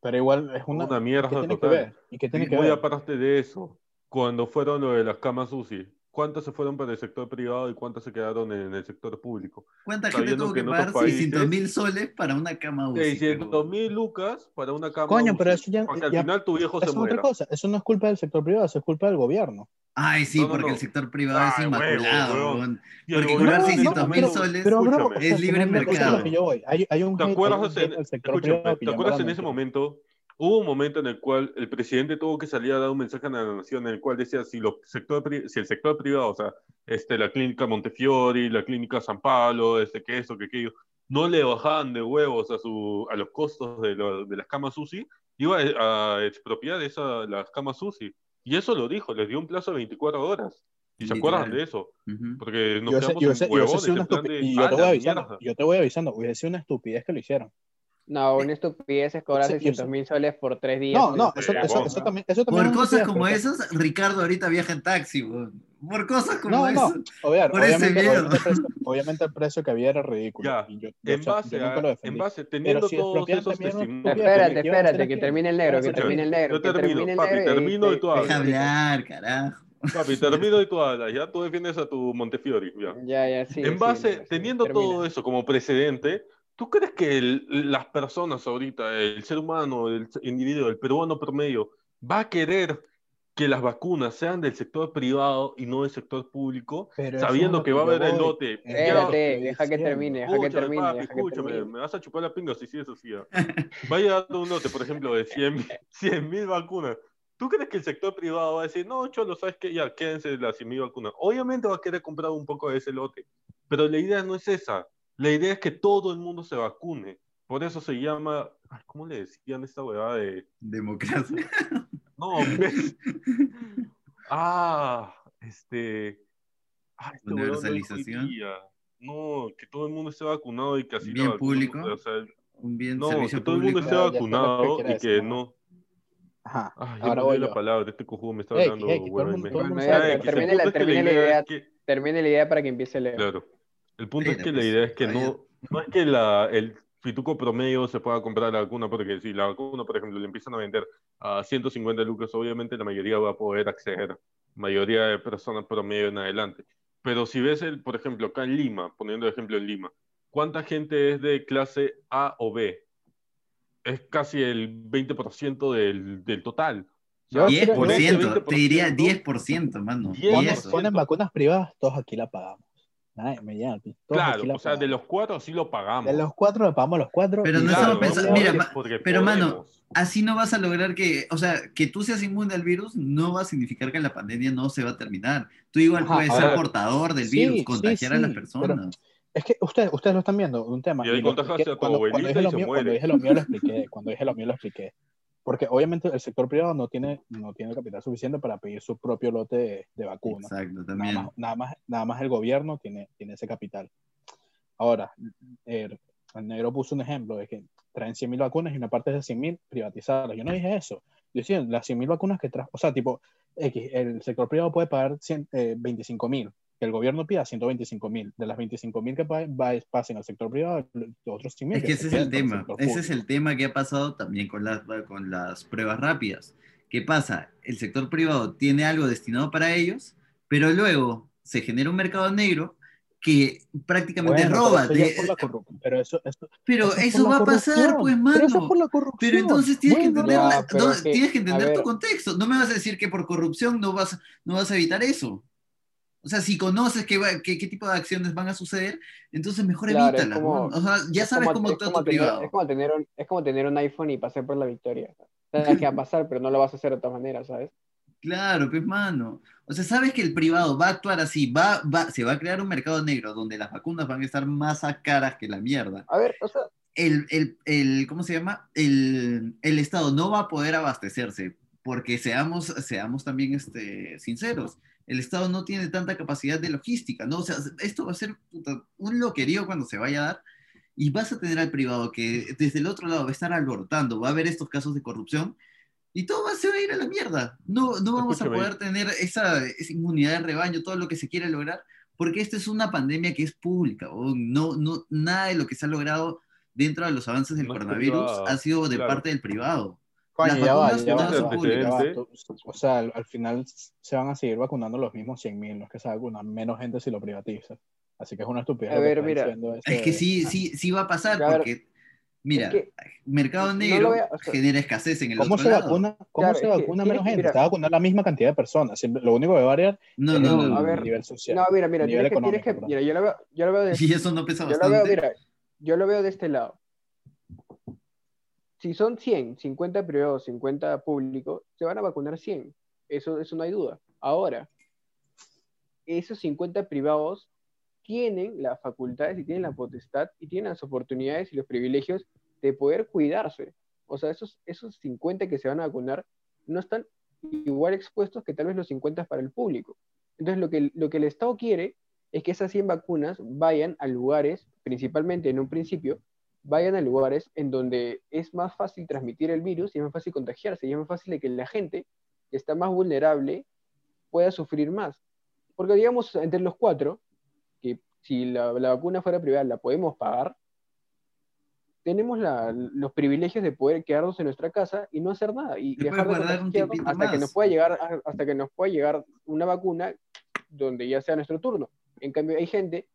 Speaker 1: Pero igual es una...
Speaker 4: Una,
Speaker 1: ¿qué
Speaker 4: mierda
Speaker 1: tiene que
Speaker 4: total.
Speaker 1: ver? ¿Y qué tiene
Speaker 4: Y
Speaker 1: que
Speaker 4: muy
Speaker 1: ver?
Speaker 4: aparte de eso, cuando fueron lo de las camas UCI, ¿cuántas se fueron para el sector privado y cuántas se quedaron en el sector público?
Speaker 2: ¿Cuánta
Speaker 4: Está
Speaker 2: gente
Speaker 4: viendo
Speaker 2: tuvo
Speaker 4: que
Speaker 2: que
Speaker 4: en otros
Speaker 2: pagar 600
Speaker 4: países-
Speaker 2: mil soles para una cama UCI?
Speaker 4: 600 mil lucas para una cama
Speaker 1: Coño,
Speaker 4: UCI,
Speaker 1: pero eso ya-
Speaker 4: para que al
Speaker 1: ya-
Speaker 4: final tu viejo
Speaker 1: Eso
Speaker 4: se
Speaker 1: es otra
Speaker 4: muera.
Speaker 1: cosa, eso no es culpa del sector privado, eso es culpa del gobierno.
Speaker 2: Ay, sí,
Speaker 4: No, no,
Speaker 2: porque
Speaker 4: no.
Speaker 2: el sector privado es
Speaker 4: Ay,
Speaker 2: inmaculado.
Speaker 4: huevo, huevo.
Speaker 2: huevón.
Speaker 4: Y el
Speaker 2: Porque
Speaker 4: gobierno
Speaker 2: cobrar
Speaker 4: en ese
Speaker 2: 600 mil
Speaker 4: momento-
Speaker 2: soles
Speaker 1: Pero, bro,
Speaker 4: Escúchame.
Speaker 1: o sea,
Speaker 2: Es libre
Speaker 1: finalmente, eso es
Speaker 2: mercado.
Speaker 1: lo que yo voy. Hay, hay un
Speaker 4: ¿Te
Speaker 1: hate, hay
Speaker 4: acuerdas,
Speaker 1: un hate
Speaker 4: en,
Speaker 1: al sector
Speaker 4: escúchame,
Speaker 1: privado que
Speaker 4: ¿te
Speaker 1: yo
Speaker 4: acuerdas
Speaker 1: verdad
Speaker 4: en
Speaker 1: no
Speaker 4: ese
Speaker 1: entiendo.
Speaker 4: momento? Hubo un momento en el cual el presidente tuvo que salir a dar un mensaje a la nación en el cual decía si, los sector, pri- si el sector privado, o sea, este, la clínica Montefiori, la clínica San Pablo, este, que eso, que aquello, no le bajaban de huevos a, su, a los costos de, lo- de las camas UCI, iba a, a expropiar esa, las camas UCI. Y eso lo dijo, les dio un plazo de 24 horas. ¿Y se
Speaker 2: Literal.
Speaker 4: acuerdan de eso?
Speaker 2: Ujú.
Speaker 4: Porque nos
Speaker 1: Yo sé-
Speaker 4: quedamos
Speaker 1: yo
Speaker 4: en
Speaker 1: sé- yo sé
Speaker 4: huevones,
Speaker 1: si una
Speaker 4: en plan
Speaker 1: estupi-
Speaker 4: de,
Speaker 1: y
Speaker 4: "A
Speaker 1: yo te
Speaker 4: la
Speaker 1: voy avisando,
Speaker 4: mierda".
Speaker 1: yo te voy avisando, hubiese sido una estupidez que lo hicieran.
Speaker 3: no, una estupidez es cobrar
Speaker 1: Yo sé- yo sé.
Speaker 3: 600 mil soles por tres días.
Speaker 1: No, no, eso,
Speaker 4: sí,
Speaker 1: eso,
Speaker 4: bueno.
Speaker 1: eso también, eso también
Speaker 2: Por
Speaker 1: es una
Speaker 2: cosas
Speaker 1: estupidez,
Speaker 2: como
Speaker 1: pero-
Speaker 2: esas, Ricardo ahorita viaja en taxi. huevón. Por cosas como
Speaker 1: No, no,
Speaker 2: esas.
Speaker 1: obviar-
Speaker 2: Por ese
Speaker 1: obviamente,
Speaker 2: miedo.
Speaker 1: obviamente el precio, obviamente el precio que había era ridículo.
Speaker 4: Ya,
Speaker 1: y yo, yo-
Speaker 4: En
Speaker 1: yo
Speaker 4: base,
Speaker 1: nunca
Speaker 4: a,
Speaker 1: lo defendí.
Speaker 4: en base, teniendo
Speaker 1: si
Speaker 4: todos
Speaker 1: expropiar
Speaker 4: esos
Speaker 1: también no-
Speaker 4: testimonios.
Speaker 3: Espérate,
Speaker 1: ¿qué iban a hacer
Speaker 3: espérate, que
Speaker 1: aquí?
Speaker 3: termine el negro, que
Speaker 1: Escúchame,
Speaker 3: termine el negro,
Speaker 4: yo
Speaker 3: que termine
Speaker 4: termino,
Speaker 3: el
Speaker 4: papi,
Speaker 3: negro.
Speaker 4: termino y
Speaker 3: y-
Speaker 4: tú
Speaker 2: Deja
Speaker 4: hablas.
Speaker 2: hablar, carajo.
Speaker 4: Papi, termino y tú hablas. Ya tú defiendes a tu Montefiori. ya.
Speaker 3: (laughs) Ya, ya, sí.
Speaker 4: en
Speaker 3: sí,
Speaker 4: base,
Speaker 3: negro, sí,
Speaker 4: teniendo
Speaker 3: termina.
Speaker 4: todo eso como precedente, ¿tú crees que el- las personas ahorita, el ser humano, el individuo, el peruano promedio, va a querer que las vacunas sean del sector privado y no del sector público,
Speaker 1: Pero eso es
Speaker 4: sabiendo
Speaker 1: lo
Speaker 4: que va a
Speaker 1: yo
Speaker 4: haber el
Speaker 1: voy.
Speaker 4: lote. Ya,
Speaker 3: Espérate,
Speaker 1: estoy
Speaker 3: deja que
Speaker 1: diciendo.
Speaker 3: termine, deja que
Speaker 4: escúchame,
Speaker 3: termine,
Speaker 4: papi,
Speaker 3: deja que
Speaker 4: escúchame,
Speaker 3: termine.
Speaker 4: me vas a chupar la pinga si sigues así. ah. Vaya dando un lote, por ejemplo, de 100 mil (laughs) vacunas. ¿Tú crees que el sector privado va a decir, no, Cholo, sabes que ya quédense de las 100 mil vacunas? Obviamente va a querer comprar un poco de ese lote, pero la idea no es esa. La idea es que todo el mundo se vacune. Por eso se llama, ay, ¿cómo le decían esta huevada de...
Speaker 1: (laughs)
Speaker 2: Democracia. (laughs)
Speaker 4: No, ves. Ah, este. Ah, este huevón lo dijo hoy
Speaker 2: Universalización.
Speaker 4: día. No, que todo el mundo esté vacunado y que así la
Speaker 2: Bien
Speaker 4: vacuna-
Speaker 2: público.
Speaker 4: o sea,
Speaker 2: Un bien
Speaker 4: no, que
Speaker 2: servicio
Speaker 4: todo el mundo
Speaker 2: público.
Speaker 4: esté
Speaker 1: Ya, Ah, ya sé lo que
Speaker 4: vacunado y
Speaker 1: quieres,
Speaker 4: que
Speaker 1: ¿no?
Speaker 4: no.
Speaker 1: Ajá.
Speaker 4: Ah, ya
Speaker 1: Ahora
Speaker 4: me
Speaker 1: voy
Speaker 4: olvidé la
Speaker 1: yo.
Speaker 4: palabra, este cojudo me está
Speaker 1: Ey,
Speaker 4: hablando,
Speaker 1: ey, que todo el
Speaker 4: huevón,
Speaker 1: mundo-
Speaker 4: me-
Speaker 1: todo el mundo
Speaker 4: Ah,
Speaker 1: se va a
Speaker 4: que
Speaker 1: vacunar.
Speaker 4: el
Speaker 3: Termina
Speaker 4: punto
Speaker 3: la-
Speaker 4: es que
Speaker 3: termina la idea.
Speaker 4: es que-
Speaker 3: Termine la idea para que empiece Leo.
Speaker 4: Claro. El punto es
Speaker 2: Mira,
Speaker 4: que la
Speaker 2: pues,
Speaker 4: idea es que
Speaker 2: vaya.
Speaker 4: no, no es que la, el pituco promedio se pueda comprar la vacuna, porque si la vacuna, por ejemplo, le empiezan a vender a 150 lucas, obviamente la mayoría va a poder acceder, mayoría de personas promedio en adelante. Pero si ves, el, por ejemplo, acá en Lima, poniendo de ejemplo en Lima, ¿cuánta gente es de clase A o B? Es casi el 20% del, del total.
Speaker 1: Yo creo-
Speaker 2: 10%, te diría
Speaker 4: 10%.
Speaker 2: 10%, mano.
Speaker 4: Y
Speaker 2: Y
Speaker 1: Cuando
Speaker 4: eso.
Speaker 1: ponen vacunas privadas, todos aquí la pagamos. Nadie me llama, todos
Speaker 4: Claro,
Speaker 1: aquí la
Speaker 4: o sea, de
Speaker 1: pagamos.
Speaker 4: los cuatro sí lo pagamos.
Speaker 1: De los cuatro la pagamos los cuatro.
Speaker 2: Pero
Speaker 1: y
Speaker 2: no
Speaker 1: la-
Speaker 2: estamos
Speaker 1: la-
Speaker 2: pensando-
Speaker 1: la-
Speaker 2: mira,
Speaker 4: porque-
Speaker 2: ma-
Speaker 4: porque
Speaker 2: pero, mano,
Speaker 4: podemos.
Speaker 2: Así no vas a lograr que, o sea, que tú seas inmune al virus no va a significar que la pandemia no se va a terminar. Tú igual
Speaker 1: Ajá,
Speaker 2: puedes
Speaker 4: ahora-
Speaker 2: ser portador del
Speaker 1: Sí,
Speaker 2: virus,
Speaker 1: sí,
Speaker 2: contagiar a
Speaker 1: sí,
Speaker 2: las
Speaker 1: pero-
Speaker 2: personas.
Speaker 1: Es que ustedes, ustedes lo están viendo, un tema.
Speaker 4: Y ahí
Speaker 1: lo
Speaker 4: contagias
Speaker 1: expliqué-
Speaker 4: a tu
Speaker 1: cuando, cuando
Speaker 4: abuelita
Speaker 1: dije
Speaker 4: y
Speaker 1: lo
Speaker 4: se
Speaker 1: mío,
Speaker 4: muere.
Speaker 1: cuando dije lo
Speaker 4: (laughs)
Speaker 1: mío lo expliqué, cuando dije lo mío lo expliqué. Porque obviamente el sector privado no tiene, no tiene capital suficiente para pedir su propio lote de, de vacunas.
Speaker 2: Exacto,
Speaker 1: Nada
Speaker 2: también.
Speaker 1: más, nada, más, nada más el gobierno tiene, tiene ese capital. Ahora, el, el negro puso un ejemplo de que traen 100.000 vacunas y una parte de esas 100.000 privatizadas. Yo no dije eso. Yo decía, las 100.000 vacunas que trajo, o sea, tipo, X, el sector privado puede pagar 100, eh, 25.000, que el gobierno pida 125.000. De las 25.000 que pa- va- pasen al sector privado, los otros 100.000.
Speaker 2: Es que ese
Speaker 1: se
Speaker 2: es
Speaker 1: queden
Speaker 2: el tema.
Speaker 1: para sector
Speaker 2: Ese es
Speaker 1: público.
Speaker 2: el tema que ha pasado también con las, con las pruebas rápidas. ¿Qué pasa? El sector privado tiene algo destinado para ellos, pero luego se genera un mercado negro que prácticamente
Speaker 1: Bueno,
Speaker 2: roba.
Speaker 1: pero eso ya
Speaker 2: te-
Speaker 1: es por la corrup- Pero eso, eso,
Speaker 2: pero
Speaker 1: es por
Speaker 2: eso
Speaker 1: la
Speaker 2: va a pasar,
Speaker 1: corrupción.
Speaker 2: pues,
Speaker 1: Pero eso es
Speaker 2: mano.
Speaker 1: por la corrupción.
Speaker 2: Pero entonces tienes que
Speaker 1: Bueno,
Speaker 2: entender, la-
Speaker 3: ya, pero
Speaker 2: do-
Speaker 3: es que,
Speaker 2: tienes que
Speaker 3: a
Speaker 2: entender tu
Speaker 3: ver.
Speaker 2: contexto. No me vas a decir que por corrupción no vas, no vas a evitar eso. O sea, si conoces qué, va- qué, qué tipo de acciones van a suceder, entonces mejor
Speaker 3: Claro, es
Speaker 2: evítalas.
Speaker 3: como-
Speaker 2: ¿no? O sea, ya
Speaker 3: Es
Speaker 2: sabes
Speaker 3: como-
Speaker 2: cómo
Speaker 3: es
Speaker 2: actúa
Speaker 3: como
Speaker 2: tu
Speaker 3: tener-
Speaker 2: privado.
Speaker 3: Es como, tener un, es como tener un iPhone y pasar por la victoria. Sabes que va a pasar, pero no lo vas a hacer de otra manera, ¿sabes?
Speaker 2: Claro, pues mano. O sea, sabes que el privado va a actuar así, va, va, se va a crear un mercado negro donde las vacunas van a estar más a caras que la mierda.
Speaker 3: A ver, o sea,
Speaker 2: El, el, el- ¿cómo se llama? El, el Estado no va a poder abastecerse, porque seamos, seamos también este, sinceros, el Estado no tiene tanta capacidad de logística, ¿no? O sea, esto va a ser puta, un loquerío cuando se vaya a dar. Y vas a tener al privado que desde el otro lado va a estar alborotando, va a haber estos casos de corrupción y todo va, se va a ir a la mierda. No, no vamos
Speaker 4: Escúchame.
Speaker 2: a poder tener esa, esa inmunidad de rebaño, todo lo que se quiere lograr, porque esta es una pandemia que es pública. huevón. No, no, nada de lo que se ha logrado dentro de los avances del
Speaker 4: No es
Speaker 2: coronavirus
Speaker 4: privado,
Speaker 2: ha sido de
Speaker 4: claro.
Speaker 2: parte del privado.
Speaker 1: Coño,
Speaker 2: Las
Speaker 1: ya va,
Speaker 2: vacunas
Speaker 1: ya va,
Speaker 2: no
Speaker 1: ya
Speaker 2: son
Speaker 1: va,
Speaker 2: públicas.
Speaker 1: ya va. Tú- O sea, al, al final se van a seguir vacunando los mismos 100.000, los que se vacunan menos gente si lo privatizan. Así que es una estupidez.
Speaker 3: A
Speaker 1: lo que
Speaker 3: ver,
Speaker 1: está
Speaker 3: mira,
Speaker 1: diciendo este ese-
Speaker 2: Es que sí, sí, sí va a pasar,
Speaker 3: Claro.
Speaker 2: porque, mira,
Speaker 3: Es que-
Speaker 2: mercado
Speaker 3: no
Speaker 2: negro
Speaker 3: lo vea, o sea,
Speaker 2: genera escasez en el
Speaker 1: ¿Cómo
Speaker 2: otro
Speaker 1: se
Speaker 2: lado.
Speaker 1: vacuna, cómo
Speaker 3: Claro,
Speaker 1: se
Speaker 3: es que
Speaker 1: vacuna
Speaker 3: tiene
Speaker 1: menos
Speaker 3: que-
Speaker 1: gente?
Speaker 3: mira.
Speaker 1: Se va a vacunar la misma cantidad de personas. Siempre- lo único que va a variar
Speaker 2: No,
Speaker 1: es
Speaker 2: no,
Speaker 1: el
Speaker 2: no. (laughs)
Speaker 3: a ver,
Speaker 1: nivel social.
Speaker 3: no, mira, mira,
Speaker 1: nivel
Speaker 3: tienes que, tienes que-
Speaker 1: económico,
Speaker 3: mira, yo lo veo, yo lo veo de-
Speaker 2: Y eso no pesa
Speaker 3: yo lo veo,
Speaker 2: bastante.
Speaker 3: mira, yo lo veo de este lado. Si son 100, 50 privados, 50 públicos, se van a vacunar 100. Eso, eso no hay duda. Ahora, esos 50 privados tienen las facultades y tienen la potestad y tienen las oportunidades y los privilegios de poder cuidarse. O sea, esos, esos 50 que se van a vacunar no están igual expuestos que tal vez los 50 para el público. Entonces, lo que, lo que el Estado quiere es que esas 100 vacunas vayan a lugares, principalmente en un principio, vayan a lugares en donde es más fácil transmitir el virus y es más fácil contagiarse y es más fácil de que la gente que está más vulnerable pueda sufrir más. Porque digamos, entre los cuatro, que si la, la vacuna fuera privada la podemos pagar, tenemos la- los privilegios de poder quedarnos en nuestra casa y no hacer nada y
Speaker 2: Te
Speaker 3: dejar de
Speaker 2: puedes guardar un
Speaker 3: contagiarnos
Speaker 2: tiempito
Speaker 3: hasta que
Speaker 2: más.
Speaker 3: nos pueda llegar hasta que nos pueda llegar una vacuna donde ya sea nuestro turno. En cambio, hay gente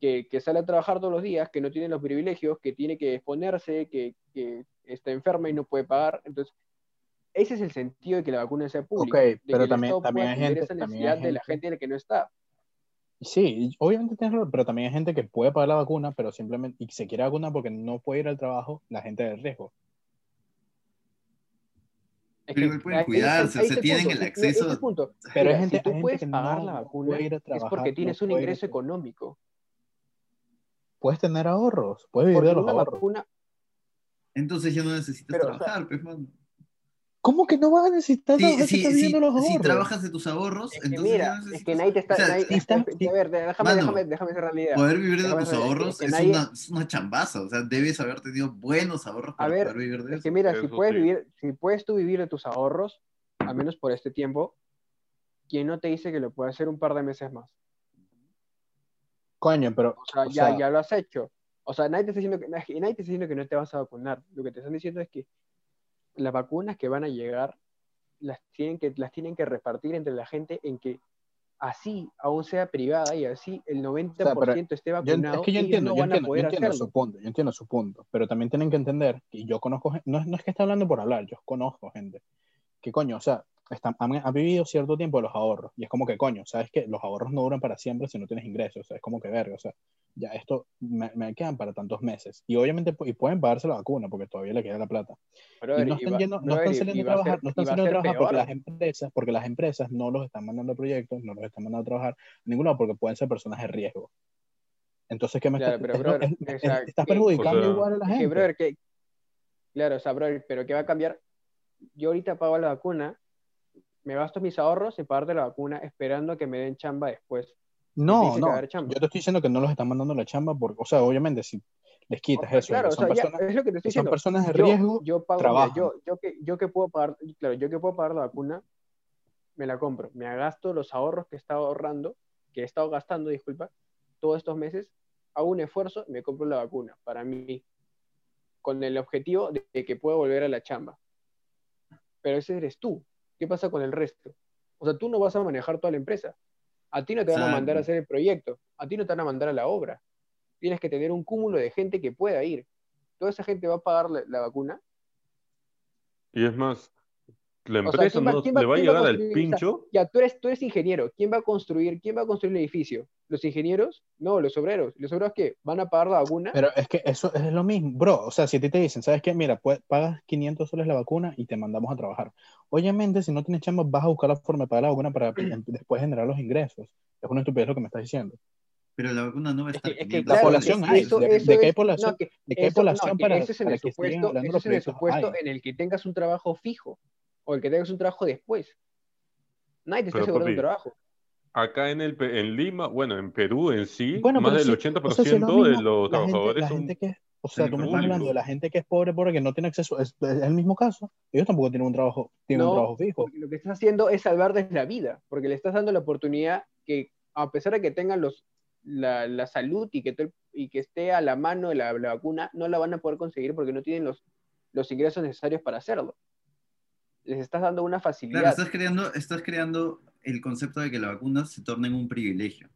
Speaker 3: que, que sale a trabajar todos los días, que no tiene los privilegios, que tiene que exponerse, que, que está enferma y no puede pagar. Entonces, ese es el sentido de que la vacuna sea pública.
Speaker 1: Ok,
Speaker 3: de que
Speaker 1: pero
Speaker 3: el
Speaker 1: también-
Speaker 3: Estado pueda
Speaker 1: también hay
Speaker 3: atender
Speaker 1: gente-
Speaker 3: esa
Speaker 1: también hay
Speaker 3: necesidad de la
Speaker 1: gente-
Speaker 3: gente de la que no está.
Speaker 1: Sí, y obviamente tienes razón, pero también hay gente que puede pagar la vacuna, pero simplemente, y se quiere vacunar porque no puede ir al trabajo, la gente de riesgo.
Speaker 3: Es
Speaker 2: Pero igual pueden cuidarse, o sea, tienen el acceso-
Speaker 3: Ese punto.
Speaker 1: Pero
Speaker 3: Mira,
Speaker 1: hay gente,
Speaker 3: si tú
Speaker 1: hay gente
Speaker 3: puedes
Speaker 1: que no
Speaker 3: pagar la vacuna,
Speaker 1: puede ir a
Speaker 3: es
Speaker 1: trabajar,
Speaker 3: porque
Speaker 1: no
Speaker 3: tienes un
Speaker 1: puede ir a-
Speaker 3: ingreso económico.
Speaker 1: Puedes tener ahorros, puedes vivir
Speaker 3: Porque
Speaker 1: de los
Speaker 3: una
Speaker 1: ahorros.
Speaker 3: vacuna, eh,
Speaker 2: Entonces ya no necesitas
Speaker 3: Pero, o sea,
Speaker 2: trabajar, pues, mano.
Speaker 1: ¿Cómo que no vas a necesitar
Speaker 2: Sí,
Speaker 1: trabajar si
Speaker 2: sí,
Speaker 1: estás
Speaker 2: sí,
Speaker 1: viviendo los ahorros?
Speaker 2: si trabajas de tus ahorros,
Speaker 3: es que
Speaker 2: entonces ya
Speaker 3: mira,
Speaker 2: no
Speaker 3: es
Speaker 2: necesitas-
Speaker 3: que nadie te está.
Speaker 2: o sea,
Speaker 3: nadie-
Speaker 1: si estás-
Speaker 3: a ver, déjame,
Speaker 2: Mano.
Speaker 3: déjame, déjame ser realidad.
Speaker 2: Poder vivir de
Speaker 3: Te vas
Speaker 2: tus
Speaker 3: a-
Speaker 2: ahorros
Speaker 3: es que
Speaker 2: es,
Speaker 3: nadie-
Speaker 2: una, es una chambaza, o sea, debes haber tenido buenos ahorros para
Speaker 3: ver,
Speaker 2: poder vivir de
Speaker 3: Es
Speaker 2: eso.
Speaker 3: que mira, si
Speaker 4: Eso
Speaker 3: puedes
Speaker 4: sí.
Speaker 3: vivir, si puedes tú vivir de tus ahorros, al menos por este tiempo, ¿quién no te dice que lo puedes hacer un par de meses más?
Speaker 1: Coño, pero
Speaker 3: O sea,
Speaker 1: O
Speaker 3: ya,
Speaker 1: sea-
Speaker 3: ya lo has hecho. O sea, nadie te, está diciendo que, nadie nadie te está diciendo que no te vas a vacunar. Lo que te están diciendo es que las vacunas que van a llegar las tienen que, las tienen que repartir entre la gente en que así aún sea privada y así el 90% esté
Speaker 1: Yo en-
Speaker 3: vacunado.
Speaker 1: es que yo
Speaker 3: ellos
Speaker 1: entiendo,
Speaker 3: Ah, pues no
Speaker 1: yo
Speaker 3: van a
Speaker 1: entiendo, yo
Speaker 3: poder
Speaker 1: entiendo
Speaker 3: hacerlo.
Speaker 1: su punto, yo entiendo su punto, pero también tienen que entender, y yo conozco, gen- no, es- no es que esté hablando por hablar, yo conozco gente, que coño, o sea, están, han, han vivido cierto tiempo de los ahorros, y es como que coño, sabes que los ahorros no duran para siempre si no tienes ingresos, o sea, es como que verga, o sea, ya esto me, me quedan para tantos meses, y obviamente pu- y pueden pagarse la vacuna porque todavía le queda la plata,
Speaker 3: Brother,
Speaker 1: y no están,
Speaker 3: va-
Speaker 1: yendo- no
Speaker 3: brother,
Speaker 1: están
Speaker 3: y-
Speaker 1: saliendo
Speaker 3: y
Speaker 1: a
Speaker 3: va a ser-
Speaker 1: trabajar, no están
Speaker 3: y
Speaker 1: saliendo
Speaker 3: va a
Speaker 1: a
Speaker 3: ser
Speaker 1: trabajar porque
Speaker 3: peor.
Speaker 1: las empresas, porque las empresas no los están mandando a proyectos, no los están mandando a trabajar a ninguno porque pueden ser personas de riesgo. Entonces, ¿qué me
Speaker 3: Claro,
Speaker 1: estás,
Speaker 3: pero,
Speaker 1: es lo-
Speaker 3: brother,
Speaker 1: es-
Speaker 3: o sea,
Speaker 1: es- estás
Speaker 3: que-
Speaker 1: perjudicando
Speaker 4: o sea,
Speaker 1: igual a la
Speaker 3: Es que,
Speaker 1: gente?
Speaker 3: brother, que. Claro, o sea, brother, pero ¿qué va a cambiar? Yo ahorita pago la vacuna, me gasto mis ahorros en pagarte la vacuna esperando a que me den chamba después. te
Speaker 1: no,
Speaker 3: dice que va a haber
Speaker 1: no.
Speaker 3: chamba.
Speaker 1: Yo te estoy diciendo que no los están mandando a la chamba porque, o sea, obviamente si les quitas
Speaker 3: sea,
Speaker 1: eso,
Speaker 3: claro,
Speaker 1: que
Speaker 3: o
Speaker 1: son,
Speaker 3: sea, ya,
Speaker 1: personas,
Speaker 3: es lo que te
Speaker 1: que
Speaker 3: estoy
Speaker 1: son
Speaker 3: diciendo.
Speaker 1: personas de
Speaker 3: Yo-
Speaker 1: riesgo,
Speaker 3: yo, pago,
Speaker 1: trabajan.
Speaker 3: yo, yo, que, yo que puedo pagar, claro, yo que puedo pagar la vacuna, me la compro, me gasto los ahorros que he estado ahorrando, que he estado gastando, disculpa, todos estos meses, hago un esfuerzo y me compro la vacuna para mí, con el objetivo de, de que pueda volver a la chamba. Pero ese eres tú. ¿Qué pasa con el resto? O sea, tú no vas a manejar toda la empresa. A ti no te van a
Speaker 2: Exacto.
Speaker 3: mandar a hacer el proyecto, a ti no te van a mandar a la obra. Tienes que tener un cúmulo de gente que pueda ir. Toda esa gente va a pagar la- la vacuna
Speaker 4: Y es más, la
Speaker 3: sea,
Speaker 4: empresa
Speaker 3: ¿quién va-
Speaker 4: no
Speaker 3: quién va-
Speaker 4: le va a
Speaker 3: quién va a
Speaker 4: llegar al
Speaker 3: construir esa-
Speaker 4: pincho.
Speaker 3: ya tú eres, tú eres ingeniero, ¿quién va a construir, quién va a construir el edificio? ¿Los ingenieros? No, los obreros. ¿Los obreros qué? ¿Van a pagar la vacuna?
Speaker 1: Pero es que eso es lo mismo, bro. O sea, si a ti te dicen, ¿sabes qué? Mira, pues, pagas 500 soles la vacuna y te mandamos a trabajar. Obviamente, si no tienes chamba, vas a buscar la forma de pagar la vacuna para (clears throat) em, después generar los ingresos. Es una estupidez lo que me estás diciendo.
Speaker 2: Pero la vacuna no va a estar.
Speaker 3: Es que,
Speaker 2: quinientos
Speaker 1: La
Speaker 3: claro,
Speaker 1: población
Speaker 3: es-
Speaker 1: hay,
Speaker 3: eso-
Speaker 1: de,
Speaker 3: eso
Speaker 1: de que hay
Speaker 3: es-
Speaker 1: población,
Speaker 3: no, que
Speaker 1: de que hay
Speaker 3: eso- no,
Speaker 1: población
Speaker 3: que
Speaker 1: para,
Speaker 3: eso es en
Speaker 1: para
Speaker 3: el
Speaker 1: que sigan
Speaker 3: supuesto,
Speaker 1: hablando
Speaker 3: eso
Speaker 1: los
Speaker 3: es en el
Speaker 1: proyectos.
Speaker 3: supuesto
Speaker 1: hay.
Speaker 3: en el que tengas un trabajo fijo o el que tengas un trabajo después. Nadie te está
Speaker 4: Pero,
Speaker 3: asegurando un
Speaker 4: papi,
Speaker 3: trabajo.
Speaker 4: Acá en, el, Pe- en Lima, bueno, en Perú en sí,
Speaker 1: Bueno,
Speaker 4: más
Speaker 1: pero
Speaker 4: del
Speaker 1: sí,
Speaker 4: 80%
Speaker 1: o sea, si es lo
Speaker 4: de
Speaker 1: mismo,
Speaker 4: los
Speaker 1: la gente-
Speaker 4: trabajadores
Speaker 1: la
Speaker 4: son...
Speaker 1: gente que, o sea, tú me estás
Speaker 2: públicos.
Speaker 1: hablando de la gente que es pobre porque no tiene acceso, es, es el mismo caso. Ellos tampoco tienen un trabajo, tienen
Speaker 3: No,
Speaker 1: un trabajo fijo.
Speaker 3: Porque lo que estás haciendo es salvarles la vida, porque le estás dando la oportunidad que, a pesar de que tengan los, la, la salud y que, todo el- y que esté a la mano la, la vacuna, no la van a poder conseguir porque no tienen los, los ingresos necesarios para hacerlo. Les estás dando una facilidad.
Speaker 2: Claro, estás creando, estás creando el concepto de que la vacuna se torne en un privilegio.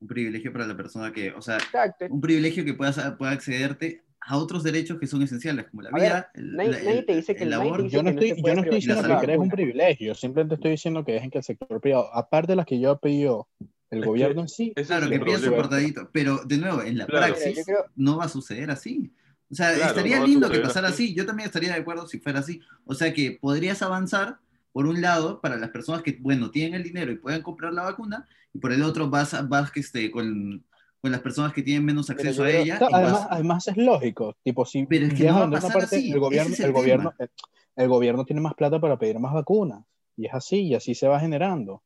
Speaker 2: Un privilegio para la persona que, o sea,
Speaker 3: Exacto.
Speaker 2: un privilegio que puedas, pueda accederte a otros derechos que son esenciales, como la
Speaker 3: A ver,
Speaker 2: vida, el,
Speaker 3: nadie-
Speaker 2: la- el-
Speaker 3: nadie te dice que
Speaker 2: el
Speaker 3: nadie te
Speaker 2: labor.
Speaker 3: dice
Speaker 1: Yo no
Speaker 3: que no se
Speaker 1: estoy, yo
Speaker 3: puede
Speaker 1: no estoy
Speaker 2: privatizar
Speaker 1: diciendo
Speaker 2: la
Speaker 1: que crees un
Speaker 3: vacuna.
Speaker 1: privilegio, simplemente estoy diciendo que dejen que el sector privado, aparte de las que yo pidió el
Speaker 4: Es
Speaker 1: gobierno
Speaker 4: que-
Speaker 1: en sí,
Speaker 4: Ese
Speaker 2: Claro,
Speaker 4: es
Speaker 2: que
Speaker 4: el
Speaker 2: piensa
Speaker 1: piensen
Speaker 4: problema.
Speaker 2: cortadito, pero de nuevo, en la
Speaker 4: Claro.
Speaker 2: praxis
Speaker 3: Mira, yo creo-
Speaker 2: no va a suceder así. O sea,
Speaker 4: Claro,
Speaker 2: estaría
Speaker 4: no va a
Speaker 2: lindo que
Speaker 4: suceder
Speaker 2: pasara
Speaker 4: así.
Speaker 2: así. yo también estaría de acuerdo si fuera así. O sea, que podrías avanzar, por un lado, para las personas que, bueno, tienen el dinero y pueden comprar la vacuna, y por el otro vas, a- vas que este, con, con las personas que tienen menos
Speaker 3: Pero
Speaker 2: acceso
Speaker 3: yo
Speaker 2: a
Speaker 3: creo-
Speaker 2: ella.
Speaker 1: Claro,
Speaker 2: y
Speaker 1: además,
Speaker 2: vas-
Speaker 1: además es lógico, tipo si
Speaker 2: Pero es que
Speaker 1: llegas
Speaker 2: no va a
Speaker 1: donde una
Speaker 2: pasar
Speaker 1: parte,
Speaker 2: así,
Speaker 1: el gobierno,
Speaker 2: ese es el
Speaker 1: el gobierno, eh, el, gobierno tiene más plata para pedir más vacunas y es así y así se va generando.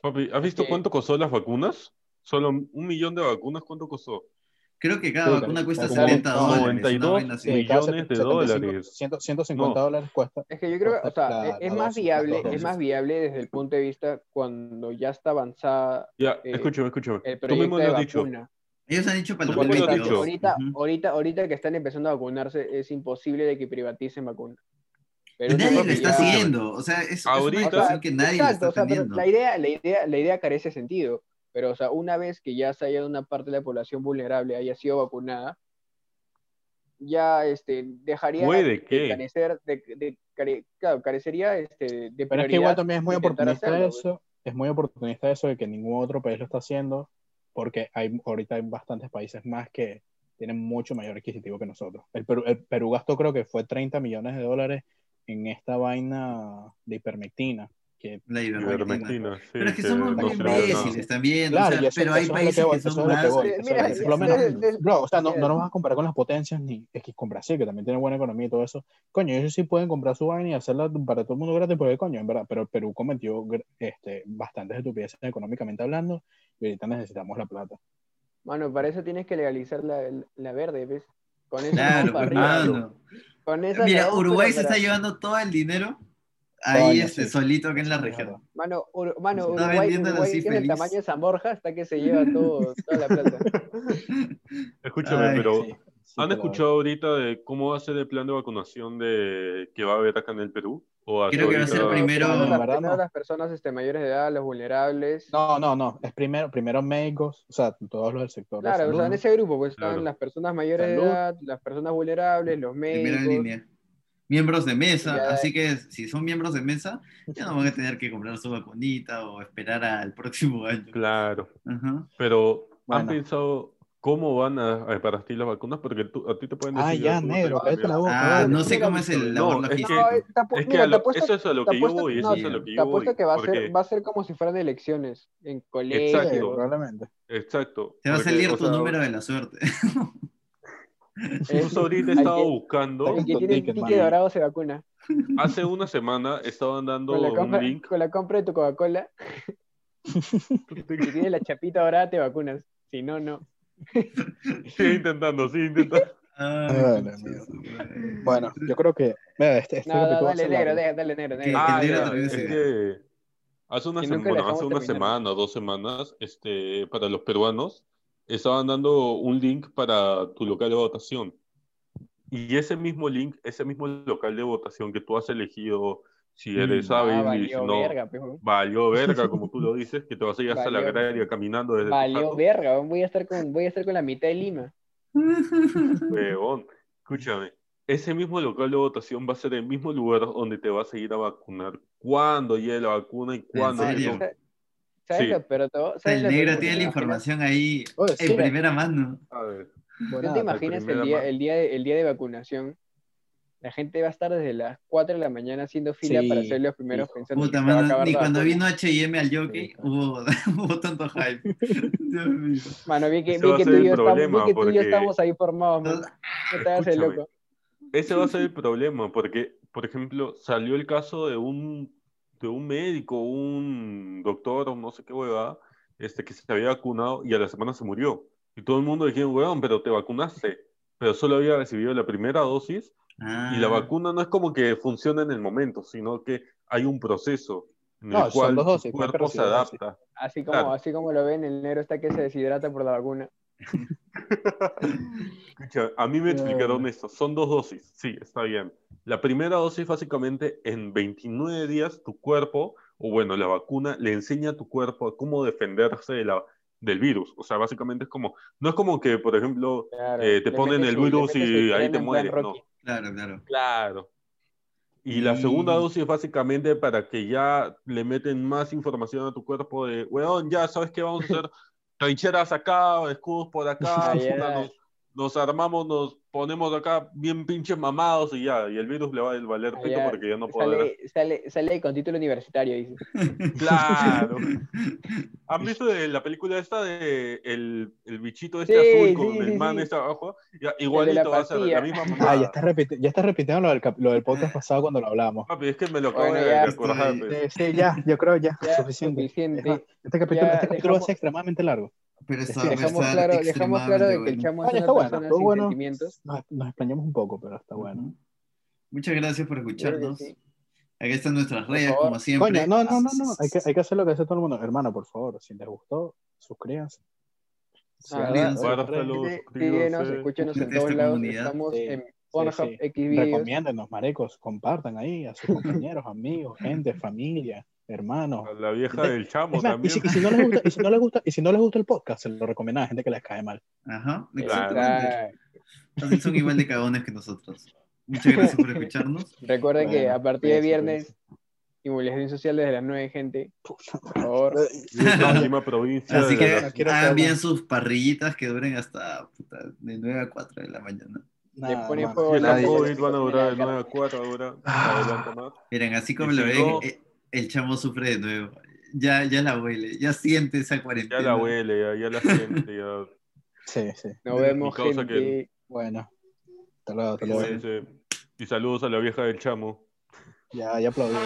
Speaker 4: Papi, ¿has visto
Speaker 3: que-
Speaker 4: cuánto costó las vacunas? Solo un millón de vacunas, ¿cuánto costó?
Speaker 2: Creo que cada
Speaker 1: Sí,
Speaker 2: vacuna
Speaker 1: claro,
Speaker 2: cuesta
Speaker 1: claro,
Speaker 2: 70
Speaker 1: como
Speaker 2: dólares. una
Speaker 4: 92,
Speaker 2: vaina así.
Speaker 4: sí.
Speaker 1: cada
Speaker 4: Millones de
Speaker 1: 75,
Speaker 4: dólares.
Speaker 1: 100, 150
Speaker 4: No.
Speaker 1: dólares cuesta.
Speaker 3: Es que yo creo, o sea,
Speaker 1: La-
Speaker 3: es- es
Speaker 1: la
Speaker 3: más
Speaker 1: dosis,
Speaker 3: viable,
Speaker 1: las dos
Speaker 3: es más
Speaker 1: dosis.
Speaker 3: viable desde el punto de vista cuando ya está avanzada
Speaker 4: Ya,
Speaker 3: Eh,
Speaker 4: escúchame, escúchame.
Speaker 3: el
Speaker 4: Tú mismo
Speaker 3: proyecto
Speaker 4: lo
Speaker 3: de
Speaker 4: has dicho.
Speaker 3: vacuna.
Speaker 2: Ellos han dicho para el
Speaker 4: Tú mismo lo has
Speaker 2: 2022.
Speaker 4: dicho.
Speaker 3: Ahorita,
Speaker 2: Ujú.
Speaker 3: ahorita, ahorita que están empezando a vacunarse, es imposible de que privaticen vacunas. Pero
Speaker 2: Nadie
Speaker 3: creo
Speaker 2: lo
Speaker 3: que
Speaker 2: está
Speaker 3: ya-
Speaker 2: haciendo. O sea, es, es una
Speaker 4: Ahorita-
Speaker 2: discusión que nadie le
Speaker 3: Exacto,
Speaker 2: está
Speaker 3: o sea, pero
Speaker 2: teniendo.
Speaker 3: la idea, la idea, la idea carece de sentido. Pero, o sea, una vez que ya se haya una parte de la población vulnerable haya sido vacunada, ya este, dejaría
Speaker 4: ¿Puede
Speaker 3: de
Speaker 4: qué?
Speaker 3: carecer, de, de care- claro, carecería
Speaker 1: Pero
Speaker 3: este, de
Speaker 1: es que igual
Speaker 3: prioridad
Speaker 1: también es muy
Speaker 3: intentar
Speaker 1: oportunista
Speaker 3: hacerlo,
Speaker 1: eso, es muy oportunista eso de que ningún otro país lo está haciendo, porque hay, ahorita hay bastantes países más que tienen mucho mayor adquisitivo que nosotros. El Perú, el Perú gastó creo que fue 30 millones de dólares en esta vaina de hipermectina. Que,
Speaker 2: La ivermectina.
Speaker 4: Ivermectina, sí,
Speaker 2: Pero es que
Speaker 4: que
Speaker 2: somos
Speaker 4: no
Speaker 2: muy
Speaker 4: sirve de nada.
Speaker 2: imbéciles también, o
Speaker 1: Claro,
Speaker 2: sea,
Speaker 1: y eso-
Speaker 2: pero hay
Speaker 1: eso es a lo que
Speaker 2: países
Speaker 1: voy,
Speaker 2: que
Speaker 1: eso es
Speaker 2: son
Speaker 1: a lo que
Speaker 2: más...
Speaker 1: voy,
Speaker 3: Eh,
Speaker 1: eso es
Speaker 3: mira,
Speaker 1: a lo que- por lo
Speaker 3: de-
Speaker 1: menos-
Speaker 3: de- de-
Speaker 1: Bro, o sea, no, no nos vas a comparar con las potencias ni es que con Brasil, que también tiene buena economía y todo eso. Coño, ellos sí pueden comprar su vaina y hacerla para todo el mundo gratis, porque coño, en verdad, pero Perú cometió gr- este, bastantes estupideces económicamente hablando y ahorita necesitamos la plata.
Speaker 3: Mano, para eso tienes que legalizar la, la verde, ¿ves? Con esa
Speaker 2: (laughs)
Speaker 1: (laughs)
Speaker 2: Claro,
Speaker 3: vamos para
Speaker 2: pues,
Speaker 3: arriba,
Speaker 2: mano.
Speaker 3: Con esa le
Speaker 2: Mira,
Speaker 3: damos,
Speaker 2: Uruguay
Speaker 3: pero
Speaker 2: se está
Speaker 3: para-
Speaker 2: llevando todo el dinero ahí
Speaker 1: Coño,
Speaker 2: este,
Speaker 1: sí.
Speaker 2: solito aquí en la
Speaker 1: Es
Speaker 2: región.
Speaker 1: verdad.
Speaker 3: Mano, Ur- mano,
Speaker 2: Está
Speaker 3: Uruguay,
Speaker 2: vendiéndolo
Speaker 3: Uruguay
Speaker 2: así
Speaker 3: que es el
Speaker 2: feliz.
Speaker 3: tamaño de San Borja hasta que se lleva todo, toda
Speaker 2: (laughs)
Speaker 3: la plata.
Speaker 4: Escúchame,
Speaker 2: Ay,
Speaker 4: pero
Speaker 1: Sí, sí,
Speaker 4: ¿han
Speaker 1: pero-
Speaker 4: escuchado ahorita de cómo va a ser el plan de vacunación de que va a haber acá en el Perú? ¿O hasta
Speaker 2: Creo que va a ser
Speaker 4: ahorita-
Speaker 2: primero-
Speaker 3: Todas
Speaker 1: La
Speaker 3: las,
Speaker 1: verdad,
Speaker 3: todas
Speaker 1: no.
Speaker 3: las personas este, mayores de edad, los vulnerables.
Speaker 1: No, no, no, es primero, primero médicos, o sea, todos los del sector. de
Speaker 3: claro, o
Speaker 1: salud,
Speaker 3: sea, en
Speaker 1: ¿no?
Speaker 3: ese grupo pues están
Speaker 4: Claro.
Speaker 3: las personas mayores de
Speaker 1: Salud.
Speaker 3: edad, las personas vulnerables, los
Speaker 2: Primera
Speaker 3: médicos.
Speaker 2: línea. Miembros de mesa,
Speaker 3: Ya.
Speaker 2: así que si son miembros de mesa, ya no van a tener que comprar su vacunita o esperar al próximo año.
Speaker 4: Claro,
Speaker 2: Ajá.
Speaker 4: pero ¿han
Speaker 1: Bueno.
Speaker 4: pensado cómo van a a repartir las vacunas? Porque tú- a ti te pueden decir...
Speaker 1: Ah, ya,
Speaker 4: "Tú no te
Speaker 1: negro,
Speaker 4: vas a
Speaker 1: cállate la
Speaker 4: cambiar".
Speaker 1: boca.
Speaker 2: Ah,
Speaker 1: dale.
Speaker 2: no sé cómo es el labor
Speaker 4: No, es
Speaker 2: logístico.
Speaker 4: que-
Speaker 3: eh, te apu-
Speaker 4: Es que
Speaker 3: mira,
Speaker 4: a
Speaker 3: te
Speaker 4: lo-
Speaker 3: apuesto-
Speaker 4: eso es a lo
Speaker 3: te
Speaker 4: que yo
Speaker 3: apuesto-
Speaker 4: voy,
Speaker 3: no,
Speaker 4: eso es a lo que
Speaker 3: te
Speaker 4: yo voy.
Speaker 3: apuesto que va a,
Speaker 4: porque-
Speaker 3: ser, va a ser como si fueran elecciones en colegio.
Speaker 1: Sí,
Speaker 4: Exacto.
Speaker 1: probablemente.
Speaker 4: Exacto.
Speaker 2: Te va a
Speaker 4: porque,
Speaker 2: salir
Speaker 4: o
Speaker 2: tu
Speaker 4: sea,
Speaker 2: número de la suerte.
Speaker 4: Justo ahorita
Speaker 3: Al
Speaker 4: estaba
Speaker 3: que-
Speaker 4: buscando,
Speaker 3: El que
Speaker 1: Con
Speaker 3: tiene el
Speaker 1: ticket,
Speaker 3: ticket
Speaker 1: mano.
Speaker 3: dorado se vacuna.
Speaker 4: hace una semana estaban dando
Speaker 3: Con la,
Speaker 4: un
Speaker 3: compra,
Speaker 4: link. (laughs)
Speaker 3: con la compra de tu Coca-Cola, si tienes la chapita dorada te vacunas. Si no, no.
Speaker 4: Sigue intentando, sigue intentando.
Speaker 1: Ay, Ah, la Bueno, yo creo que. Mira, este, este
Speaker 3: No,
Speaker 1: es lo que tú
Speaker 3: no,
Speaker 1: vas a
Speaker 3: dale
Speaker 1: hacer,
Speaker 3: negro,
Speaker 1: Larry.
Speaker 3: deja- dale negro,
Speaker 2: Que-
Speaker 3: negro.
Speaker 4: Ah,
Speaker 2: el negro
Speaker 4: ya,
Speaker 2: también
Speaker 4: es
Speaker 2: se-
Speaker 4: que hace una,
Speaker 3: Que
Speaker 4: sem-
Speaker 3: nunca
Speaker 4: bueno,
Speaker 3: dejamos
Speaker 4: hace una
Speaker 3: terminar.
Speaker 4: semana, dos semanas, este, para los peruanos, estaban dando un link para tu local de votación. Y ese mismo link, ese mismo local de votación que tú has elegido, si eres
Speaker 2: Mm.
Speaker 4: hábil
Speaker 3: Ah,
Speaker 4: y si
Speaker 3: valió
Speaker 4: no,
Speaker 3: verga, pues, weón.
Speaker 4: valió verga, como
Speaker 3: (laughs)
Speaker 4: tú lo dices, que te vas a ir hasta la
Speaker 3: Valió-
Speaker 4: agraria caminando desde tu
Speaker 3: Valió
Speaker 4: jato.
Speaker 3: verga, weón. voy a estar con, voy a estar con la mitad de Lima.
Speaker 4: Huevón, escúchame. Ese mismo local de votación va a ser el mismo lugar donde te vas a ir a vacunar. ¿Cuándo llegue la vacuna y cuándo?
Speaker 2: serio?
Speaker 4: no?
Speaker 3: ¿Sabes
Speaker 4: Sí.
Speaker 3: lo peor de todo? ¿Sabes
Speaker 2: El
Speaker 3: lo peor?
Speaker 2: negro
Speaker 3: ¿Tú
Speaker 2: tiene
Speaker 3: te
Speaker 2: la
Speaker 3: imaginas-
Speaker 2: información ahí
Speaker 1: Oye, sí,
Speaker 2: en primera mano.
Speaker 4: A ver,
Speaker 3: ¿Tú
Speaker 1: buena
Speaker 3: te
Speaker 1: data.
Speaker 3: imaginas el
Speaker 4: primera
Speaker 3: día,
Speaker 4: mano.
Speaker 3: el, día de, el día de vacunación? La gente va a estar desde las 4 de la mañana haciendo fila
Speaker 1: Sí,
Speaker 3: para hacer los primeros
Speaker 1: hijo.
Speaker 3: pensando
Speaker 2: Puta
Speaker 3: que se va a
Speaker 2: mano,
Speaker 3: acabar
Speaker 2: ni
Speaker 3: la
Speaker 2: cuando
Speaker 3: vacuna.
Speaker 2: vino HM al jockey hubo, (laughs) hubo tanto
Speaker 3: (laughs)
Speaker 2: hype. Dios mío.
Speaker 3: Mano, vi que,
Speaker 4: Ese
Speaker 3: vi
Speaker 4: va a
Speaker 3: que tú
Speaker 4: ser
Speaker 3: y yo
Speaker 4: el
Speaker 3: estamos,
Speaker 4: problema,
Speaker 3: vi que tú y yo
Speaker 4: porque-
Speaker 3: estamos ahí formados, man.
Speaker 2: Ah,
Speaker 3: No te hagas el
Speaker 4: Escúchame.
Speaker 3: loco.
Speaker 4: ese va a ser
Speaker 1: (laughs)
Speaker 4: el problema, porque, por ejemplo, salió el caso de un, de un médico, un doctor, o no sé qué huevada, este, que se había vacunado y a la semana se murió. Y todo el mundo decía, huevón, pero te vacunaste. Pero solo había recibido la primera dosis Y la
Speaker 2: Ah.
Speaker 4: vacuna no es como que funciona en el momento, sino que hay un proceso en el
Speaker 1: No, son
Speaker 4: cual
Speaker 1: dos dosis,
Speaker 4: tu
Speaker 1: tienes que
Speaker 4: cuerpo se
Speaker 1: recibir dosis.
Speaker 4: adapta.
Speaker 3: Así como,
Speaker 4: Claro.
Speaker 3: así como lo ven, el negro está que se deshidrata por la vacuna.
Speaker 4: Escucha, A mí me
Speaker 1: Claro.
Speaker 4: explicaron esto, son dos dosis, sí, está bien. La primera dosis básicamente en 29 días tu cuerpo, o bueno, la vacuna le enseña a tu cuerpo a cómo defenderse de la, del virus. O sea, básicamente es como, no es como que, por ejemplo,
Speaker 3: Claro,
Speaker 4: eh, te
Speaker 3: le
Speaker 4: ponen
Speaker 3: metes
Speaker 4: el
Speaker 3: su- le
Speaker 4: virus
Speaker 3: metes su
Speaker 4: y
Speaker 3: crema
Speaker 4: ahí
Speaker 3: en
Speaker 4: te
Speaker 3: plan
Speaker 4: mueres, no.
Speaker 3: Rocky.
Speaker 2: Ah, Claro, claro.
Speaker 4: Claro. Y la segunda
Speaker 2: Mm.
Speaker 4: dosis es básicamente para que ya le meten más información a tu cuerpo de, weón, ya sabes que vamos a
Speaker 3: (laughs)
Speaker 4: hacer trincheras acá, escudos por acá,
Speaker 3: Ah, (laughs) ya.
Speaker 4: puta, nos, nos armamos, nos ponemos acá bien pinches mamados y ya, y el virus le va a valer
Speaker 3: Ah,
Speaker 4: pito
Speaker 3: ya.
Speaker 4: porque ya no podrá.
Speaker 3: Sale, sale, sale con título universitario, dice. (laughs)
Speaker 4: Claro. ¿Han visto de la película esta de el, el bichito este
Speaker 3: Sí,
Speaker 4: azul con
Speaker 3: sí,
Speaker 4: el
Speaker 3: sí,
Speaker 4: man
Speaker 3: sí.
Speaker 4: este abajo? Ya, igualito va a ser
Speaker 3: pastilla.
Speaker 4: la
Speaker 3: (laughs)
Speaker 4: misma
Speaker 1: Ah, ya
Speaker 4: mamada.
Speaker 1: estás, repiti- ya estás repitiendo lo del, cap- lo del podcast pasado cuando lo hablamos.
Speaker 4: Papi, es que me lo acabo
Speaker 3: Bueno,
Speaker 4: de
Speaker 3: ya.
Speaker 4: recordar.
Speaker 2: Estoy-
Speaker 4: pues.
Speaker 1: Sí, sí, ya, yo creo ya,
Speaker 3: Ya,
Speaker 1: suficiente. (laughs)
Speaker 3: suficiente.
Speaker 1: Deja- Este capítulo,
Speaker 3: Ya
Speaker 1: este capítulo va a
Speaker 3: dejamos-
Speaker 1: ser extremadamente largo.
Speaker 2: Pero esto
Speaker 1: Sí,
Speaker 2: va a
Speaker 3: Dejamos
Speaker 2: estar
Speaker 3: claro, dejamos claro de que el
Speaker 2: extremadamente
Speaker 3: chamo
Speaker 1: Ah, ya
Speaker 3: es una
Speaker 1: está bueno,
Speaker 3: persona
Speaker 1: estuvo
Speaker 3: sin
Speaker 1: bueno.
Speaker 3: sentimientos.
Speaker 1: Nos, nos extrañamos un poco, pero está
Speaker 2: bueno.
Speaker 1: bueno.
Speaker 2: Ujú. Muchas gracias por escucharnos.
Speaker 3: Sí, sí.
Speaker 2: Aquí están nuestras
Speaker 3: Por
Speaker 2: redes,
Speaker 3: favor.
Speaker 2: como siempre.
Speaker 1: Coño, no, no, no, no. Hay que, hay que hacer lo que hace todo el mundo. Hermano, por favor, si les gustó, suscríbanse.
Speaker 3: Ah,
Speaker 2: Suscríbanse.
Speaker 4: Guárdalo,
Speaker 3: Sí,
Speaker 4: suscríbanse.
Speaker 3: síguenos, escúchenos en
Speaker 2: Gente de
Speaker 3: todos
Speaker 2: esta
Speaker 3: lados.
Speaker 2: comunidad.
Speaker 3: Estamos
Speaker 1: Sí,
Speaker 3: en
Speaker 1: sí.
Speaker 3: Pornhub Xvideos.
Speaker 1: Recomiéndenos, marecos, compartan ahí a sus compañeros, (laughs) amigos, gente, familia, hermanos.
Speaker 4: A la vieja del chamo
Speaker 1: Es más, y, si,
Speaker 4: también.
Speaker 1: y si no les gusta, y si no les gusta, y si no les gusta el podcast, se lo recomiendan a gente que les cae mal.
Speaker 2: Ajá,
Speaker 4: Claro.
Speaker 2: exactamente.
Speaker 3: Exacto.
Speaker 2: Así son igual de cagones que nosotros. Muchas gracias por escucharnos.
Speaker 3: Recuerden que
Speaker 1: Bueno, pues.
Speaker 3: a partir de
Speaker 1: cuídense,
Speaker 3: viernes, inmovilización social desde las 9, gente. Por favor.
Speaker 4: Lima, provincia.
Speaker 2: Así
Speaker 4: de
Speaker 2: que
Speaker 4: la-
Speaker 1: quiero
Speaker 2: hagan
Speaker 1: saber
Speaker 2: bien
Speaker 1: más.
Speaker 2: sus parrillitas que duren hasta puta, de 9 a 4 de la mañana.
Speaker 3: Le
Speaker 1: Nada,
Speaker 3: pone
Speaker 1: mano,
Speaker 3: fuego
Speaker 4: Si está
Speaker 1: nadie-
Speaker 3: la
Speaker 4: COVID, van a durar de
Speaker 3: Mira,
Speaker 4: 9 a 4 ahora.
Speaker 2: Ah.
Speaker 4: Adelante más.
Speaker 2: Miren, así como
Speaker 4: Y
Speaker 2: lo
Speaker 4: si
Speaker 2: ven,
Speaker 4: no-
Speaker 2: eh, el chamo sufre de nuevo. Ya, ya la huele, ya siente esa
Speaker 4: Ya
Speaker 2: cuarentena.
Speaker 4: la huele, ya, ya la siente.
Speaker 2: (laughs)
Speaker 4: Ya.
Speaker 1: Sí, sí.
Speaker 3: Nos vemos,
Speaker 4: Mi causa
Speaker 3: gente.
Speaker 4: que-
Speaker 1: Bueno. Hasta luego, hasta luego.
Speaker 4: Cuídense. Y saludos a la vieja del chamo.
Speaker 1: Ya, ya aplaudí.